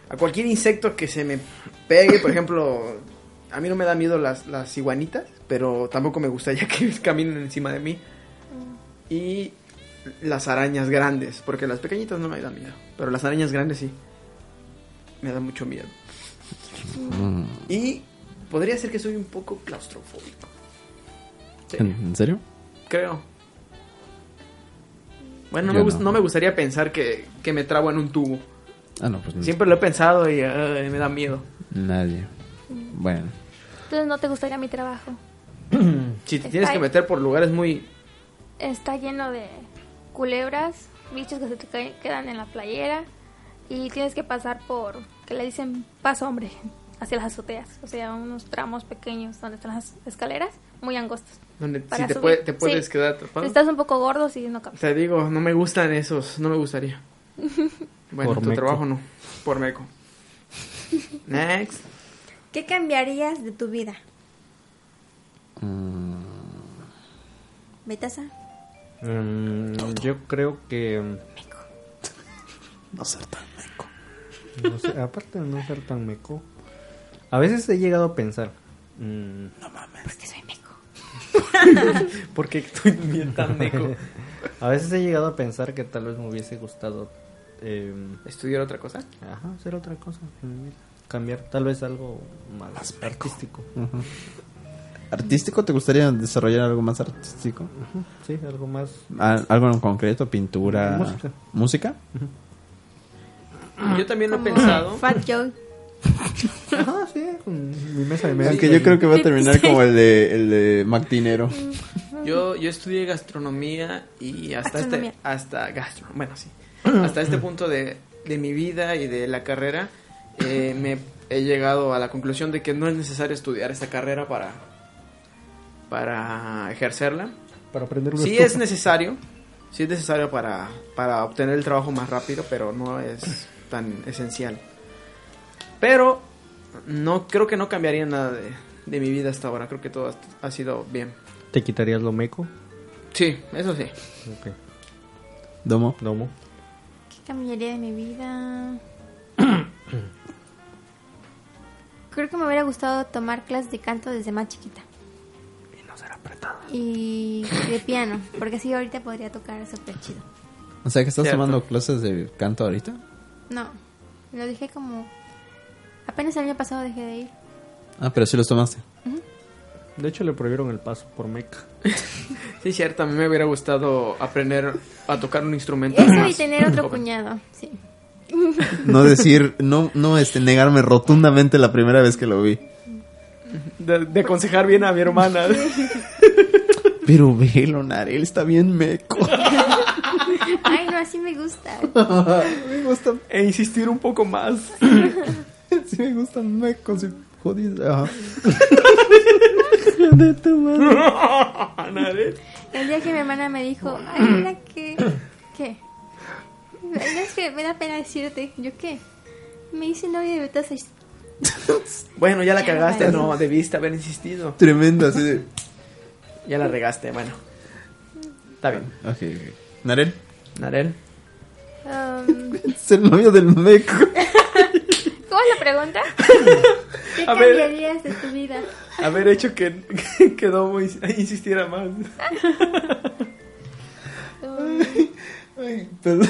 [SPEAKER 1] A cualquier insecto que se me pegue, por ejemplo, a mí no me da miedo las, las iguanitas, pero tampoco me gustaría que caminen encima de mí. Y las arañas grandes, porque las pequeñitas no me dan miedo, pero las arañas grandes sí. Me da mucho miedo. Y podría ser que soy un poco claustrofóbico. Sí,
[SPEAKER 3] ¿En, en serio?
[SPEAKER 1] creo. Bueno, no
[SPEAKER 3] Yo
[SPEAKER 1] me, gust-
[SPEAKER 3] no.
[SPEAKER 1] no me gustaría pensar que, que me trabo en un tubo.
[SPEAKER 3] Ah, no, pues n-
[SPEAKER 1] Siempre lo he pensado y ay, me da miedo.
[SPEAKER 3] nadie. Bueno,
[SPEAKER 5] Entonces no te gustaría mi trabajo.
[SPEAKER 1] Si te
[SPEAKER 5] Está
[SPEAKER 1] tienes que
[SPEAKER 5] ahí.
[SPEAKER 1] meter por lugares muy...
[SPEAKER 5] Está lleno de culebras, bichos que se te caen- quedan en la playera y tienes que pasar por, que le dicen paso hombre, hacia las azoteas, o sea, unos tramos pequeños donde están las escaleras, muy angostos.
[SPEAKER 1] Donde si
[SPEAKER 5] Para
[SPEAKER 1] te,
[SPEAKER 5] subir.
[SPEAKER 1] puede- te puedes
[SPEAKER 5] Sí.
[SPEAKER 1] quedar atrapado.
[SPEAKER 5] Estás un poco gordo si no cabes.
[SPEAKER 1] Te digo, no me gustan esos, no me gustaría. Bueno,
[SPEAKER 2] Por
[SPEAKER 1] tu
[SPEAKER 2] meco.
[SPEAKER 1] trabajo no, por meco. Next.
[SPEAKER 4] ¿Qué cambiarías de tu vida?
[SPEAKER 3] mm,
[SPEAKER 4] ¿Betasa?
[SPEAKER 2] Mm, yo creo que. mm,
[SPEAKER 7] No ser tan meco.
[SPEAKER 2] No sé, aparte de no ser tan meco, a veces he llegado a pensar. mm,
[SPEAKER 4] Porque soy meco.
[SPEAKER 1] Porque estoy bien tan meco.
[SPEAKER 2] a veces he llegado a pensar que tal vez me hubiese gustado em,
[SPEAKER 1] ¿Estudiar otra cosa?
[SPEAKER 2] ajá, hacer otra cosa en mi vida. Cambiar tal vez algo más artístico.
[SPEAKER 3] ¿artístico te gustaría desarrollar algo más artístico?
[SPEAKER 2] Ujú, Sí, algo más.
[SPEAKER 3] Al- ¿Algo en concreto? ¿Pintura?
[SPEAKER 2] Música.
[SPEAKER 3] ¿Música?
[SPEAKER 5] Ah,
[SPEAKER 1] Yo también lo he pensado.
[SPEAKER 4] Fat Joe.
[SPEAKER 2] Ajá, sí, con mi mesa de mesa.
[SPEAKER 3] Aunque yo creo que va a terminar como el de, el de Mactinero.
[SPEAKER 1] Yo, yo estudié gastronomía y hasta
[SPEAKER 4] Gastronomía.
[SPEAKER 1] este hasta gastro, bueno sí, hasta este punto de, de mi vida y de la carrera eh, me he llegado a la conclusión de que no es necesario estudiar esta carrera para para ejercerla.
[SPEAKER 2] Para aprender una
[SPEAKER 1] Sí
[SPEAKER 2] estufa.
[SPEAKER 1] es necesario, sí es necesario para para obtener el trabajo más rápido, pero no es tan esencial. Pero no creo que no cambiaría nada de, de mi vida hasta ahora. Creo que todo ha- ha sido bien.
[SPEAKER 2] ¿Te quitarías lo meco?
[SPEAKER 1] Sí, eso sí.
[SPEAKER 2] Ok,
[SPEAKER 3] Domo.
[SPEAKER 2] domo.
[SPEAKER 4] ¿Qué cambiaría de mi vida? Creo que me hubiera gustado tomar clases de canto desde más chiquita. Y no ser apretado. Y de piano, porque así ahorita podría tocar súper chido.
[SPEAKER 3] O sea, que estás
[SPEAKER 1] Cierto.
[SPEAKER 3] tomando clases de canto ahorita.
[SPEAKER 4] No, lo dejé como... Apenas el año pasado dejé de ir.
[SPEAKER 3] Ah, pero sí los tomaste.
[SPEAKER 2] De hecho, le prohibieron el paso por meca.
[SPEAKER 1] Sí, cierto, a mí me hubiera gustado aprender a tocar un instrumento.
[SPEAKER 4] Eso y
[SPEAKER 1] más
[SPEAKER 4] tener otro
[SPEAKER 1] joven.
[SPEAKER 4] cuñado, sí.
[SPEAKER 3] No decir, no, no, este, negarme rotundamente la primera vez que lo vi.
[SPEAKER 1] De, de aconsejar bien a mi hermana.
[SPEAKER 3] Pero velo, Narel, está bien meco.
[SPEAKER 4] Ay, no, así me gusta.
[SPEAKER 3] me gusta,
[SPEAKER 1] e insistir un poco más.
[SPEAKER 3] sí me gustan mecos y jodidos. Ajá.
[SPEAKER 4] El día que mi hermana me dijo, ay, mira que... ¿Qué? Ay, no, Es que me da pena decirte, ¿yo qué? Me hice novia de Betasa um, y
[SPEAKER 1] Bueno, ya la cagaste, no, debiste haber insistido.
[SPEAKER 3] Tremendo, así de.
[SPEAKER 1] Ya la regaste, bueno. Está bien.
[SPEAKER 3] Ok, ok. Narel,
[SPEAKER 1] Narel.
[SPEAKER 5] Um,
[SPEAKER 3] es el novio del meco.
[SPEAKER 5] ¿Cómo es la pregunta?
[SPEAKER 4] ¿Qué
[SPEAKER 1] A ver.
[SPEAKER 4] cambiarías de tu vida?
[SPEAKER 1] Haber hecho que, que, que Domo ins- insistiera más.
[SPEAKER 4] Um,
[SPEAKER 3] Ay, perdón.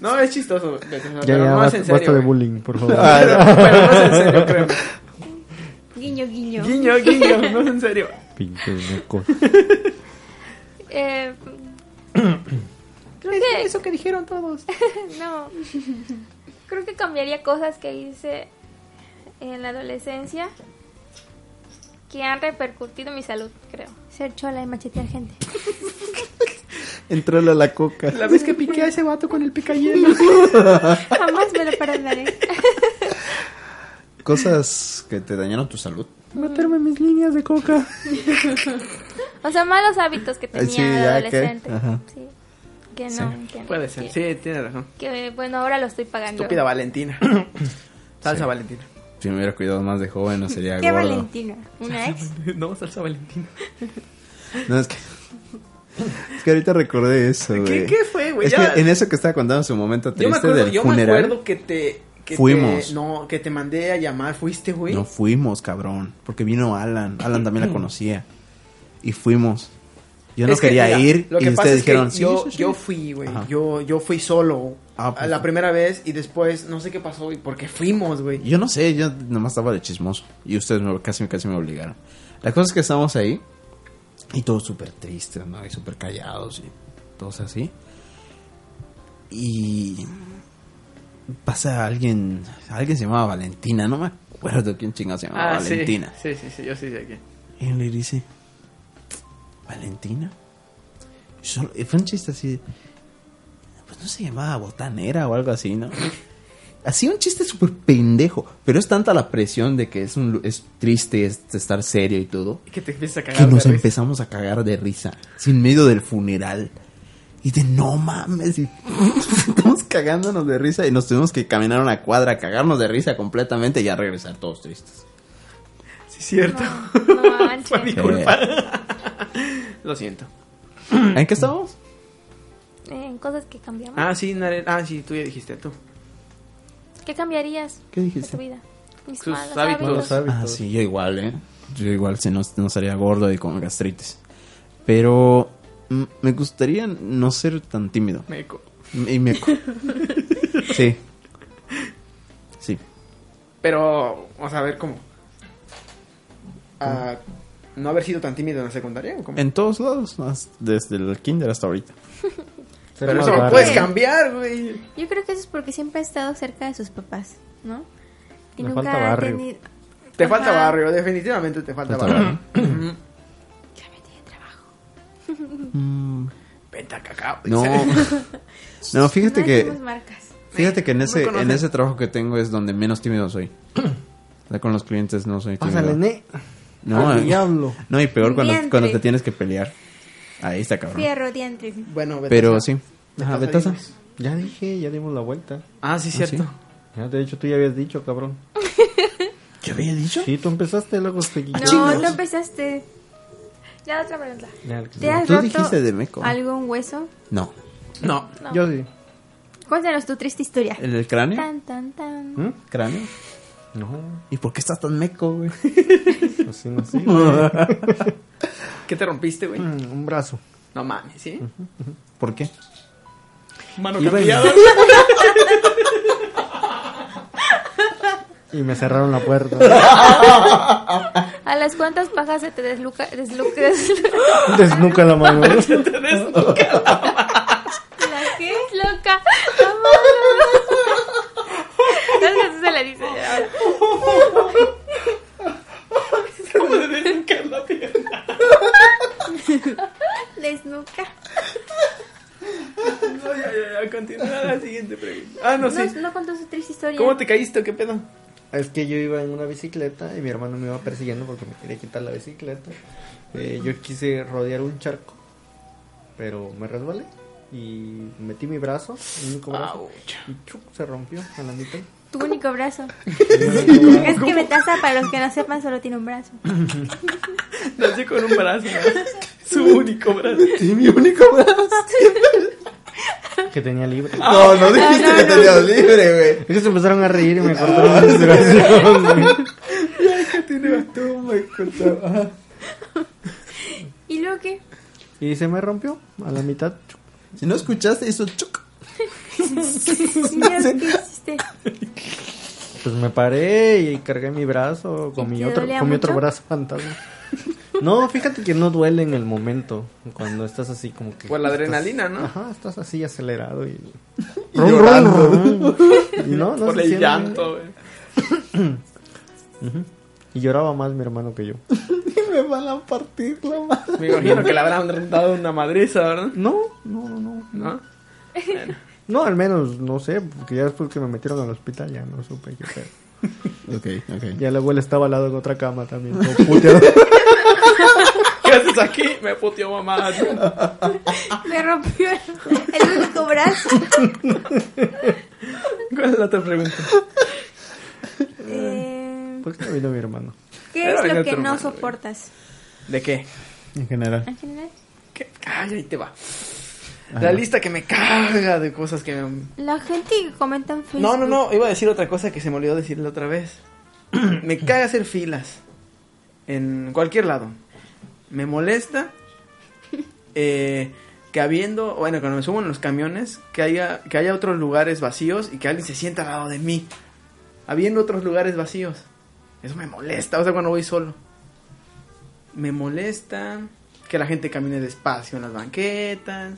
[SPEAKER 1] No, es chistoso. Pero
[SPEAKER 2] Ya, ya,
[SPEAKER 1] no es
[SPEAKER 2] basta,
[SPEAKER 1] en
[SPEAKER 2] basta
[SPEAKER 1] serio.
[SPEAKER 2] de
[SPEAKER 1] eh. güey.
[SPEAKER 2] bullying, por favor.
[SPEAKER 1] Pero, pero no es en serio, créeme.
[SPEAKER 4] Guiño, guiño.
[SPEAKER 1] Guiño, guiño, no es en serio.
[SPEAKER 2] Pinches mecos.
[SPEAKER 5] Eh, creo que eso que dijeron todos. no. Creo que cambiaría cosas que hice en la adolescencia que han repercutido en mi salud, creo.
[SPEAKER 4] Ser chola y machetear gente.
[SPEAKER 3] Entrale a la coca.
[SPEAKER 1] La vez que piqué a ese vato con el picayelo.
[SPEAKER 4] Jamás me lo perdonaré.
[SPEAKER 3] Cosas que te dañaron tu salud.
[SPEAKER 2] Meterme mis líneas de coca.
[SPEAKER 5] O sea, malos hábitos que tenía
[SPEAKER 3] Sí,
[SPEAKER 5] de
[SPEAKER 3] ya,
[SPEAKER 5] adolescente.
[SPEAKER 3] que- ajá.
[SPEAKER 5] Sí. Que no, que no.
[SPEAKER 1] Puede ser,
[SPEAKER 5] Que-
[SPEAKER 1] sí, tiene razón.
[SPEAKER 5] Que bueno, ahora lo estoy pagando.
[SPEAKER 1] Estúpida Valentina. Salsa Valentina.
[SPEAKER 3] Si me hubiera cuidado más de joven, no sería
[SPEAKER 4] ¿Qué
[SPEAKER 3] gordo.
[SPEAKER 4] Valentina? ¿Una ex?
[SPEAKER 1] no, salsa Valentina.
[SPEAKER 3] No, es que... Es que ahorita recordé eso,
[SPEAKER 1] ¿Qué,
[SPEAKER 3] güey.
[SPEAKER 1] qué fue, güey?
[SPEAKER 3] Es
[SPEAKER 1] Ya-
[SPEAKER 3] que en eso que estaba contando en su momento triste
[SPEAKER 1] yo me acuerdo,
[SPEAKER 3] del
[SPEAKER 1] yo me
[SPEAKER 3] funeral.
[SPEAKER 1] acuerdo que te. que te-
[SPEAKER 3] Fuimos.
[SPEAKER 1] no, que te mandé a llamar. ¿Fuiste, güey?
[SPEAKER 3] No fuimos, cabrón. Porque vino Alan. Alan también la conocía. Y fuimos. Yo no
[SPEAKER 1] Es que,
[SPEAKER 3] quería
[SPEAKER 1] mira,
[SPEAKER 3] ir.
[SPEAKER 1] Lo que
[SPEAKER 3] y
[SPEAKER 1] pasa
[SPEAKER 3] ustedes
[SPEAKER 1] es que
[SPEAKER 3] dijeron, "Sí,
[SPEAKER 1] yo,
[SPEAKER 3] sí, sí".
[SPEAKER 1] yo fui, güey.
[SPEAKER 3] Ajá.
[SPEAKER 1] Yo, yo fui solo
[SPEAKER 3] Ah, pues.
[SPEAKER 1] a la primera vez y después no sé qué pasó, güey. Porque fuimos, güey.
[SPEAKER 3] Yo no sé, yo nomás estaba de chismoso. Y ustedes me- casi, casi me obligaron. La cosa es que estábamos ahí. Y todos súper tristes, ¿no? Y súper callados. Y todos así. Y. Pasa alguien. Alguien se llamaba Valentina. No me acuerdo quién chingado se llamaba Valentina.
[SPEAKER 1] Ah, Sí, sí, sí, yo sí sé quién.
[SPEAKER 3] Y él le dice, ¿Valentina? Y solo- y fue un chiste así, de, pues no se llamaba botanera o algo así, ¿no? Así un chiste súper pendejo, pero es tanta la presión de que es, un, lu- es triste es estar serio y todo,
[SPEAKER 1] Que te empieza a cagar.
[SPEAKER 3] que
[SPEAKER 1] de
[SPEAKER 3] nos
[SPEAKER 1] risa.
[SPEAKER 3] empezamos a cagar de risa, sin medio del funeral. Y de no mames, y estamos cagándonos de risa y nos tuvimos que caminar una cuadra, cagarnos de risa completamente y ya regresar todos tristes.
[SPEAKER 1] Sí, cierto.
[SPEAKER 5] No manches.
[SPEAKER 1] Fue mi culpa. Lo siento.
[SPEAKER 3] ¿En qué estábamos?
[SPEAKER 5] Eh, cosas que cambiamos.
[SPEAKER 1] Ah, sí, Nare- ah, sí, tú ya dijiste tú.
[SPEAKER 5] ¿Qué cambiarías
[SPEAKER 3] ¿Qué
[SPEAKER 5] de
[SPEAKER 3] dijiste?
[SPEAKER 5] tu vida? Mis
[SPEAKER 1] Sus
[SPEAKER 5] malos
[SPEAKER 1] hábitos.
[SPEAKER 2] Malos hábitos.
[SPEAKER 3] Ah, sí, yo igual, ¿eh? Yo igual, si no, no estaría gordo y con gastritis. Pero mm, me gustaría no ser tan tímido.
[SPEAKER 1] Meco.
[SPEAKER 3] Y me... Sí. Sí.
[SPEAKER 1] Pero, vamos a ver cómo. Ah, no haber sido tan tímido en la secundaria o cómo?
[SPEAKER 3] En todos lados, más desde el kinder hasta ahorita.
[SPEAKER 2] Ser
[SPEAKER 1] Pero
[SPEAKER 2] más
[SPEAKER 1] eso lo
[SPEAKER 2] barato.
[SPEAKER 1] puedes cambiar, güey.
[SPEAKER 4] Yo creo que eso es porque siempre ha estado cerca de sus papás, ¿no?
[SPEAKER 2] Le falta barrio.
[SPEAKER 4] tenido-
[SPEAKER 1] Te
[SPEAKER 4] Ajá.
[SPEAKER 1] falta barrio, definitivamente te falta
[SPEAKER 3] Falta
[SPEAKER 1] barrio. Ujú.
[SPEAKER 4] Ya me tiene trabajo.
[SPEAKER 1] Vete a cacao.
[SPEAKER 3] No. No, fíjate
[SPEAKER 4] No
[SPEAKER 3] que...
[SPEAKER 4] decimos marcas.
[SPEAKER 3] Fíjate que en
[SPEAKER 1] No
[SPEAKER 3] ese,
[SPEAKER 1] conocen.
[SPEAKER 3] en ese trabajo que tengo es donde menos tímido soy. O sea, Con los clientes no soy tímido.
[SPEAKER 2] Pásale, ne.
[SPEAKER 3] no,
[SPEAKER 2] al
[SPEAKER 3] eh,
[SPEAKER 2] diablo.
[SPEAKER 3] no, y peor cuando,
[SPEAKER 4] Diantre.
[SPEAKER 3] cuando te tienes que pelear. Ahí está, cabrón.
[SPEAKER 4] Fierro diantre.
[SPEAKER 1] Bueno, Betaza.
[SPEAKER 3] Pero sí.
[SPEAKER 1] Ajá,
[SPEAKER 3] Ajá,
[SPEAKER 1] Betaza.
[SPEAKER 3] Betaza.
[SPEAKER 2] Ya dije, ya dimos la vuelta.
[SPEAKER 1] Ah, sí, cierto.
[SPEAKER 2] Ya, de hecho, tú ya habías dicho, cabrón.
[SPEAKER 3] ¿Yo había dicho?
[SPEAKER 2] Sí, tú empezaste, luego seguí.
[SPEAKER 4] No, no empezaste.
[SPEAKER 5] Ya otra pregunta.
[SPEAKER 2] Ya,
[SPEAKER 4] ¿Te has
[SPEAKER 3] Tú
[SPEAKER 4] roto
[SPEAKER 3] dijiste de meco.
[SPEAKER 4] algún hueso?
[SPEAKER 3] No.
[SPEAKER 1] No.
[SPEAKER 2] Yo sí.
[SPEAKER 4] Cuéntanos tu triste historia.
[SPEAKER 1] Eh.
[SPEAKER 3] ¿El, el cráneo?
[SPEAKER 5] Tan, tan, tan.
[SPEAKER 2] ¿Mm?
[SPEAKER 3] ¿Cráneo?
[SPEAKER 2] No,
[SPEAKER 3] ¿Y por qué estás tan meco, güey?
[SPEAKER 2] así no así.
[SPEAKER 1] ¿Qué te rompiste, güey?
[SPEAKER 2] Mm, Un brazo.
[SPEAKER 1] No mames, ¿sí?
[SPEAKER 3] ¿Por qué?
[SPEAKER 1] Mano
[SPEAKER 3] Iba en-
[SPEAKER 1] cambiada.
[SPEAKER 2] Y me cerraron la puerta.
[SPEAKER 5] ¿A las cuántas pajas se te desluca, desluca, desluca?
[SPEAKER 2] Desnuca la mano.
[SPEAKER 5] ¿La qué? Loca. La mano. No sé si se le dice. ahora.
[SPEAKER 4] Desnuca.
[SPEAKER 1] No, ya, ya, ya. Continúa la siguiente pregunta. Ah, no,
[SPEAKER 4] No,
[SPEAKER 1] sí.
[SPEAKER 4] no contó su triste historia.
[SPEAKER 1] ¿Cómo te caíste o qué pedo?
[SPEAKER 2] Es que yo iba en una bicicleta y mi hermano me iba persiguiendo porque me quería quitar la bicicleta. Eh, yo quise rodear un charco, pero me resbalé y metí mi brazo, mi único brazo,
[SPEAKER 1] Ouch.
[SPEAKER 2] y chuc, se rompió a la mitad.
[SPEAKER 4] Tu único brazo. es que Betasa, para los que no sepan, solo tiene un brazo.
[SPEAKER 1] Nací con un brazo. ¿no? Su único brazo.
[SPEAKER 3] Sí, mi único brazo.
[SPEAKER 2] Que tenía libre.
[SPEAKER 3] No, Ah, no dijiste que tenías libre, güey.
[SPEAKER 2] Ellos empezaron a reír y me cortaron la menstruación. güey.
[SPEAKER 4] ¿Y luego qué?
[SPEAKER 2] Y se me rompió a la mitad. chuc.
[SPEAKER 3] Si no escuchaste, hizo chuc.
[SPEAKER 4] Mira, ¿Qué hiciste?
[SPEAKER 2] Pues me paré y cargué mi brazo
[SPEAKER 4] ¿Y
[SPEAKER 2] con mi
[SPEAKER 4] te
[SPEAKER 2] otro,
[SPEAKER 4] dolía
[SPEAKER 2] con mi otro
[SPEAKER 4] mucho?
[SPEAKER 2] brazo fantasma. No, fíjate que no duele en el momento cuando estás así como que.
[SPEAKER 1] Por la
[SPEAKER 2] estás-
[SPEAKER 1] adrenalina, ¿no?
[SPEAKER 2] Ajá, estás así acelerado y.
[SPEAKER 3] Y llorando.
[SPEAKER 2] Y no, no
[SPEAKER 1] Por
[SPEAKER 2] se
[SPEAKER 1] el
[SPEAKER 2] siente.
[SPEAKER 1] llanto, güey.
[SPEAKER 2] Y lloraba más mi hermano que yo.
[SPEAKER 3] Me van a partir la madre.
[SPEAKER 1] Me imagino que le habrán dado una madriza, ¿verdad?
[SPEAKER 2] No, no, no, no.
[SPEAKER 1] ¿No?
[SPEAKER 2] No, al menos, no sé, porque ya después que me metieron al hospital ya no supe qué pedo.
[SPEAKER 3] Ok, ok.
[SPEAKER 2] Ya la abuela estaba al lado de otra cama también. todo puteado.
[SPEAKER 1] ¿Qué ¿Qué haces aquí? Me puteó mamá. Ah.
[SPEAKER 4] Me rompió el, el único brazo.
[SPEAKER 1] ¿Cuál es la otra pregunta?
[SPEAKER 4] Eh,
[SPEAKER 2] ¿Por qué no vino mi hermano?
[SPEAKER 4] ¿Qué
[SPEAKER 1] Era
[SPEAKER 4] es lo
[SPEAKER 1] el
[SPEAKER 4] que
[SPEAKER 1] otro
[SPEAKER 4] no
[SPEAKER 1] mal, güey.
[SPEAKER 4] soportas?
[SPEAKER 1] ¿De qué?
[SPEAKER 3] En general.
[SPEAKER 4] En general.
[SPEAKER 1] ¿Qué? Ay, ahí te va. La lista que me carga de cosas que me...
[SPEAKER 4] La gente que comenta en Facebook.
[SPEAKER 1] No, no, no, iba a decir otra cosa que se me olvidó decirle otra vez. me cae hacer filas en cualquier lado. Me molesta eh, que habiendo, bueno, cuando me subo en los camiones, que haya, que haya otros lugares vacíos y que alguien se sienta al lado de mí. Habiendo otros lugares vacíos. Eso me molesta, o sea, cuando voy solo. Me molesta que la gente camine despacio en las banquetas.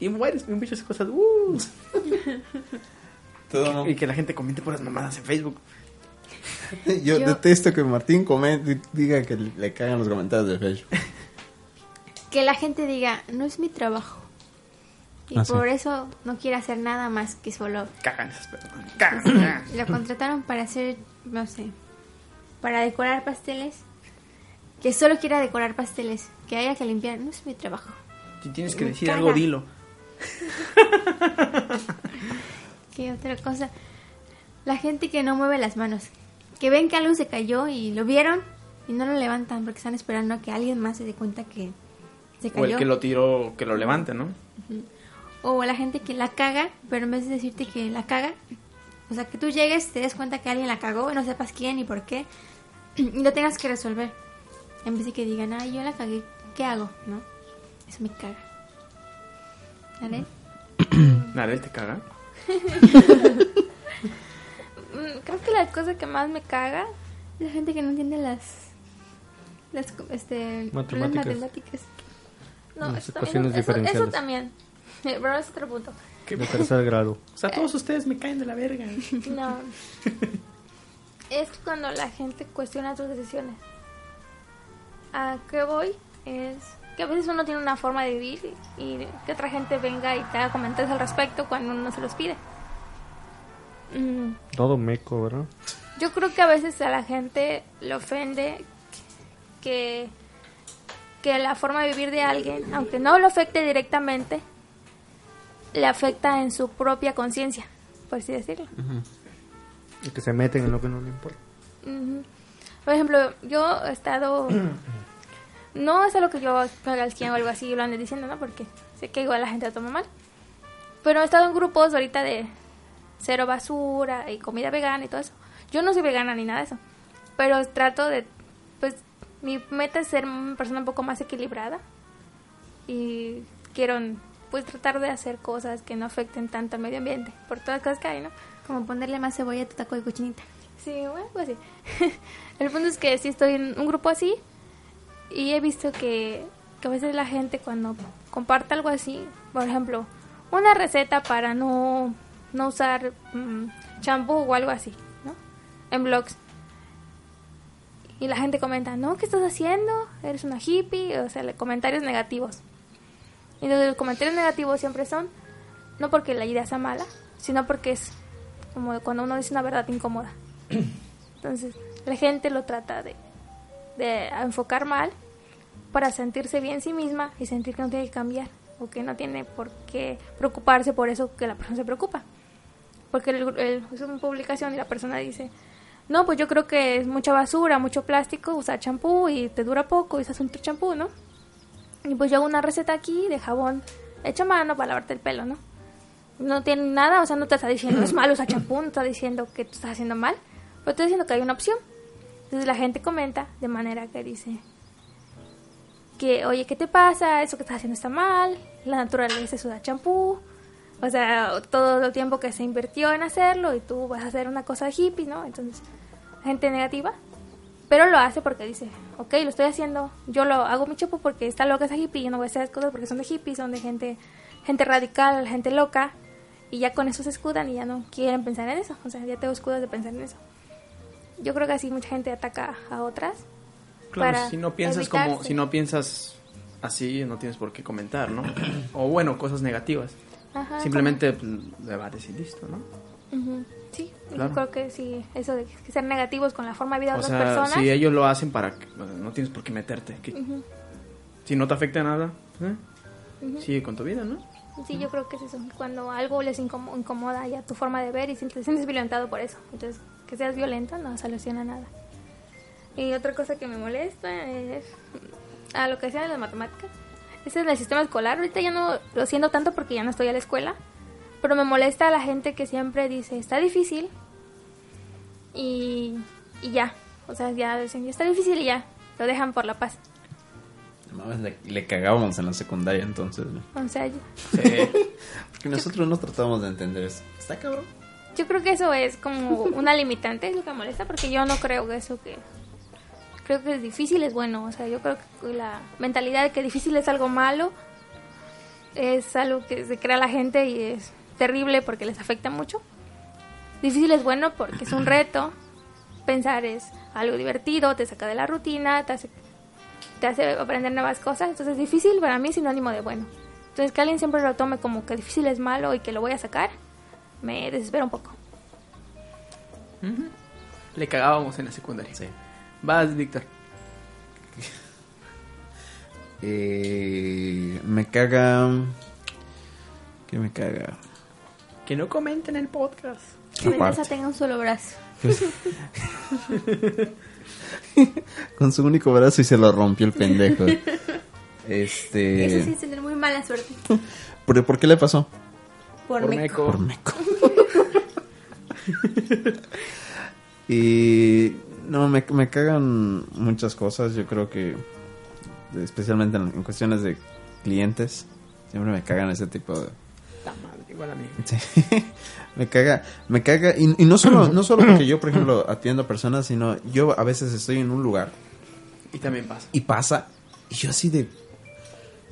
[SPEAKER 1] Y bueno, muchas cosas. ¡uh!
[SPEAKER 3] Todo-
[SPEAKER 1] Y que la gente comente por las mamadas en Facebook.
[SPEAKER 3] Yo,
[SPEAKER 4] Yo-
[SPEAKER 3] detesto que Martín comente, diga que le cagan los comentarios de Facebook.
[SPEAKER 4] Que la gente diga, no es mi trabajo. Y
[SPEAKER 3] Ah, sí.
[SPEAKER 4] por eso no quiere hacer nada más que solo.
[SPEAKER 1] Cagan esas personas. Cagan. cagan.
[SPEAKER 4] Lo contrataron para hacer, no sé, para decorar pasteles. Que solo quiera decorar pasteles. Que haya que limpiar. No es mi trabajo.
[SPEAKER 1] Si tienes que
[SPEAKER 4] Me
[SPEAKER 1] decir
[SPEAKER 4] caga.
[SPEAKER 1] algo, dilo.
[SPEAKER 4] ¿Qué otra cosa? La gente que no mueve las manos. Que ven que algo se cayó y lo vieron y no lo levantan porque están esperando a que alguien más se dé cuenta que se
[SPEAKER 1] O el
[SPEAKER 4] cayó.
[SPEAKER 1] que lo tiró, que lo levante, ¿no?
[SPEAKER 4] O la gente que la caga, pero en vez de decirte que la caga, o sea, que tú llegues, te des cuenta que alguien la cagó y no sepas quién y por qué, y lo tengas que resolver. En vez de que digan, ay, yo la cagué, ¿qué hago? ¿No? Eso me caga. ¿Vale?
[SPEAKER 1] Narel te caga.
[SPEAKER 5] Mm, Creo que la cosa que más me caga
[SPEAKER 4] La gente que no entiende las. las co- este, las
[SPEAKER 2] Matemáticas.
[SPEAKER 4] matemáticas.
[SPEAKER 5] no,
[SPEAKER 2] Las ecuaciones
[SPEAKER 5] eso, también, eso- eso, eso
[SPEAKER 2] diferenciales.
[SPEAKER 5] también. Eh, Pero es otro punto.
[SPEAKER 2] De tercer grado.
[SPEAKER 1] O sea, todos ustedes me caen de la verga.
[SPEAKER 5] No. es cuando la gente cuestiona tus decisiones. ¿A qué voy? Es que a veces uno tiene una forma de vivir y que otra gente venga y te haga comentarios al respecto cuando uno se los pide. Mm,
[SPEAKER 2] Todo meco, ¿verdad?
[SPEAKER 5] Yo creo que a veces a la gente le ofende que, que la forma de vivir de alguien, aunque no lo afecte directamente, le afecta en su propia conciencia, por así decirlo.
[SPEAKER 2] Y que se meten en lo que no le importa.
[SPEAKER 5] Ujú. Por ejemplo, yo he estado... No es algo que yo haga el o algo así, lo ande diciendo, ¿no? Porque sé que igual la gente lo toma mal. Pero he estado en grupos ahorita de cero basura y comida vegana y todo eso. Yo no soy vegana ni nada de eso. Pero trato de... Pues mi meta es ser una persona un poco más equilibrada. Y quiero pues tratar de hacer cosas que no afecten tanto al medio ambiente. Por todas las cosas que hay, ¿no?
[SPEAKER 4] Como ponerle más cebolla a tu taco de cochinita.
[SPEAKER 5] Sí, bueno, pues sí. El punto es que sí estoy en un grupo así y he visto que, que a veces la gente cuando comparte algo así, por ejemplo, una receta para no, no usar mm, champú o algo así, ¿no? En blogs. Y la gente comenta, no, ¿qué estás haciendo? Eres una hippie, o sea, le- comentarios negativos. Y entonces los comentarios negativos siempre son, no porque la idea sea mala, sino porque es como cuando uno dice una verdad incómoda. Entonces, la gente lo trata de, de enfocar mal para sentirse bien sí misma y sentir que no tiene que cambiar o que no tiene por qué preocuparse por eso que la persona se preocupa. Porque el- el- es una publicación y la persona dice, no, pues yo creo que es mucha basura, mucho plástico, usar champú y te dura poco, y usas un champú, ¿no? Y pues yo hago una receta aquí de jabón hecho a mano para lavarte el pelo, ¿no? no tiene nada, o sea, no te está diciendo es malo usar champú, no está diciendo que tú estás haciendo mal, pero está diciendo que hay una opción. Entonces la gente comenta de manera que dice que, oye, ¿qué te pasa? Eso que estás haciendo está mal, la naturaleza es usar champú, o sea, todo el tiempo que se invirtió en hacerlo y tú vas a hacer una cosa hippie, ¿no? Entonces, gente negativa, pero lo hace porque dice, ok, lo estoy haciendo, yo lo hago mi champú porque está loca esa hippie, yo no voy a hacer esas cosas porque son de hippies, son de gente, gente radical, gente loca, y ya con eso se escudan y ya no quieren pensar en eso. O sea, ya tengo escudos de pensar en eso. Yo creo que así mucha gente ataca a otras.
[SPEAKER 1] Claro,
[SPEAKER 5] Para
[SPEAKER 1] si no piensas como,
[SPEAKER 5] evitarse.
[SPEAKER 1] si no piensas así, no tienes por qué comentar, ¿no? O bueno, cosas negativas.
[SPEAKER 5] Ajá,
[SPEAKER 1] Simplemente pues, le va a decir listo, ¿no?
[SPEAKER 5] como- Ujú, Sí,
[SPEAKER 1] Claro.
[SPEAKER 5] yo creo que sí, eso de que ser negativos con la forma de vida de
[SPEAKER 1] O
[SPEAKER 5] otras
[SPEAKER 1] sea,
[SPEAKER 5] personas.
[SPEAKER 1] si ellos lo hacen para... que- bueno, no tienes por qué meterte. que-
[SPEAKER 5] Ujú,
[SPEAKER 1] Si no te afecta nada, ¿eh?
[SPEAKER 5] ujú. sí.
[SPEAKER 1] sigue con tu vida, ¿no?
[SPEAKER 5] yo creo que es eso. Cuando algo les incomo- incomoda ya tu forma de ver y si te sientes violentado por eso. Entonces, que seas violento no soluciona nada. Y otra cosa que me molesta es a lo que decían de las matemáticas. Ese es el sistema escolar. Ahorita ya no lo siento tanto porque ya no estoy a la escuela. Pero me molesta la gente que siempre dice, está difícil. Y, y ya. O sea, ya dicen, está difícil y ya. Lo dejan por la paz.
[SPEAKER 3] No mames, le, le cagábamos en la secundaria entonces, güey.
[SPEAKER 5] O sea, yo,
[SPEAKER 3] Porque nosotros no tratábamos de entender eso. Está cabrón.
[SPEAKER 5] yo creo que eso es como una limitante, es lo que me molesta, porque yo no creo que eso que... Creo que es difícil, es bueno. O sea, yo creo que la mentalidad de que difícil es algo malo es algo que se crea la gente y es terrible porque les afecta mucho. Difícil es bueno porque es un reto. Pensar es algo divertido, te saca de la rutina, te hace, te hace aprender nuevas cosas. Entonces, difícil para mí es sinónimo de bueno. Entonces, que alguien siempre lo tome como que difícil es malo y que lo voy a sacar, me desespera un poco.
[SPEAKER 1] Le cagábamos en la secundaria.
[SPEAKER 3] Sí.
[SPEAKER 1] Vas, Víctor.
[SPEAKER 3] Eh, me caga. ¿Qué me caga?
[SPEAKER 1] Que no comenten el podcast.
[SPEAKER 4] Que Mendoza
[SPEAKER 3] Aparte.
[SPEAKER 4] tenga un solo brazo.
[SPEAKER 3] Con su único brazo y se lo rompió el pendejo. Este.
[SPEAKER 4] Eso sí es tener muy mala suerte.
[SPEAKER 3] ¿Pero por qué le pasó?
[SPEAKER 4] Por,
[SPEAKER 1] Por
[SPEAKER 4] mí.
[SPEAKER 1] meco.
[SPEAKER 3] Por meco. y no, me, me cagan muchas cosas. Yo creo que, especialmente en, en cuestiones de clientes, siempre me cagan ese tipo de.
[SPEAKER 1] La madre, igual a mí.
[SPEAKER 3] Sí. me caga, me caga. Y, y no, solo, no solo porque yo, por ejemplo, atiendo a personas, sino yo a veces estoy en un lugar
[SPEAKER 1] Y también pasa.
[SPEAKER 3] y pasa. Y yo así de...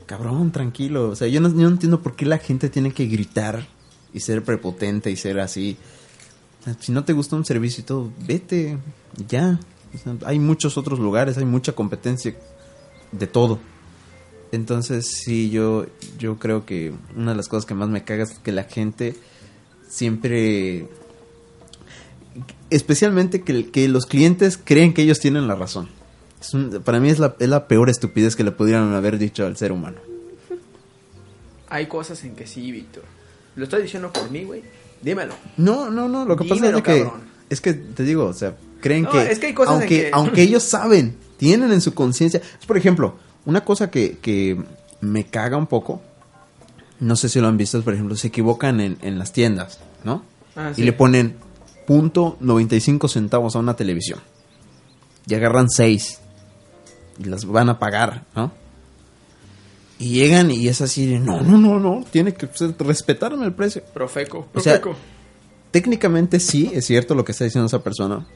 [SPEAKER 3] Cabrón, tranquilo. O sea, yo no, yo no entiendo por qué la gente tiene que gritar y ser prepotente y ser así. O sea, Si no te gusta un servicio y todo, vete. y Ya. O sea, hay muchos otros lugares, hay mucha competencia de todo. Entonces, sí, yo, yo creo que una de las cosas que más me caga es que la gente siempre... Especialmente que, que los clientes creen que ellos tienen la razón. Es un- para mí es la, es la peor estupidez que le pudieran haber dicho al ser humano.
[SPEAKER 1] Hay cosas en que sí, Víctor. Lo estás diciendo por mí, güey. Dímelo.
[SPEAKER 3] No, no, no, lo que pasa es
[SPEAKER 1] Dímelo,
[SPEAKER 3] de que...
[SPEAKER 1] cabrón.
[SPEAKER 3] Es que, te digo, o sea, creen
[SPEAKER 1] No,
[SPEAKER 3] que...
[SPEAKER 1] es que hay cosas en
[SPEAKER 3] aunque,
[SPEAKER 1] que-
[SPEAKER 3] aunque ellos saben, tienen en su conciencia... Es, Por ejemplo, una cosa que, que me caga un poco, no sé si lo han visto, por ejemplo, se equivocan en, en las tiendas, ¿no?
[SPEAKER 1] Ah,
[SPEAKER 3] y
[SPEAKER 1] sí.
[SPEAKER 3] le ponen punto .95 centavos a una televisión. Y agarran seis. Y las van a pagar, ¿no? Y llegan y es así de, no, no, no, no, tiene que pues, respetarme el precio.
[SPEAKER 1] Profeco.
[SPEAKER 3] O sea,
[SPEAKER 1] Profeco.
[SPEAKER 3] Técnicamente sí, es cierto lo que está diciendo esa persona.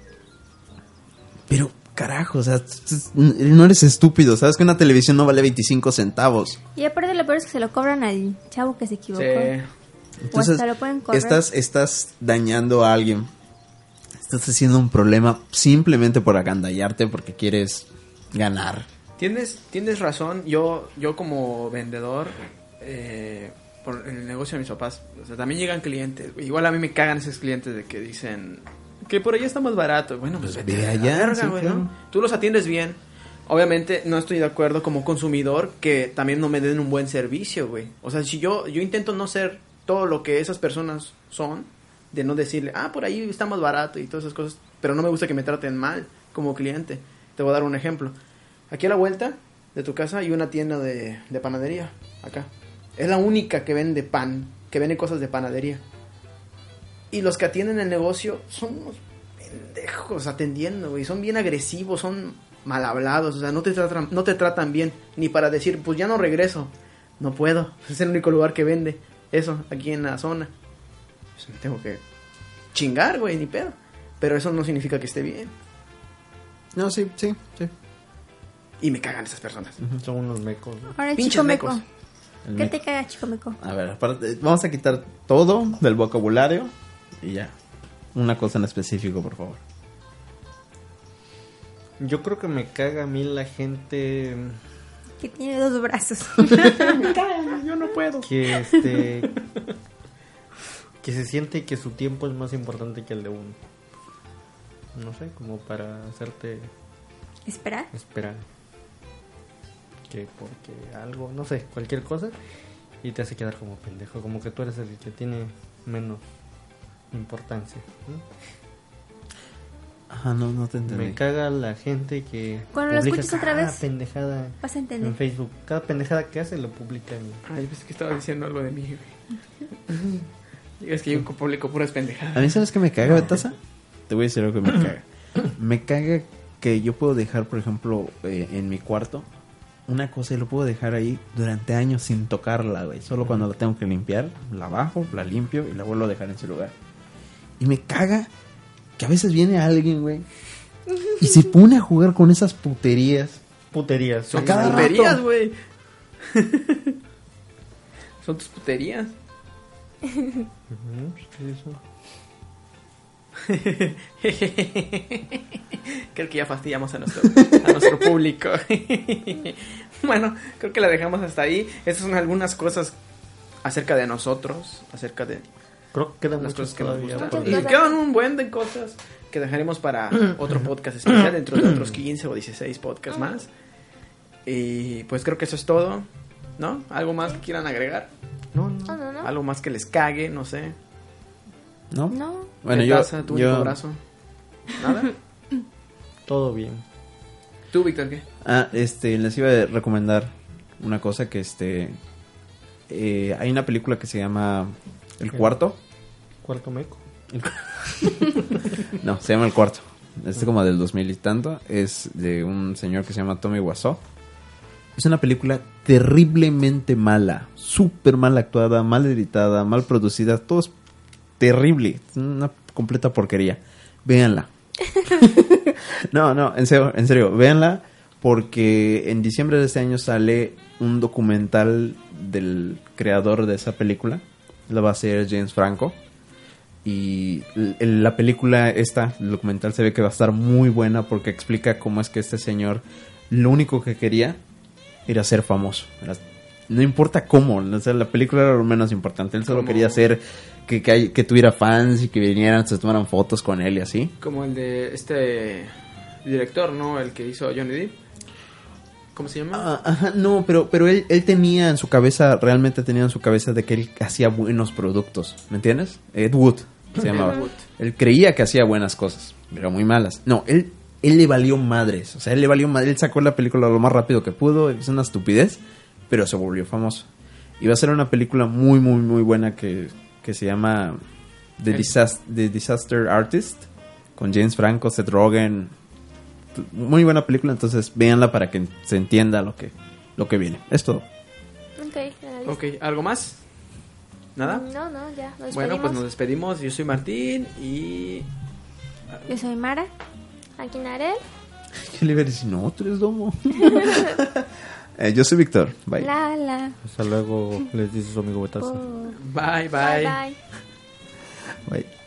[SPEAKER 3] Pero, carajo, o sea, t- t- no eres estúpido. Sabes que una televisión no vale 25 centavos.
[SPEAKER 4] Y aparte lo peor es que se lo cobran al chavo que se equivocó.
[SPEAKER 1] Sí.
[SPEAKER 3] Entonces,
[SPEAKER 4] hasta lo pueden correr.
[SPEAKER 3] estás, estás dañando a alguien. Estás haciendo un problema simplemente por agandallarte porque quieres ganar.
[SPEAKER 1] Tienes, tienes razón. Yo, yo como vendedor, eh, por en el negocio de mis papás, o sea, también llegan clientes. güey. Igual a mí me cagan esos clientes de que dicen que por allá está más barato. Bueno, pues
[SPEAKER 3] Pues
[SPEAKER 1] vete
[SPEAKER 3] ve
[SPEAKER 1] a la
[SPEAKER 3] allá,
[SPEAKER 1] verga,
[SPEAKER 3] sí,
[SPEAKER 1] güey,
[SPEAKER 3] claro.
[SPEAKER 1] ¿no? Tú los atiendes bien. Obviamente no estoy de acuerdo como consumidor que también no me den un buen servicio, güey. O sea, si yo, yo intento no ser todo lo que esas personas son, de no decirle, ah, por ahí está más barato y todas esas cosas, pero no me gusta que me traten mal como cliente. Te voy a dar un ejemplo. Aquí a la vuelta de tu casa hay una tienda de, de panadería, acá. Es la única que vende pan, que vende cosas de panadería. Y los que atienden el negocio son unos pendejos atendiendo, güey. Son bien agresivos, son mal hablados, o sea, no te tratan, no te tratan bien, ni para decir, pues ya no regreso, no puedo, es el único lugar que vende eso aquí en la zona. Pues me tengo que chingar, güey, ni pedo. Pero eso no significa que esté bien.
[SPEAKER 3] No, sí, sí, sí.
[SPEAKER 1] Y me cagan esas personas.
[SPEAKER 2] Son unos mecos. ¿no?
[SPEAKER 4] Ahora
[SPEAKER 1] Pinches
[SPEAKER 4] Chico Meco.
[SPEAKER 1] mecos.
[SPEAKER 3] El
[SPEAKER 4] ¿Qué
[SPEAKER 3] mic-
[SPEAKER 4] te caga Chico Meco?
[SPEAKER 3] A ver, aparte, vamos a quitar todo del vocabulario y ya. Una cosa en específico, por favor.
[SPEAKER 2] Yo creo que me caga a mí la gente
[SPEAKER 4] Que tiene dos brazos.
[SPEAKER 1] Yo no puedo.
[SPEAKER 2] que este que se siente que su tiempo es más importante que el de uno. No sé, como para hacerte
[SPEAKER 4] ¿Esperar?
[SPEAKER 2] esperar. Que porque algo, no sé, cualquier cosa. Y te hace quedar como pendejo, como que tú eres el que tiene menos importancia. ¿no?
[SPEAKER 3] Ah, no, no te entendí.
[SPEAKER 2] Me caga la gente que.
[SPEAKER 4] Cuando lo
[SPEAKER 2] publica
[SPEAKER 4] escuches otra
[SPEAKER 2] cada
[SPEAKER 4] vez,
[SPEAKER 2] pendejada
[SPEAKER 4] Vas a
[SPEAKER 2] en
[SPEAKER 4] entender.
[SPEAKER 2] Facebook. Cada pendejada que hace lo publica en.
[SPEAKER 1] Ay, pensé que estaba diciendo algo de mí, güey. Es que yo publico puras pendejadas.
[SPEAKER 3] A mí, ¿sabes que me caga, Betasa? Te voy a decir algo que me caga. Me caga que yo puedo dejar, por ejemplo, eh, en mi cuarto, una cosa y lo puedo dejar ahí durante años sin tocarla, güey. Solo cuando la tengo que limpiar, la bajo, la limpio y la vuelvo a dejar en su lugar. Y me caga que a veces viene alguien, güey, y se pone a jugar con esas puterías.
[SPEAKER 2] Puterías.
[SPEAKER 1] Son
[SPEAKER 2] sí.
[SPEAKER 1] tus
[SPEAKER 3] cada rato.
[SPEAKER 1] puterías, güey. Son tus puterías.
[SPEAKER 2] Ujú, sí, eso.
[SPEAKER 1] creo que ya fastidiamos a nuestro, a nuestro público. bueno, creo que la dejamos hasta ahí. Esas son algunas cosas acerca de nosotros, acerca de
[SPEAKER 2] Creo que quedan
[SPEAKER 1] las
[SPEAKER 2] muchas
[SPEAKER 1] cosas que nos
[SPEAKER 2] todavía
[SPEAKER 1] gustan.
[SPEAKER 2] por
[SPEAKER 5] Muchas
[SPEAKER 1] Y
[SPEAKER 2] decir.
[SPEAKER 5] gracias.
[SPEAKER 1] quedan un buen de cosas que dejaremos para otro podcast especial dentro de otros 15 o 16 podcasts
[SPEAKER 5] Ah.
[SPEAKER 1] más. Y pues creo que eso es todo, ¿no? ¿Algo más que quieran agregar?
[SPEAKER 2] No, no.
[SPEAKER 5] No, no, no.
[SPEAKER 1] ¿Algo más que les cague? No sé.
[SPEAKER 3] ¿No?
[SPEAKER 5] No.
[SPEAKER 3] Bueno,
[SPEAKER 1] ¿Qué
[SPEAKER 3] yo.
[SPEAKER 1] pasa? ¿Tu único
[SPEAKER 3] yo
[SPEAKER 1] brazo? ¿Nada?
[SPEAKER 2] Todo bien.
[SPEAKER 1] ¿Tú, Víctor, qué?
[SPEAKER 3] Ah, este, les iba a recomendar una cosa que este. eh, hay una película que se llama El
[SPEAKER 2] Ok.
[SPEAKER 3] Cuarto.
[SPEAKER 2] Cuarto meco.
[SPEAKER 3] No, se llama El Cuarto. Este como del 2000 y tanto. Es de un señor que se llama Tommy Wiseau. Es una película terriblemente mala. Súper mal actuada, mal editada, mal producida. Todo es terrible. Es Una completa porquería. Véanla. no, no, en serio, en serio, véanla. Porque en diciembre de este año sale un documental del creador de esa película. La va a hacer James Franco. Y l- la película esta, el documental se ve que va a estar muy buena porque explica cómo es que este señor lo único que quería era ser famoso. Era- no importa cómo, o sea, la película era lo menos importante. Él solo
[SPEAKER 1] Como-
[SPEAKER 3] quería hacer que, que, hay- que tuviera fans y que vinieran, se tomaran fotos con él y así.
[SPEAKER 1] Como el de este director, ¿no? El que hizo Johnny Depp. ¿Cómo se llama?
[SPEAKER 3] Ah, ajá, no, pero, pero él, él tenía en su cabeza, realmente tenía en su cabeza de que él hacía buenos productos, ¿me entiendes? Ed Wood se llamaba.
[SPEAKER 1] Wood.
[SPEAKER 3] Él creía que hacía buenas cosas, pero muy malas. No, él, él le valió madres, o sea, él le valió madres, él sacó la película lo más rápido que pudo, es una estupidez, pero se volvió famoso. Y va a ser una película muy, muy, muy buena que, que se llama The,
[SPEAKER 1] El-
[SPEAKER 3] Disas- The Disaster Artist, con James Franco, Seth Rogen, muy buena película, entonces véanla para que se entienda lo que, lo que viene. Es todo.
[SPEAKER 5] Ok, en la lista.
[SPEAKER 1] Ok, ¿algo más? ¿Nada?
[SPEAKER 5] No, no, ya. Nos
[SPEAKER 1] Bueno, pues
[SPEAKER 5] despedimos.
[SPEAKER 1] nos despedimos. Yo soy Martín y
[SPEAKER 4] Yo soy Mara.
[SPEAKER 5] Aquí Narel.
[SPEAKER 3] Yo le iba a decir, no, tú eres domo. Eh, yo soy Víctor. Bye.
[SPEAKER 4] La, la.
[SPEAKER 2] Hasta luego les dice su amigo Betazo.
[SPEAKER 4] po.
[SPEAKER 1] bye bye.
[SPEAKER 5] Bye, bye.
[SPEAKER 3] Bye.